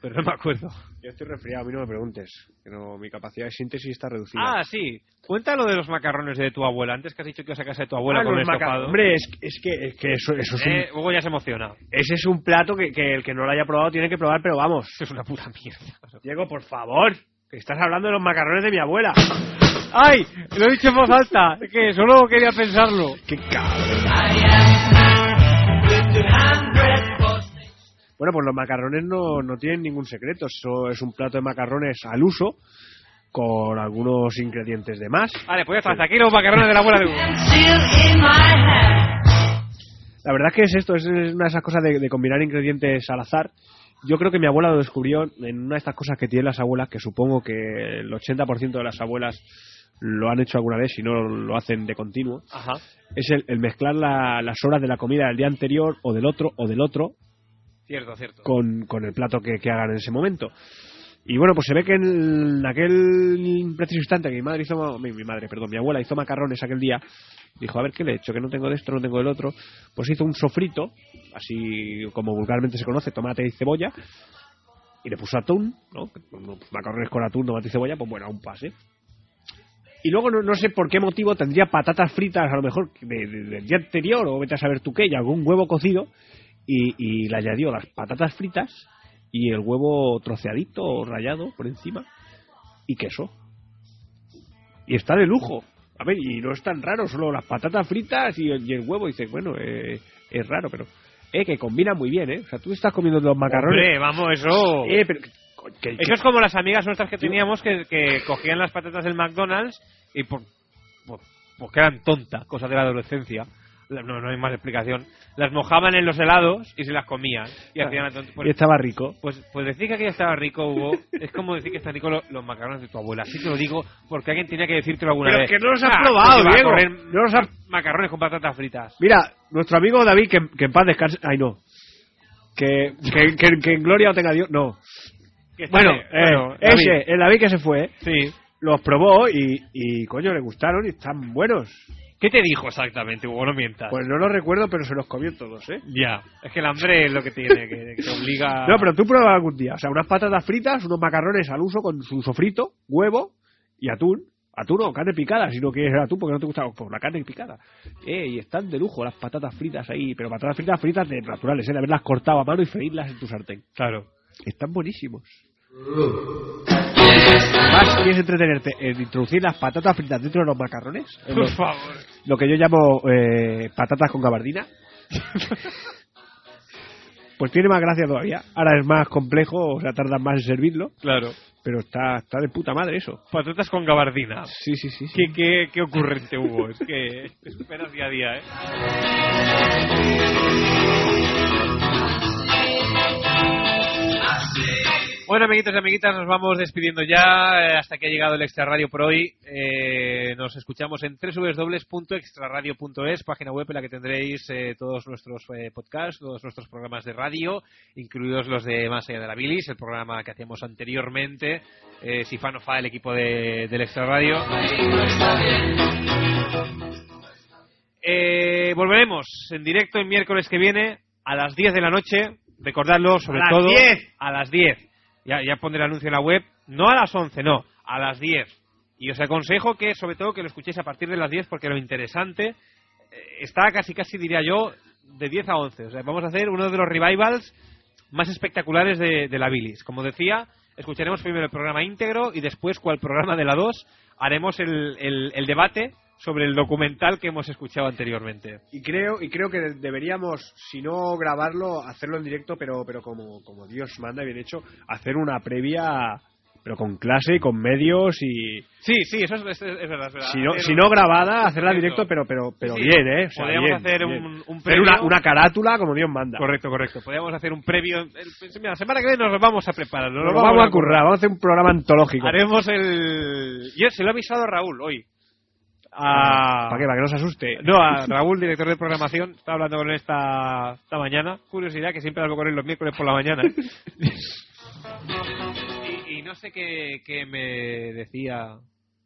S2: pero no me acuerdo.
S4: Yo estoy resfriado, a mí no me preguntes. Que no, mi capacidad de síntesis está reducida.
S2: Ah, sí. Cuenta lo de los macarrones de tu abuela. Antes que has dicho que os sacas de tu abuela
S4: Ah,
S2: con el
S4: los maca-
S2: estofado.
S4: Hombre, es, es que, es que eso, eso es un-
S2: Eh, Hugo ya se emociona.
S4: ese es un plato que, que el que no lo haya probado tiene que probar, pero vamos.
S2: Es una puta mierda.
S4: Diego, por favor, que estás hablando de los macarrones de mi abuela.
S2: ¡Ay! Lo he dicho en voz alta. Es que solo quería pensarlo.
S4: ¡Qué cabrón! Bueno, pues los macarrones no, no tienen ningún secreto. Eso es un plato de macarrones al uso, con algunos ingredientes de más.
S2: Vale, pues ya está. Hasta aquí los macarrones de la abuela de Hugo.
S4: La verdad que es esto, es una de esas cosas de, de combinar ingredientes al azar. Yo creo que mi abuela lo descubrió en una de estas cosas que tienen las abuelas, que supongo que el 80% de las abuelas lo han hecho alguna vez, si no lo hacen de continuo.
S2: Ajá.
S4: Es el, el mezclar la- las horas de la comida del día anterior o del otro o del otro
S2: Cierto, cierto.
S4: con, con el plato que, que hagan en ese momento. Y bueno, pues se ve que en, el- en aquel preciso instante que mi madre hizo, ma- mi, mi madre, perdón, mi abuela hizo macarrones aquel día, dijo, a ver qué le he hecho, que no tengo de esto, no tengo del otro, pues hizo un sofrito, así como vulgarmente se conoce, tomate y cebolla, y le puso atún, ¿no? Unos Macarrones con atún, tomate y cebolla, pues bueno, a un pase. Y luego no, no sé por qué motivo tendría patatas fritas, a lo mejor de- de- del día anterior, o vete a saber tú qué, y algún huevo cocido, y, y le añadió las patatas fritas y el huevo troceadito o rallado por encima y queso. Y está de lujo. A ver, y no es tan raro, solo las patatas fritas y el, y el huevo. Dice, bueno, eh, es raro, pero. Eh, que combina muy bien, ¿eh? O sea, tú estás comiendo los macarrones.
S2: Hombre, vamos, eso...
S4: eh, pero. que- que-
S2: Eso es como las amigas nuestras que teníamos que, que cogían las patatas del McDonald's y por, por- porque eran tontas, cosas de la adolescencia. la- No, no hay más explicación. Las mojaban en los helados y se las comían. Y hacían la tonta-
S4: y
S2: pues,
S4: estaba rico.
S2: pues, pues decir que aquello estaba rico, Hugo, es como decir que están ricos lo- los macarrones de tu abuela. Así te lo digo porque alguien tenía que decírtelo alguna
S4: Pero
S2: vez.
S4: que no los has
S2: Ah,
S4: probado,
S2: pues va a
S4: Diego.
S2: correr
S4: No los has-
S2: Macarrones con patatas fritas.
S4: Mira, nuestro amigo David, que, que en paz descanse. Ay, no. Que, que, que- que en gloria o tenga Dios. No.
S2: Que está
S4: Bueno,
S2: bien.
S4: eh,
S2: Bueno,
S4: ese,
S2: David.
S4: el David que se fue,
S2: Sí.
S4: los probó y, y, coño, le gustaron y están buenos.
S2: ¿Qué te dijo exactamente, Hugo? No mientas.
S4: Pues no lo recuerdo, pero se los comió todos, ¿eh?
S2: Ya, es que el hambre es lo que tiene, que, que obliga...
S4: No, pero tú pruebas algún día. O sea, unas patatas fritas, unos macarrones al uso con su sofrito, huevo y atún. Atún o carne picada, si no quieres atún porque no te gusta pues la carne picada. Eh, y están de lujo las patatas fritas ahí, pero patatas fritas fritas de naturales, ¿eh? De haberlas cortado a mano y freírlas en tu sartén.
S2: Claro.
S4: Están buenísimos. Más quieres entretenerte en introducir las patatas fritas dentro de los macarrones. en
S2: Por
S4: los-
S2: favor.
S4: Lo que yo llamo eh, patatas con gabardina. pues tiene más gracia todavía. Ahora es más complejo, o sea, tardan más en servirlo.
S2: Claro.
S4: Pero está, está de puta madre eso.
S2: Patatas con gabardina.
S4: Sí, sí, sí. sí.
S2: ¿Qué, qué, qué ocurrente, Hugo? Es que esperas día a día, ¿eh? Bueno, amiguitos y amiguitas, nos vamos despidiendo ya. Eh, Hasta que ha llegado el Extra Radio por hoy. Eh, nos escuchamos en www.extraradio.es, página web en la que tendréis eh, todos nuestros eh, podcasts, todos nuestros programas de radio, incluidos los de Más allá de la bilis, el programa que hacíamos anteriormente. Eh, Sifano Fa, el equipo de- del Extra Radio. Eh, volveremos en directo el miércoles que viene a las 10 de la noche. Recordadlo, sobre
S3: las
S2: todo.
S3: 10.
S2: A las 10. Ya, ya pondré el anuncio en la web. No a las 11, no. A las 10. Y os aconsejo que, sobre todo, que lo escuchéis a partir de las 10 porque lo interesante eh, está casi, casi diría yo, de 10 a 11. O sea, vamos a hacer uno de los revivals más espectaculares de, de la bilis. Como decía, escucharemos primero el programa íntegro y después, cual programa de la 2, haremos el, el- el debate sobre el documental que hemos escuchado anteriormente.
S4: Y creo, y creo que deberíamos, si no grabarlo, hacerlo en directo, pero, pero como, como Dios manda, bien hecho, hacer una previa, pero con clase y con medios y...
S2: Sí, sí, eso es, es- es verdad. es verdad.
S4: Si no,
S2: Hacer
S4: si
S2: un-
S4: no grabada, hacerla
S2: Cierto.
S4: directo, pero, pero, pero
S2: Sí, sí.
S4: bien, ¿eh? O sea,
S2: Podríamos
S4: bien,
S2: hacer
S4: bien.
S2: un, un
S4: Hacer
S2: previo.
S4: una, una carátula como Dios manda.
S2: Correcto, correcto. Podríamos hacer un previo. el- mira, la semana que viene nos lo vamos a preparar. Nos
S4: Nos
S2: lo
S4: lo vamos a currar, vamos a hacer un programa antológico.
S2: Haremos el. Yo se lo he avisado a Raúl hoy. A...
S4: Ah. ¿Para qué? Para que no se asuste.
S2: Eh, No, a Raúl, director de programación, estaba hablando con él esta, esta mañana. Curiosidad que siempre hablo con él los miércoles por la mañana. y, y no sé qué, qué me decía.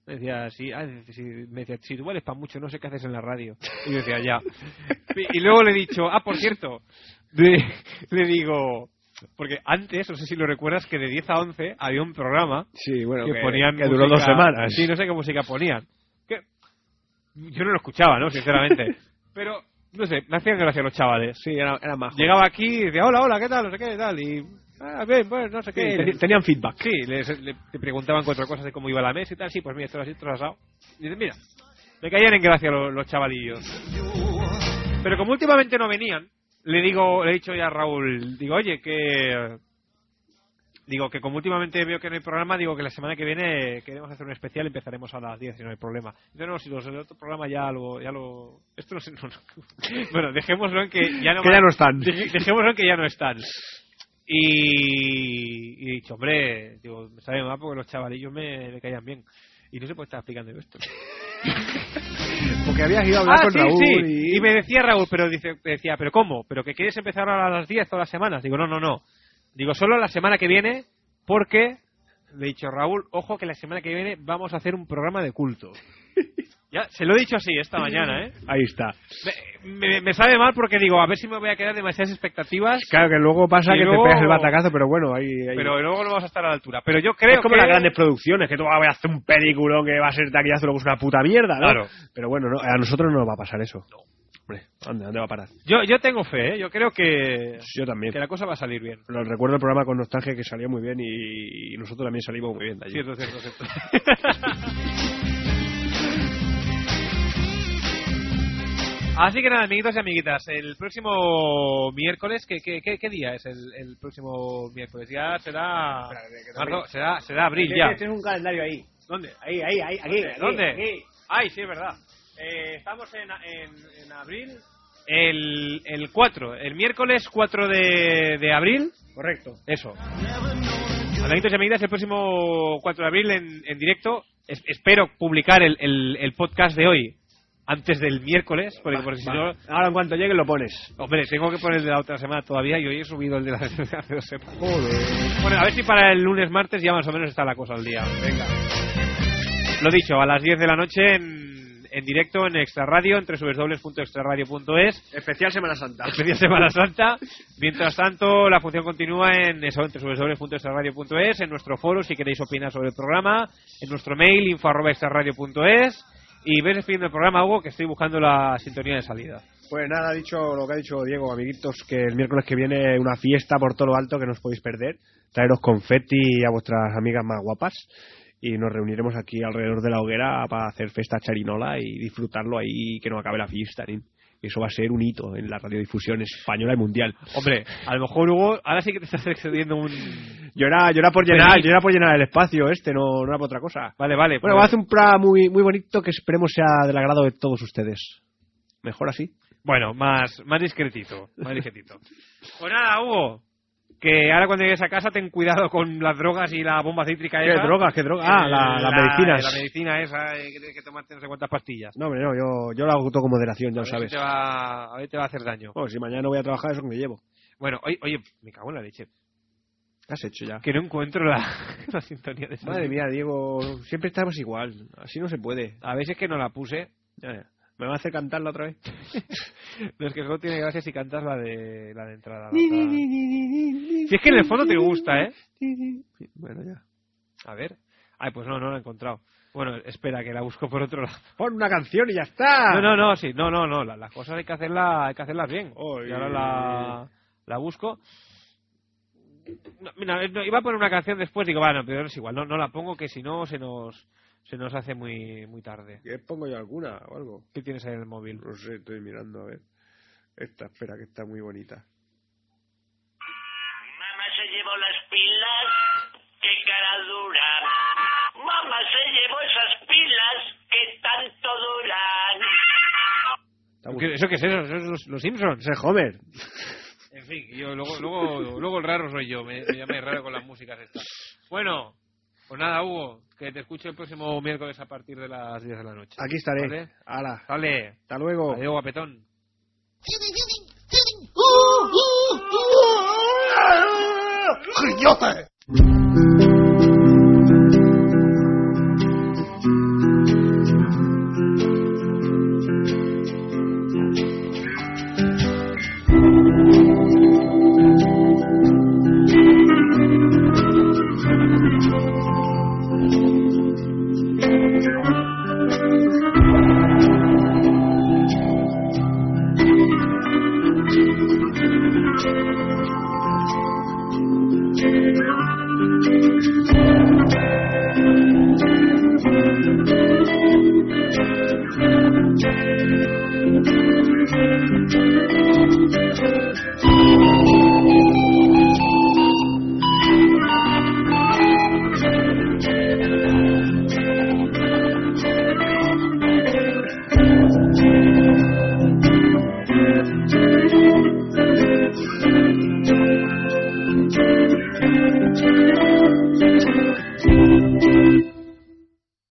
S2: Me decía, sí, ah, sí, me decía, si tú vales para mucho, no sé qué haces en la radio. Y yo decía, ya. Y, y luego le he dicho, ah, por cierto, le, le digo, porque antes, no sé si lo recuerdas, que de 10 a 11 había un programa
S4: Sí, bueno,
S2: que,
S4: que,
S2: ponían
S4: que duró dos
S2: música-
S4: semanas.
S2: Sí, no sé qué música ponían. Que- Yo no lo escuchaba, ¿no? Sinceramente. Pero, no sé, me hacían gracia los chavales.
S4: Sí, era, era majo.
S2: Llegaba aquí y decía, hola, hola, ¿qué tal? No sé qué, tal. Y, ah, bien, bueno, no sé
S4: Sí,
S2: qué.
S4: teni- tenían feedback.
S2: Sí, les- le, te preguntaban cuatro cosas de cómo iba la mesa y tal. Sí, pues mira, esto lo has hecho, esto lo has asado. Y dices, mira, me caían en gracia lo- los, chavalillos. Pero como últimamente no venían, le digo, le he dicho ya a Raúl, digo, oye, que... Digo que como últimamente veo que no hay programa, digo que la semana que viene queremos hacer un especial, empezaremos a las 10 si no hay problema. No, no, si los del otro programa ya lo... Ya lo esto no sé... no, no. Bueno, dejémoslo en que ya no...
S4: Que ya no están.
S2: Dej- Dejémoslo en que ya no están. Y, y he dicho, hombre, digo, me sabe mal porque los chavalillos me, me caían bien. Y no se puede estar explicando yo esto.
S4: Porque habías ido a hablar
S2: ah,
S4: con
S2: sí,
S4: Raúl
S2: sí.
S4: y...
S2: Y... me decía Raúl, pero dice, me decía, ¿pero cómo? ¿Pero que quieres empezar ahora a las 10 todas las semanas? Digo, no, no, no. Digo, solo la semana que viene, porque le he dicho, Raúl, ojo que la semana que viene vamos a hacer un programa de culto. ya, se lo he dicho así esta mañana, ¿eh?
S4: Ahí está.
S2: Me, me- me sabe mal porque digo, a ver si me voy a quedar demasiadas expectativas,
S4: Claro que luego pasa
S2: Y
S4: que
S2: luego-
S4: te pegas el batacazo, pero bueno, ahí... ahí-
S2: pero luego no vamos a estar a la altura. Pero yo creo
S4: es como
S2: que...
S4: las grandes producciones, que tú ah, voy a hacer un película que va a ser de aquí luego es una puta mierda, ¿no?
S2: Claro.
S4: Pero bueno, no, a nosotros no nos va a pasar eso. Hombre, ¿dónde, dónde va a parar?
S2: Yo, yo tengo fe, ¿eh? Yo creo que,
S4: Yo también.
S2: que la cosa va a salir bien.
S4: Lo- recuerdo el programa con nostalgia que salió muy bien y, y nosotros también salimos muy bien de allí.
S2: Cierto, cierto, cierto. Así que nada, amiguitos y amiguitas, el próximo miércoles, ¿qué, qué, qué, qué día es el, el próximo miércoles? Ya será... Marzo, será, será abril ya.
S3: un calendario ahí.
S2: ¿Dónde?
S3: Ahí, ahí, ahí, aquí.
S2: ¿Dónde? ¿Dónde? Ay, sí, es verdad. Eh, estamos en, en- en abril. El, el 4, el miércoles 4 de, de abril.
S3: Correcto.
S2: Eso. Amiguitos y amigas, el próximo 4 de abril en, en directo. Es- espero publicar el, el- el podcast de hoy antes del miércoles, porque, porque si no.
S4: Ahora en cuanto llegue lo pones.
S2: Hombre, tengo que poner el de la otra semana todavía y hoy he subido el de la de hace dos semanas. Bueno, a ver si para el lunes, martes ya más o menos está la cosa al día. Venga. Lo dicho, a las 10 de la noche en, en directo en Extra Radio, en www.extraradio.es.
S16: Especial Semana Santa.
S2: Especial Semana Santa. Mientras tanto, la función continúa en eso, en www.extraradio.es, en nuestro foro si queréis opinar sobre el programa, en nuestro mail info@extraradio.es y ves despidiendo el programa, Hugo, que estoy buscando la sintonía de salida.
S4: Pues nada, ha dicho lo que ha dicho Diego, amiguitos, que el miércoles que viene una fiesta por todo lo alto que no os podéis perder. Traeros confeti a vuestras amigas más guapas y nos reuniremos aquí alrededor de la hoguera para hacer festa charinola y disfrutarlo ahí que no acabe la fiesta. ¿eh? Eso va a ser un hito en la radiodifusión española y mundial.
S2: Hombre, a lo mejor Hugo, ahora sí que te estás excediendo un...
S4: Yo era, yo era por llenar, yo era por llenar el espacio este, no, no era por otra cosa.
S2: Vale, vale.
S4: Bueno, va a hacer un pra muy, muy bonito que esperemos sea del agrado de todos ustedes. Mejor así.
S2: Bueno, más, más discretito, más discretito. pues nada, Hugo, que ahora cuando llegues a casa ten cuidado con las drogas y la bomba cítrica
S4: ¿Qué
S2: esa.
S4: drogas? ¿Qué drogas? Ah, la, la, medicina.
S2: La medicina esa, eh, que tienes que tomarte no sé cuántas pastillas.
S4: No, hombre, no, yo, yo la hago todo con moderación, ya
S2: a
S4: lo
S2: ver si
S4: sabes.
S2: Te va, a ver, te va a hacer daño.
S4: Bueno, si mañana no voy a trabajar, eso que me llevo.
S2: Bueno, oye, oye, me cago en la leche.
S4: ¿Qué has hecho ya?
S2: Que no encuentro la, la sintonía de esa.
S4: Madre mía, Diego, siempre estamos igual. Así no se puede.
S2: A veces que no la puse.
S4: Ya, ya. ¿Me van a hacer cantarla otra vez?
S2: no, es que solo tiene gracia si cantas la de, la de entrada. la otra. Si es que en el fondo te gusta, ¿eh?
S4: Bueno, ya.
S2: A ver. Ay, pues no, no la he encontrado. Bueno, espera, que la busco por otro lado.
S4: Pon una canción y ya está.
S2: No, no, no, sí, no, no, no. la- Las cosas hay que hacerlas, hay que hacerlas bien.
S4: Oy.
S2: Y ahora la, la busco. No, mira, no, iba a poner una canción después, digo, bueno, pero es igual, no, no la pongo que si no se nos se nos hace muy muy tarde.
S4: ¿Qué pongo yo alguna o algo?
S2: ¿Qué tienes ahí en el móvil?
S4: No sé, estoy mirando a ver. Esta, espera, que está muy bonita.
S10: Mamá se llevó las pilas, qué cara dura. Mamá se llevó esas pilas que tanto duran.
S2: ¿Qué- ¿Eso qué es eso? ¿Eso es los, los Simpsons?
S4: Ese Homer.
S2: En fin, yo luego, luego, luego el raro soy yo, me, me llamáis raro con las músicas estas. Bueno, pues nada, Hugo, que te escucho el próximo miércoles a partir de las 10 de la noche.
S4: Aquí estaré.
S2: ¿Vale?
S4: Hala.
S2: Sale.
S4: Hasta luego.
S2: Adiós, guapetón.
S17: ¡Gillote!
S10: Thank you.